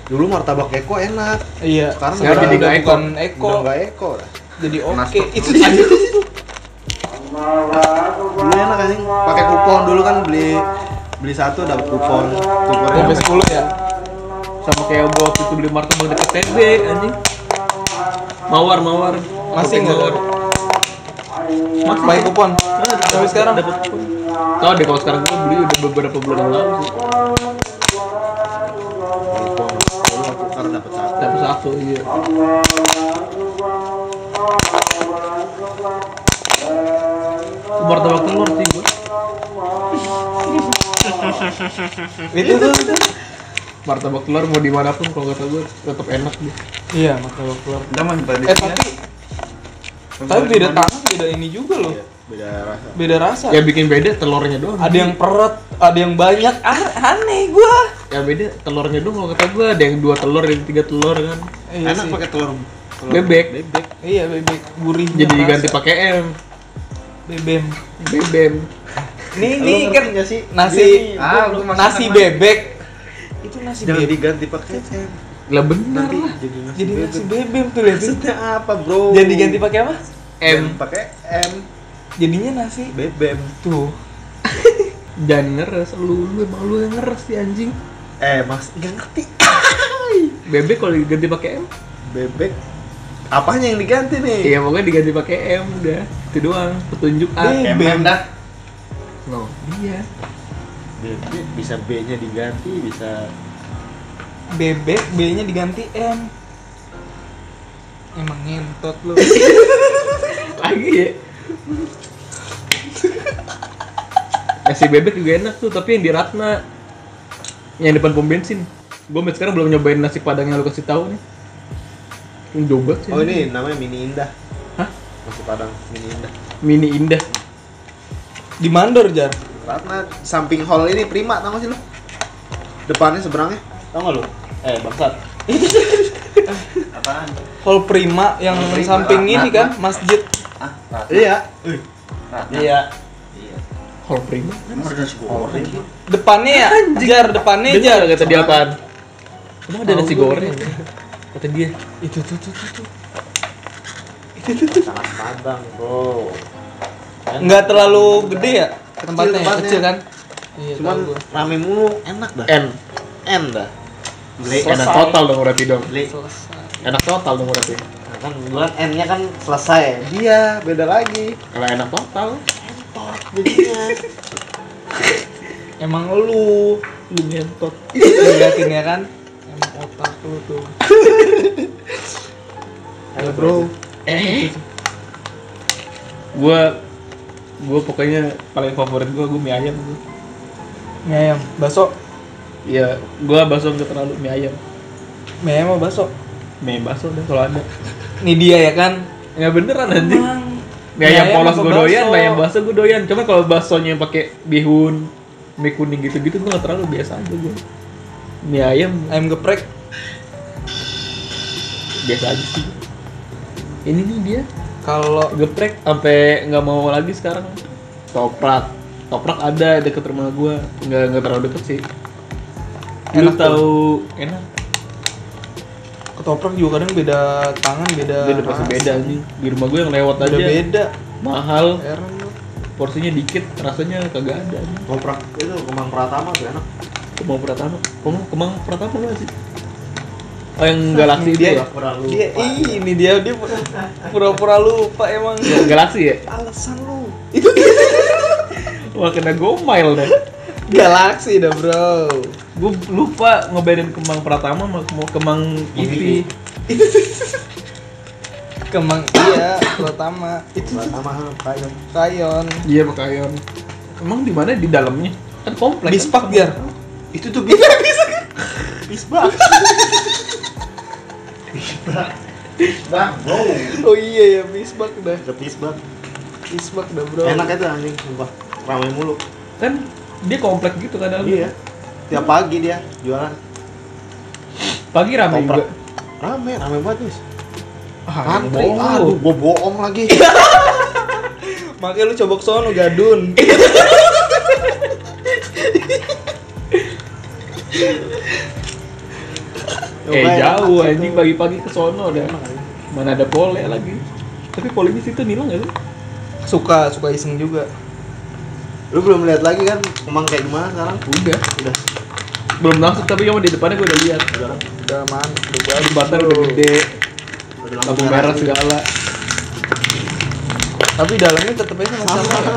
S3: Dulu martabak Eko enak.
S1: iya
S3: Sekarang
S1: sekarang
S3: udah-
S1: jadi
S2: udah
S1: bukan Eko
S3: Udah nggak Eko lah.
S1: jadi
S4: Nas-
S1: oke itu aja itu
S4: Dulu enak anjing, pakai kupon dulu kan beli beli satu dapat kupon. Kuponnya
S1: sampai sepuluh ya
S2: Sama kayak gua waktu itu beli martabak deket TB anjing. Mawar mawar.
S1: masih nggak
S2: mawar.
S1: Mas pakai kupon sampai sekarang
S2: Tahu deh kalau sekarang gua beli udah beberapa bulan yang lalu sih.
S4: Dulu aku tukar dapat satu.
S2: Dapat satu iya. Martabak telur sih gua.
S1: itu tuh itu.
S2: Martabak telur mau dimanapun kalau kata gua tetap enak deh.
S1: iya martabak telur
S4: Udah ya. mah pada
S1: eh tapi tapi beda tangan beda ini juga loh
S4: beda rasa.
S1: beda rasa
S2: Yang Ya, bikin beda telurnya doang.
S1: ada yang peret ada yang banyak ah, aneh gua
S2: Yang Ya, beda telurnya doang kalau kata gua ada yang dua telur, ada yang tiga telur kan.
S1: iya
S4: Enak
S1: sih.
S4: pakai telur telur
S2: Bebek.
S4: Bebek.
S1: iya bebek gurih
S2: Jadi diganti pakai M.
S1: bebem
S2: Bebem.
S1: nih nih kan
S3: nggak sih?
S1: nasi
S4: Ah, lu masak
S1: nasi
S4: sama-
S1: bebek itu nasi
S4: Jangan
S1: bebek
S4: diganti pakai em.
S2: Lah bener lah.
S3: Jadi nasi
S1: jadi nasi bebek tuh lihat
S3: Maksudnya apa, Bro?
S1: jadi ganti pakai apa
S2: M.
S4: Pakai em
S1: jadinya nasi
S4: bebek.
S1: tuh
S2: Jangan ngeres lu, lu emang lu yang ngeres sih anjing.
S3: Eh, Mas, nggak ngerti.
S2: <coughs> Bebek kalau diganti pakai M.
S3: Bebek apanya yang diganti nih?
S2: Iya pokoknya diganti pakai M udah. Itu doang petunjuk A.
S1: Bebek.
S4: Em dah.
S2: Loh, iya.
S3: Bebek bisa B-nya diganti, bisa
S1: bebek B nya diganti M emang ngentot lu
S2: Lagi ya. Nasi Eh, bebek juga enak tuh, tapi yang di Ratna yang depan pom bensin. Gue sekarang belum nyobain nasi padang yang lu kasih tahu nih. Ini Jobat sih.
S3: Oh ini namanya mini indah.
S2: Hah?
S3: Nasi padang mini indah.
S2: Mini Indah.
S1: <laughs> di mandor jar
S3: Ratna samping hall ini prima tau gak sih lu? Depannya seberangnya.
S14: Tau gak lu? Eh bangsat.
S4: Apaan?
S1: Hall Prima yang
S4: Hall Prima.
S1: samping ini
S4: Nah,
S1: kan masjid
S4: Ah, Ratna.
S3: Iya.
S4: Ratna.
S14: Iya.
S2: Hall Prima.
S4: Emang ada nasi
S3: Oh,
S4: goreng.
S3: iya.
S1: depannya ya jar depannya jar Oh, iya.
S2: Dengar kata dia apaan? Emang ada nasi goreng? Kata dia,
S1: itu tuh tuh tuh, tuh
S3: Tanah padang, Bro.
S1: nggak terlalu gede ya tempatnya ya?
S3: tempatnya.
S1: kecil kan iya
S3: Cuman
S1: tahu gua.
S3: rame mulu, enak dah.
S2: N.
S3: N dah.
S4: Beli
S2: Nah. Enak total dong berarti dong.
S1: Selesai.
S2: Enak total dong berarti.
S3: Nah, kan bulan N-nya kan selesai. Dia beda lagi.
S2: Kalau enak total,
S3: Jadinya.
S1: emang lu
S2: lu ngentot.
S1: liatin ya kan emang otak lu tuh
S3: Ayo, Bro.
S2: Eh. Gua gua pokoknya paling favorit gua gua mie ayam gua.
S1: mie ayam baso
S2: Iya, gua bakso enggak terlalu mie ayam.
S1: mie ayam sama baso
S2: Mie bakso deh kalau ada.
S1: ini dia ya kan
S2: Enggak beneran anjing.
S1: emang
S2: Mie ayam polos
S1: apa
S2: gua
S1: bakso?
S2: doyan, mie ayam bakso gua doyan. Cuma kalau baksonya yang pakai bihun, mie kuning gitu-gitu gua nggak terlalu biasa aja gua. Mie ayam
S1: ayam geprek
S2: biasa aja sih. Ini nih dia
S1: kalau
S2: geprek sampai nggak mau lagi sekarang. Toprak, toprak ada deket rumah gua, nggak nggak terlalu deket sih. Lu
S1: Enak tuh.
S2: tahu enak,
S1: ketoprak juga kadang beda tangan beda
S2: beda pasti beda nih. Di rumah gua yang lewat
S1: beda
S2: aja
S1: beda
S2: mahal,
S1: heran lu
S2: porsinya dikit, rasanya kagak ada. anjing.
S3: Koprak itu Kemang Pratama tuh enak.
S2: Kemang Pratama, Kemang Kemang Pratama lu sih? Oh yang galaksi itu ya?
S1: Nah, Dia ih, ini dia dia pura- pura-pura lupa emang.
S2: Yang galaksi ya?
S1: Alasan lu. Itu dia.
S2: Wah kena gomail deh.
S1: Galaksi dah, Bro.
S2: Gue lupa ngebedain kembang Pratama sama E kem- kembang
S1: E
S2: Ipi.
S1: Kemang iya, pertama itu
S3: Pertama apa yang
S1: Rayon.
S2: Iya pekayon. Emang di mana di dalamnya? Kan kompleks.
S1: Bispak biar.
S4: Itu tuh bisa bisa. Bisbak.
S3: Bang, wow.
S1: Oh iya ya, bispak dah.
S3: Lepis bang.
S1: Bispak dah, Bro.
S3: Enak itu anjing, sumpah. Ramai mulu.
S2: Kan dia komplek gitu kan dalamnya.
S3: Iya. Tiap pagi dia jualan.
S2: Pagi ramai juga.
S3: Toprak. Rame, rame banget nih.
S2: Ah,
S3: Antri,
S2: bohong lu.
S3: aduh, gua bohong lagi.
S1: Makanya lu coba ke sono gadun.
S2: Eh
S3: Coba ya,
S2: jauh
S3: situ.
S2: anjing pagi-pagi ke sono dah. Mana ada pole lagi. Tapi polenya situ nilang gak sih?
S1: Suka suka iseng juga.
S3: Lu belum lihat lagi kan emang kayak gimana sekarang?
S2: Udah.
S3: Udah.
S2: Belum langsung tapi yang di depannya gue udah lihat.
S3: Udah,
S1: Udah man, udah gua
S2: Jembatan udah gede,
S3: udah
S2: lampu merah
S3: juga.
S2: segala.
S1: Tapi dalamnya tetep aja sama sama.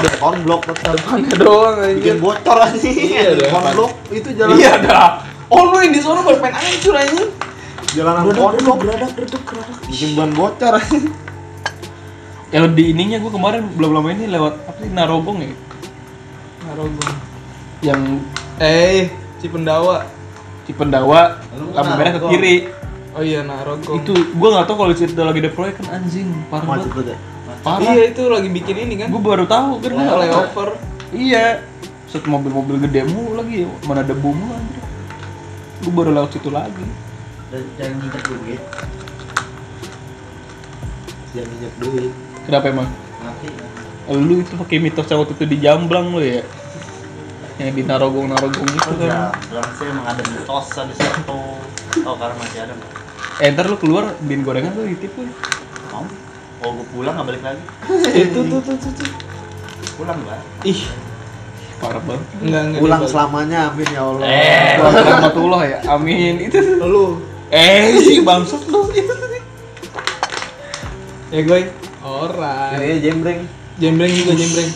S3: Udah konblok tetap.
S1: Mana doang
S3: Bikin
S1: anjir.
S3: bocor anjing.
S1: Iya, dah.
S3: Konblok itu jalan
S2: Iya dah.
S1: Oh lu yang di sono baru main hancur anjing.
S3: jalanan konblok. Bikin ban bocor anjing.
S2: Yang di ininya gue kemarin belum lama ini lewat apa sih Narobong ya?
S1: Narogong.
S2: Yang
S1: Eh, Cipendawa.
S2: Cipendawa
S3: Lu
S2: lampu
S3: kenal,
S2: merah ke
S3: Gong?
S2: kiri.
S1: Oh iya, Narogong.
S2: Itu gue nggak tahu kalau di situ lagi ada proyek kan anjing parah banget.
S3: Macet tuh deh.
S2: Parah.
S1: Iya, itu lagi bikin ini kan.
S2: Gue baru tahu kan gua nggak lewat.
S1: Layover.
S2: Iya. Set mobil-mobil gede mulu lagi mana ada bumbu anjir. Gue baru lewat situ lagi.
S3: Dan jangan nginjek duit. ya. Jangan nginjek duit.
S2: Kenapa emang?
S3: Mati.
S2: Lu itu pakai mitos yang waktu itu di Jamblang lu ya? Yang di Narogong-Narogong
S1: Oh,
S2: itu
S1: iya.
S4: Ya,
S2: kan.
S4: Bangsa emang ada mitos ada satu. Oh, karena masih ada nggak?
S2: Eh ntar lu keluar beliin gorengan lu ditipu.
S4: Mau? Kalau gue pulang nggak balik lagi.
S1: itu tuh tuh tuh. tuh.
S4: Pulang lah.
S1: Ih,
S2: Parah banget.
S1: enggak enggak.
S3: Pulang
S1: dibalik.
S3: selamanya, amin ya Allah.
S2: Eh, rahmatullah ya. Amin. Itu
S1: Lu.
S2: eh si bangsat lu itu.
S1: Ya, gue. Alright.
S3: Ini Eh, jembreng.
S1: Jembreng juga jembreng.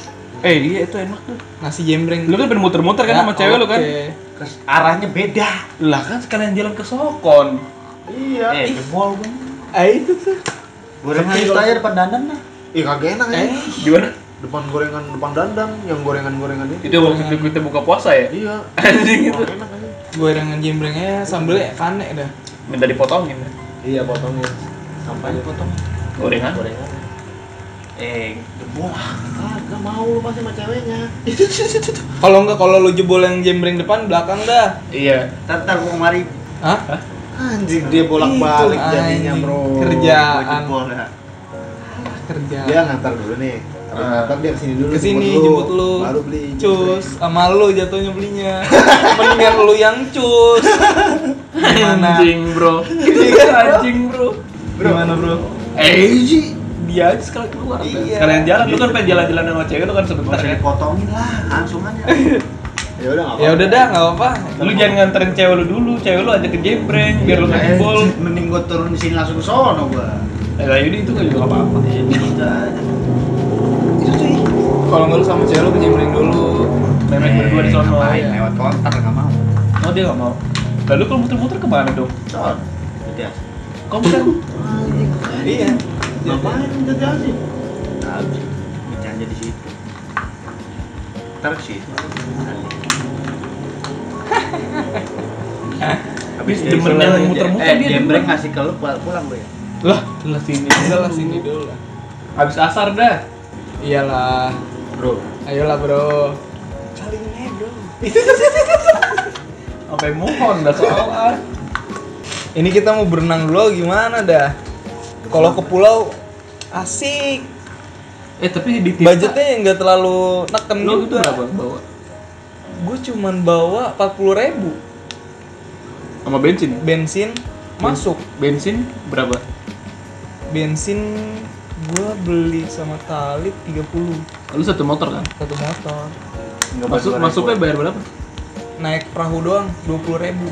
S2: Eh, iya itu enak tuh.
S1: Nasi jembreng.
S2: Lu kan pengen muter-muter kan
S1: Ya,
S2: sama cewek lu kan?
S1: oke.
S4: Terus arahnya beda.
S2: Lah kan sekalian jalan ke Sokon.
S4: Eh, jebol gue.
S1: Ah, itu tuh.
S4: Gorengan
S3: Tapi
S4: itu
S3: kalau-
S4: aja depan dandan lah.
S3: Ih kagak enak
S1: Eh,
S3: ya.
S2: Di mana?
S3: Depan gorengan, depan dandang, yang gorengan-gorengan itu.
S2: Itu waktu itu kita buka puasa ya.
S1: <laughs>
S3: Iya.
S2: Anjing itu.
S3: Kurang enak aja.
S1: gorengan jembrengnya eh, sambelnya panek dah.
S2: Minta dipotongin. ya.
S3: Iya potongnya. Sampai potong
S2: Gorengan.
S3: gorengan.
S4: Eh, jebol.
S3: Kagak mau lu pasti sama ceweknya.
S1: Kalau enggak kalau lu jebol yang jembreng depan belakang dah.
S2: Iya.
S4: Ntar ntar gue kemari.
S1: Hah?
S3: Anjing dia bolak-balik
S1: Itu,
S3: jadinya,
S1: anjing.
S3: Bro.
S4: Gua
S1: Kerjaan.
S4: jebol ya.
S1: Kerja.
S3: Dia ngantar dulu nih. Tapi ngantar dia kesini dulu.
S1: Kesini jemput lu.
S3: Baru beli.
S1: Cus, sama lu jatuhnya belinya. Mendingan lu yang cus. Gimana? Iya,
S2: Anjing, Bro. <laughs> Anjing, Bro.
S1: Gimana, Bro?
S2: Eh, Ji. dia aja sekalian keluar. kan?
S1: Iya.
S2: Sekalian jalan, lu kan pengen jalan-jalan sama cewek lu kan
S4: Gak
S2: sebentar
S4: usah
S2: ya.
S4: dipotongin lah, langsung
S11: <laughs>
S4: aja.
S3: Ya udah enggak
S1: Ya udah dah, enggak apa-apa.
S2: Lu jangan nganterin cewek lu dulu, cewek lu ajak ke jembreng biar lu
S1: Iya,
S4: Eh,
S2: ngejebol.
S4: Mending gue turun di sini langsung ke sono gue.
S2: Eh, lah Yudi itu nggak juga apa-apa.
S1: Kalau enggak lu sama cewek lu ke jembreng dulu. Eh,
S2: Memek berdua di sono.
S4: Ngapain
S2: ya.
S4: lewat kontak nggak mau.
S2: Oh, dia nggak mau. Lalu kalau muter-muter kemana dong? kan?
S4: Sono. Udah.
S2: Kok bukan?
S1: Iya.
S4: Ngapain udah jadi? Habis. Bercanda di situ. Ntar ke
S2: <laughs>
S4: situ. Habis
S2: Dia demen yang muter-muter
S4: eh,
S2: dia demen.
S4: jembreng ngasih ke lu pul- pulang lu ya.
S2: Lah, lah sini.
S1: Udah lah sini dulu lah.
S2: Habis asar dah.
S1: Iyalah.
S4: Bro,
S1: Ayolah, Bro.
S2: Sampai mohon dah soal.
S1: <laughs> Ini kita mau berenang dulu gimana dah? Kalau ke pulau asik.
S2: Eh, tapi di tim
S1: Budgetnya nggak terlalu nekem
S2: lu itu
S1: juga.
S2: berapa bawa?
S1: Gue cuman bawa 40.000 ribu
S2: Sama bensin.
S1: bensin masuk.
S2: Bensin berapa?
S1: Bensin gue beli sama Talib 30
S2: Lu satu motor kan?
S1: satu motor.
S4: nggak
S2: Masuk
S4: bakal
S2: masuknya bayar berapa?
S1: Naik perahu doang 20.000 ribu.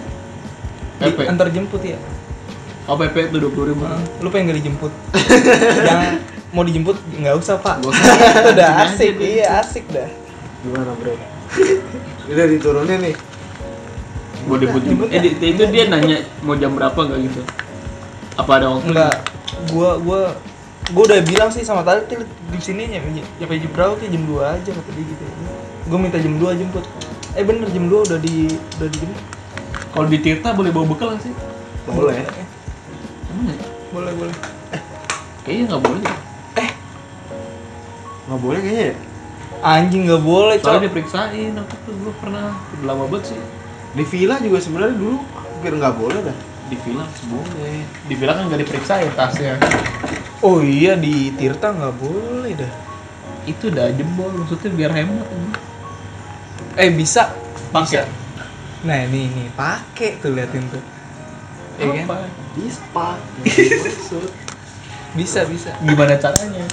S1: Di-
S2: PP.
S1: antar jemput ya
S2: Oh PP itu 20 ribu.
S1: Heeh. lu pengen gak dijemput jangan mau dijemput nggak usah pak itu <laughs> udah asik iya asik dah
S11: Gimana bro? <laughs> Udah diturunin nih.
S2: Gue debut jemput. Eh di- itu dia nanya mau jam berapa nggak gitu? Apa ada waktu?
S1: enggak gua gua gua udah bilang sih sama tadi "Til, di sini nyampe nyampe jam berapa kayak jam 2 aja kata dia gitu gua minta jam 2 jemput eh bener jam 2 udah di udah dijemput
S2: Kalau di Tirta boleh bawa bekal nggak sih?
S11: Boleh.
S2: Emang ya?
S1: boleh boleh
S2: Kayaknya nggak boleh.
S1: Eh,
S11: Nggak boleh kayaknya ya?
S1: anjing nggak boleh Eh, cok
S2: Soalnya diperiksain aku tuh gue pernah udah lama banget sih
S11: Di villa juga sebenarnya dulu hampir nggak boleh dah.
S2: di villa harus boleh. Di villa kan nggak diperiksain tasnya.
S1: oh iya di Tirta nggak boleh dah
S2: Itu udah jebol maksudnya biar hemat.
S1: eh bisa
S2: Pakai.
S1: nah ini ini pakai tuh liatin tuh
S2: Iya kan?
S11: Dispa.
S1: bisa bisa
S2: Gimana caranya?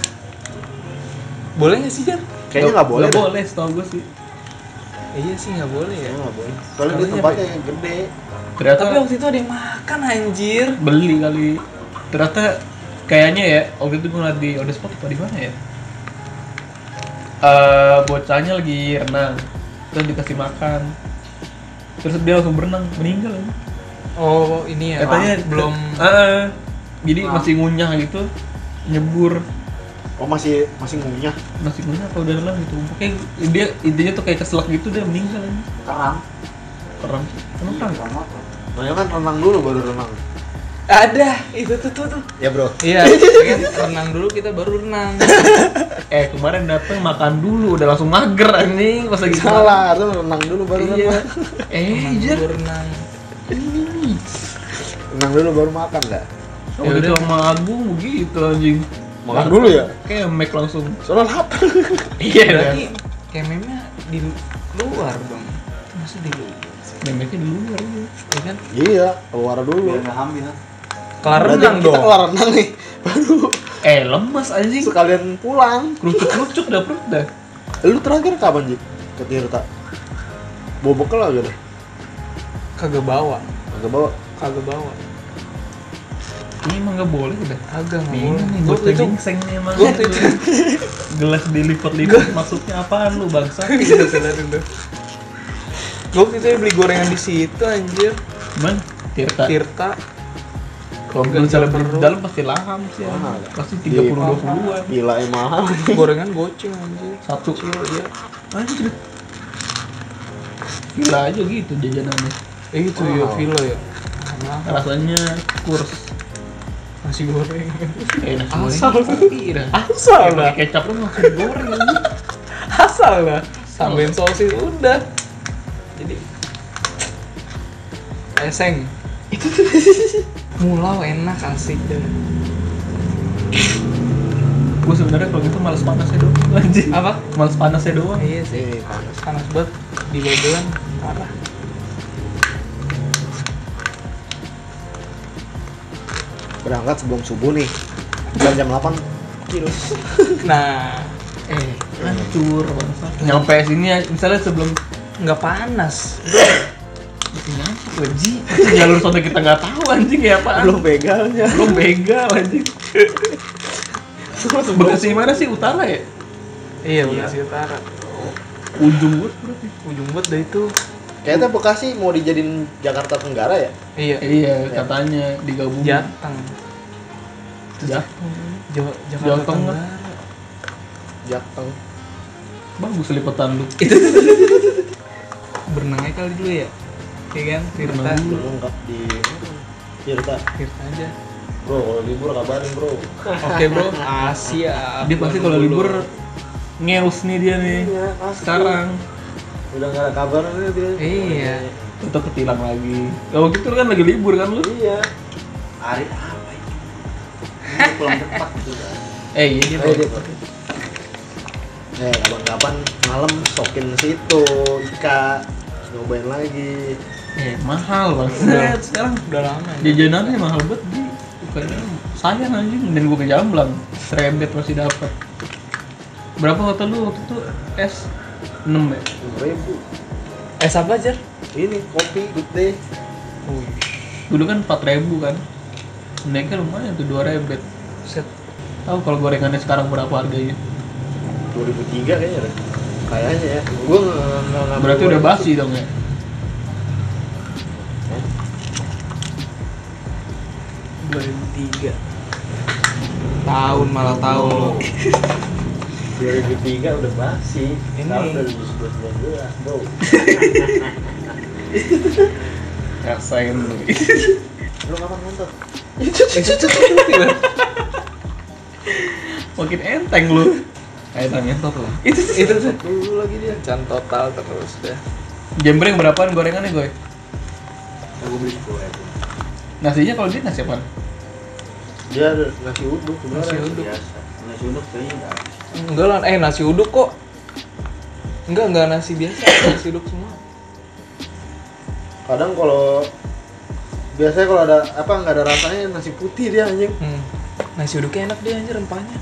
S1: boleh nggak sih Jar?
S11: Kayaknya nggak boleh.
S2: Nggak
S11: dah.
S2: boleh setahu gue sih.
S1: iya sih nggak boleh ya
S11: Kayaknya nggak boleh. Soalnya di
S1: Soalnya
S11: tempatnya yang gede.
S2: Ternyata
S1: tapi waktu itu ada yang makan anjir
S2: beli kali. Ternyata kayaknya ya waktu itu gue ngeliat di on the spot apa di mana ya? Eh bocahnya lagi renang terus dikasih makan terus dia langsung berenang meninggal ya.
S1: oh ini ya
S2: katanya
S1: belum
S2: <laughs> Eh, eh. jadi masih ngunyah gitu nyebur
S11: Oh masih masih ngunyah.
S2: masih ngunyah kalau udah dalam gitu pokoknya dia intinya tuh kayak keselak gitu dia meninggal aja
S11: Karang.
S2: keram sih emang keram ya?
S11: Makanya kan renang dulu baru renang.
S1: ada itu tuh tuh tuh
S3: Ya bro,
S2: <laughs>
S1: iya kan renang dulu kita baru renang
S2: eh kemarin dateng makan dulu udah langsung mager anjing pas lagi
S11: <laughs> Salah, harus renang dulu baru
S2: iya
S11: renang.
S2: eh
S1: Renang
S2: jer
S1: dulu renang
S11: Renang dulu baru makan dah.
S2: ya udah sama agung begitu anjing
S11: Makan dulu ya.
S2: kayak mek langsung
S11: Soalnya lapar.
S2: iya
S1: berarti kememnya di luar dong masa di luar
S2: dan meknya di luar ya.
S1: ya kan
S11: Iya, keluar dulu.
S4: biar nggak hamil
S1: kelar
S11: Berarti
S1: renang
S11: kita
S1: dong
S11: keluar renang nih. Baru
S2: eh lemas anjing
S11: sekalian pulang. Eh,
S2: kerucut kerucut dah perut dah
S11: Lu terakhir kapan, Jik? Ke Tirta. Bawa bekal agak dah.
S1: kagak bawa
S11: Agak bawa.
S1: kagak bawa
S2: ini emang gak boleh dah
S1: kagak nggak
S2: Bingung
S1: boleh
S2: nih,
S1: Gua
S2: gue
S1: waktu itu
S2: gingsengnya emang
S1: gua waktu
S2: itu.
S1: itu
S2: Gelas dilipat-lipat maksudnya apaan lu bangsa?
S1: <laughs> gitu selain itu gue waktu itu ya beli gorengan di situ anjir
S2: Cuman Tirta.
S1: Tirta
S2: Kalau gue misalnya beli di dalam pasti laham sih. ya.
S11: Mahal.
S2: Pasti 30 20-an.
S11: Gila yang Eh, mahal.
S1: gorengan goceng anjir
S2: Satu.
S1: kecil iya. dia
S2: Anjir. Gila aja gitu jajanannya.
S1: eh itu ya Vilo ya Mahal.
S2: Rasanya kurs. Eh,
S1: nasi goreng
S2: Enak
S1: Asal.
S2: kopi dah.
S1: <laughs> asal
S2: Iya. Kayak pakai kecap lu langsung goreng anjing.
S1: ya? asal lah tambahin sosis udah jadi eseng <laughs> mulau enak asik deh
S2: Gue sebenarnya kalau gitu males panasnya doang anjing.
S1: apa
S2: Males panasnya doang.
S1: iya sih panas panas banget di bagelan parah
S11: Berangkat sebelum subuh nih. Jam jam 8.
S1: nah
S2: Eh, hancur bangsa. Nyampe sini misalnya sebelum
S1: nggak panas
S2: Kenapa Ji? Jalur sono kita nggak tahu anjing ya apaan?
S11: Belum begalnya.
S2: Belum begal anjing. Bekasi mana sih utara ya?
S1: iya Bekasi Utara
S2: Ujung Wood berarti.
S1: ujung buat dah itu
S11: Kayaknya Bekasi mau dijadiin Jakarta Tenggara ya?
S1: iya
S2: Iya katanya digabung.
S1: Jateng
S2: Ya.
S1: Jawa Jakarta
S2: Jawa Tengah.
S1: Tenggara
S11: Jakteng.
S2: Bagus lipetan lu.
S1: berenang aja kali dulu ya iya kan Tirta
S2: Berenang dulu.
S11: Belum nggak di Tirta.
S1: Tirta aja
S11: Bro, kalau libur kabarin, Bro.
S1: Oke bro, Asia.
S2: Dia pasti kalau libur ngeus nih dia nih.
S11: Iya,
S2: Sekarang
S11: Udah nggak ada kabar nih dia.
S1: Iya.
S2: tetap ketilang lagi. Kalau gitu lu kan lagi libur kan lu?
S11: Iya.
S4: Ari apa itu Ini pulang cepat gitu kan
S2: Eh iya dia.
S11: Ayo dia. Eh, kapan-kapan malam sokin situ Ika nyobain lagi.
S2: Eh mahal Iya. banget. Sekarang
S1: Udah lama ya.
S2: jajanannya mahal banget Ji. Bukannya sayang anjing dan gue kejamblang serembet masih dapat berapa hotel lu waktu itu es 6 ya
S11: Ribu.
S1: Eh apa Jer?
S11: Ini kopi good day.
S1: Wih.
S2: dulu kan 4000 kan naiknya lumayan tuh 2000 bet set tahu kalau gorengannya sekarang berapa harganya
S3: 2003 kayaknya deh. Kayaknya ya. Gua nge- nge- nge-
S2: berarti udah basi dong ya
S1: tahun malah tahun lo
S3: 2003 udah basi.
S1: Ini.
S3: Tahun 2011 2012.
S1: <laughs>
S3: Bro.
S2: rasain lu
S3: Lu kapan nonton?
S2: makin enteng lu kayak tangan top Eh, lah
S1: itu tuh dulu lagi dia can total terus deh
S2: jembreng berapaan gorengannya gue
S3: Aku beli 10 ribu.
S2: nasinya kalau dia nasi apaan
S3: Dia ada nasi uduk sebenarnya.
S1: Nasi uduk.
S3: Biasa.
S4: Nasi uduk kayaknya nggak ada.
S1: enggak lah eh nasi uduk kok enggak enggak nasi biasa <coughs> nasi uduk semua
S3: Kadang kalau biasanya kalau ada apa nggak ada rasanya nasi putih dia anjing.
S1: hmm. nasi uduknya enak dia anjir rempahnya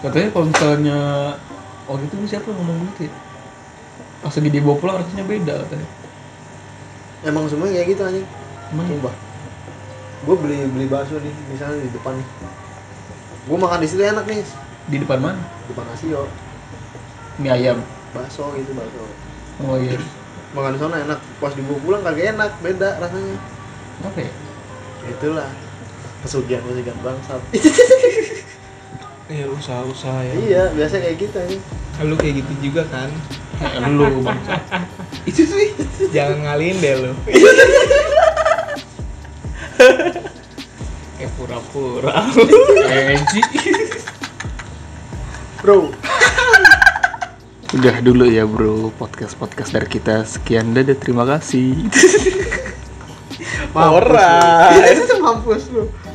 S2: katanya kalau misalnya waktu itu siapa yang ngomong gitu ya pas lagi dibawa pulang rasanya beda katanya
S3: Emang semuanya kayak gitu anjing.
S2: Emang ya?
S3: Sumpah. Gue beli beli bakso nih, misalnya di depan nih. Gue makan di situ enak nih,
S2: di depan mana
S3: depan Asio,
S2: mie ayam
S3: bakso gitu bakso.
S2: oh iya
S3: Makan di sana enak, pas dibawa pulang kagak enak, beda rasanya.
S2: apa ya
S3: Itulah pesugihan pesugihan bangsat. <laughs>
S1: iya usaha usaha ya
S3: iya, biasa kayak gitu anjing.
S1: lu kayak gitu juga kan <laughs>
S2: Eh, lu bangsa
S1: itu sih jangan ngalihin deh <laughs> lu kayak Eh, pura-pura
S2: Eji
S3: Bro,
S2: Udah dulu ya bro podcast-podcast dari kita Sekian dadah terima kasih
S1: Alright.
S3: mampus lu.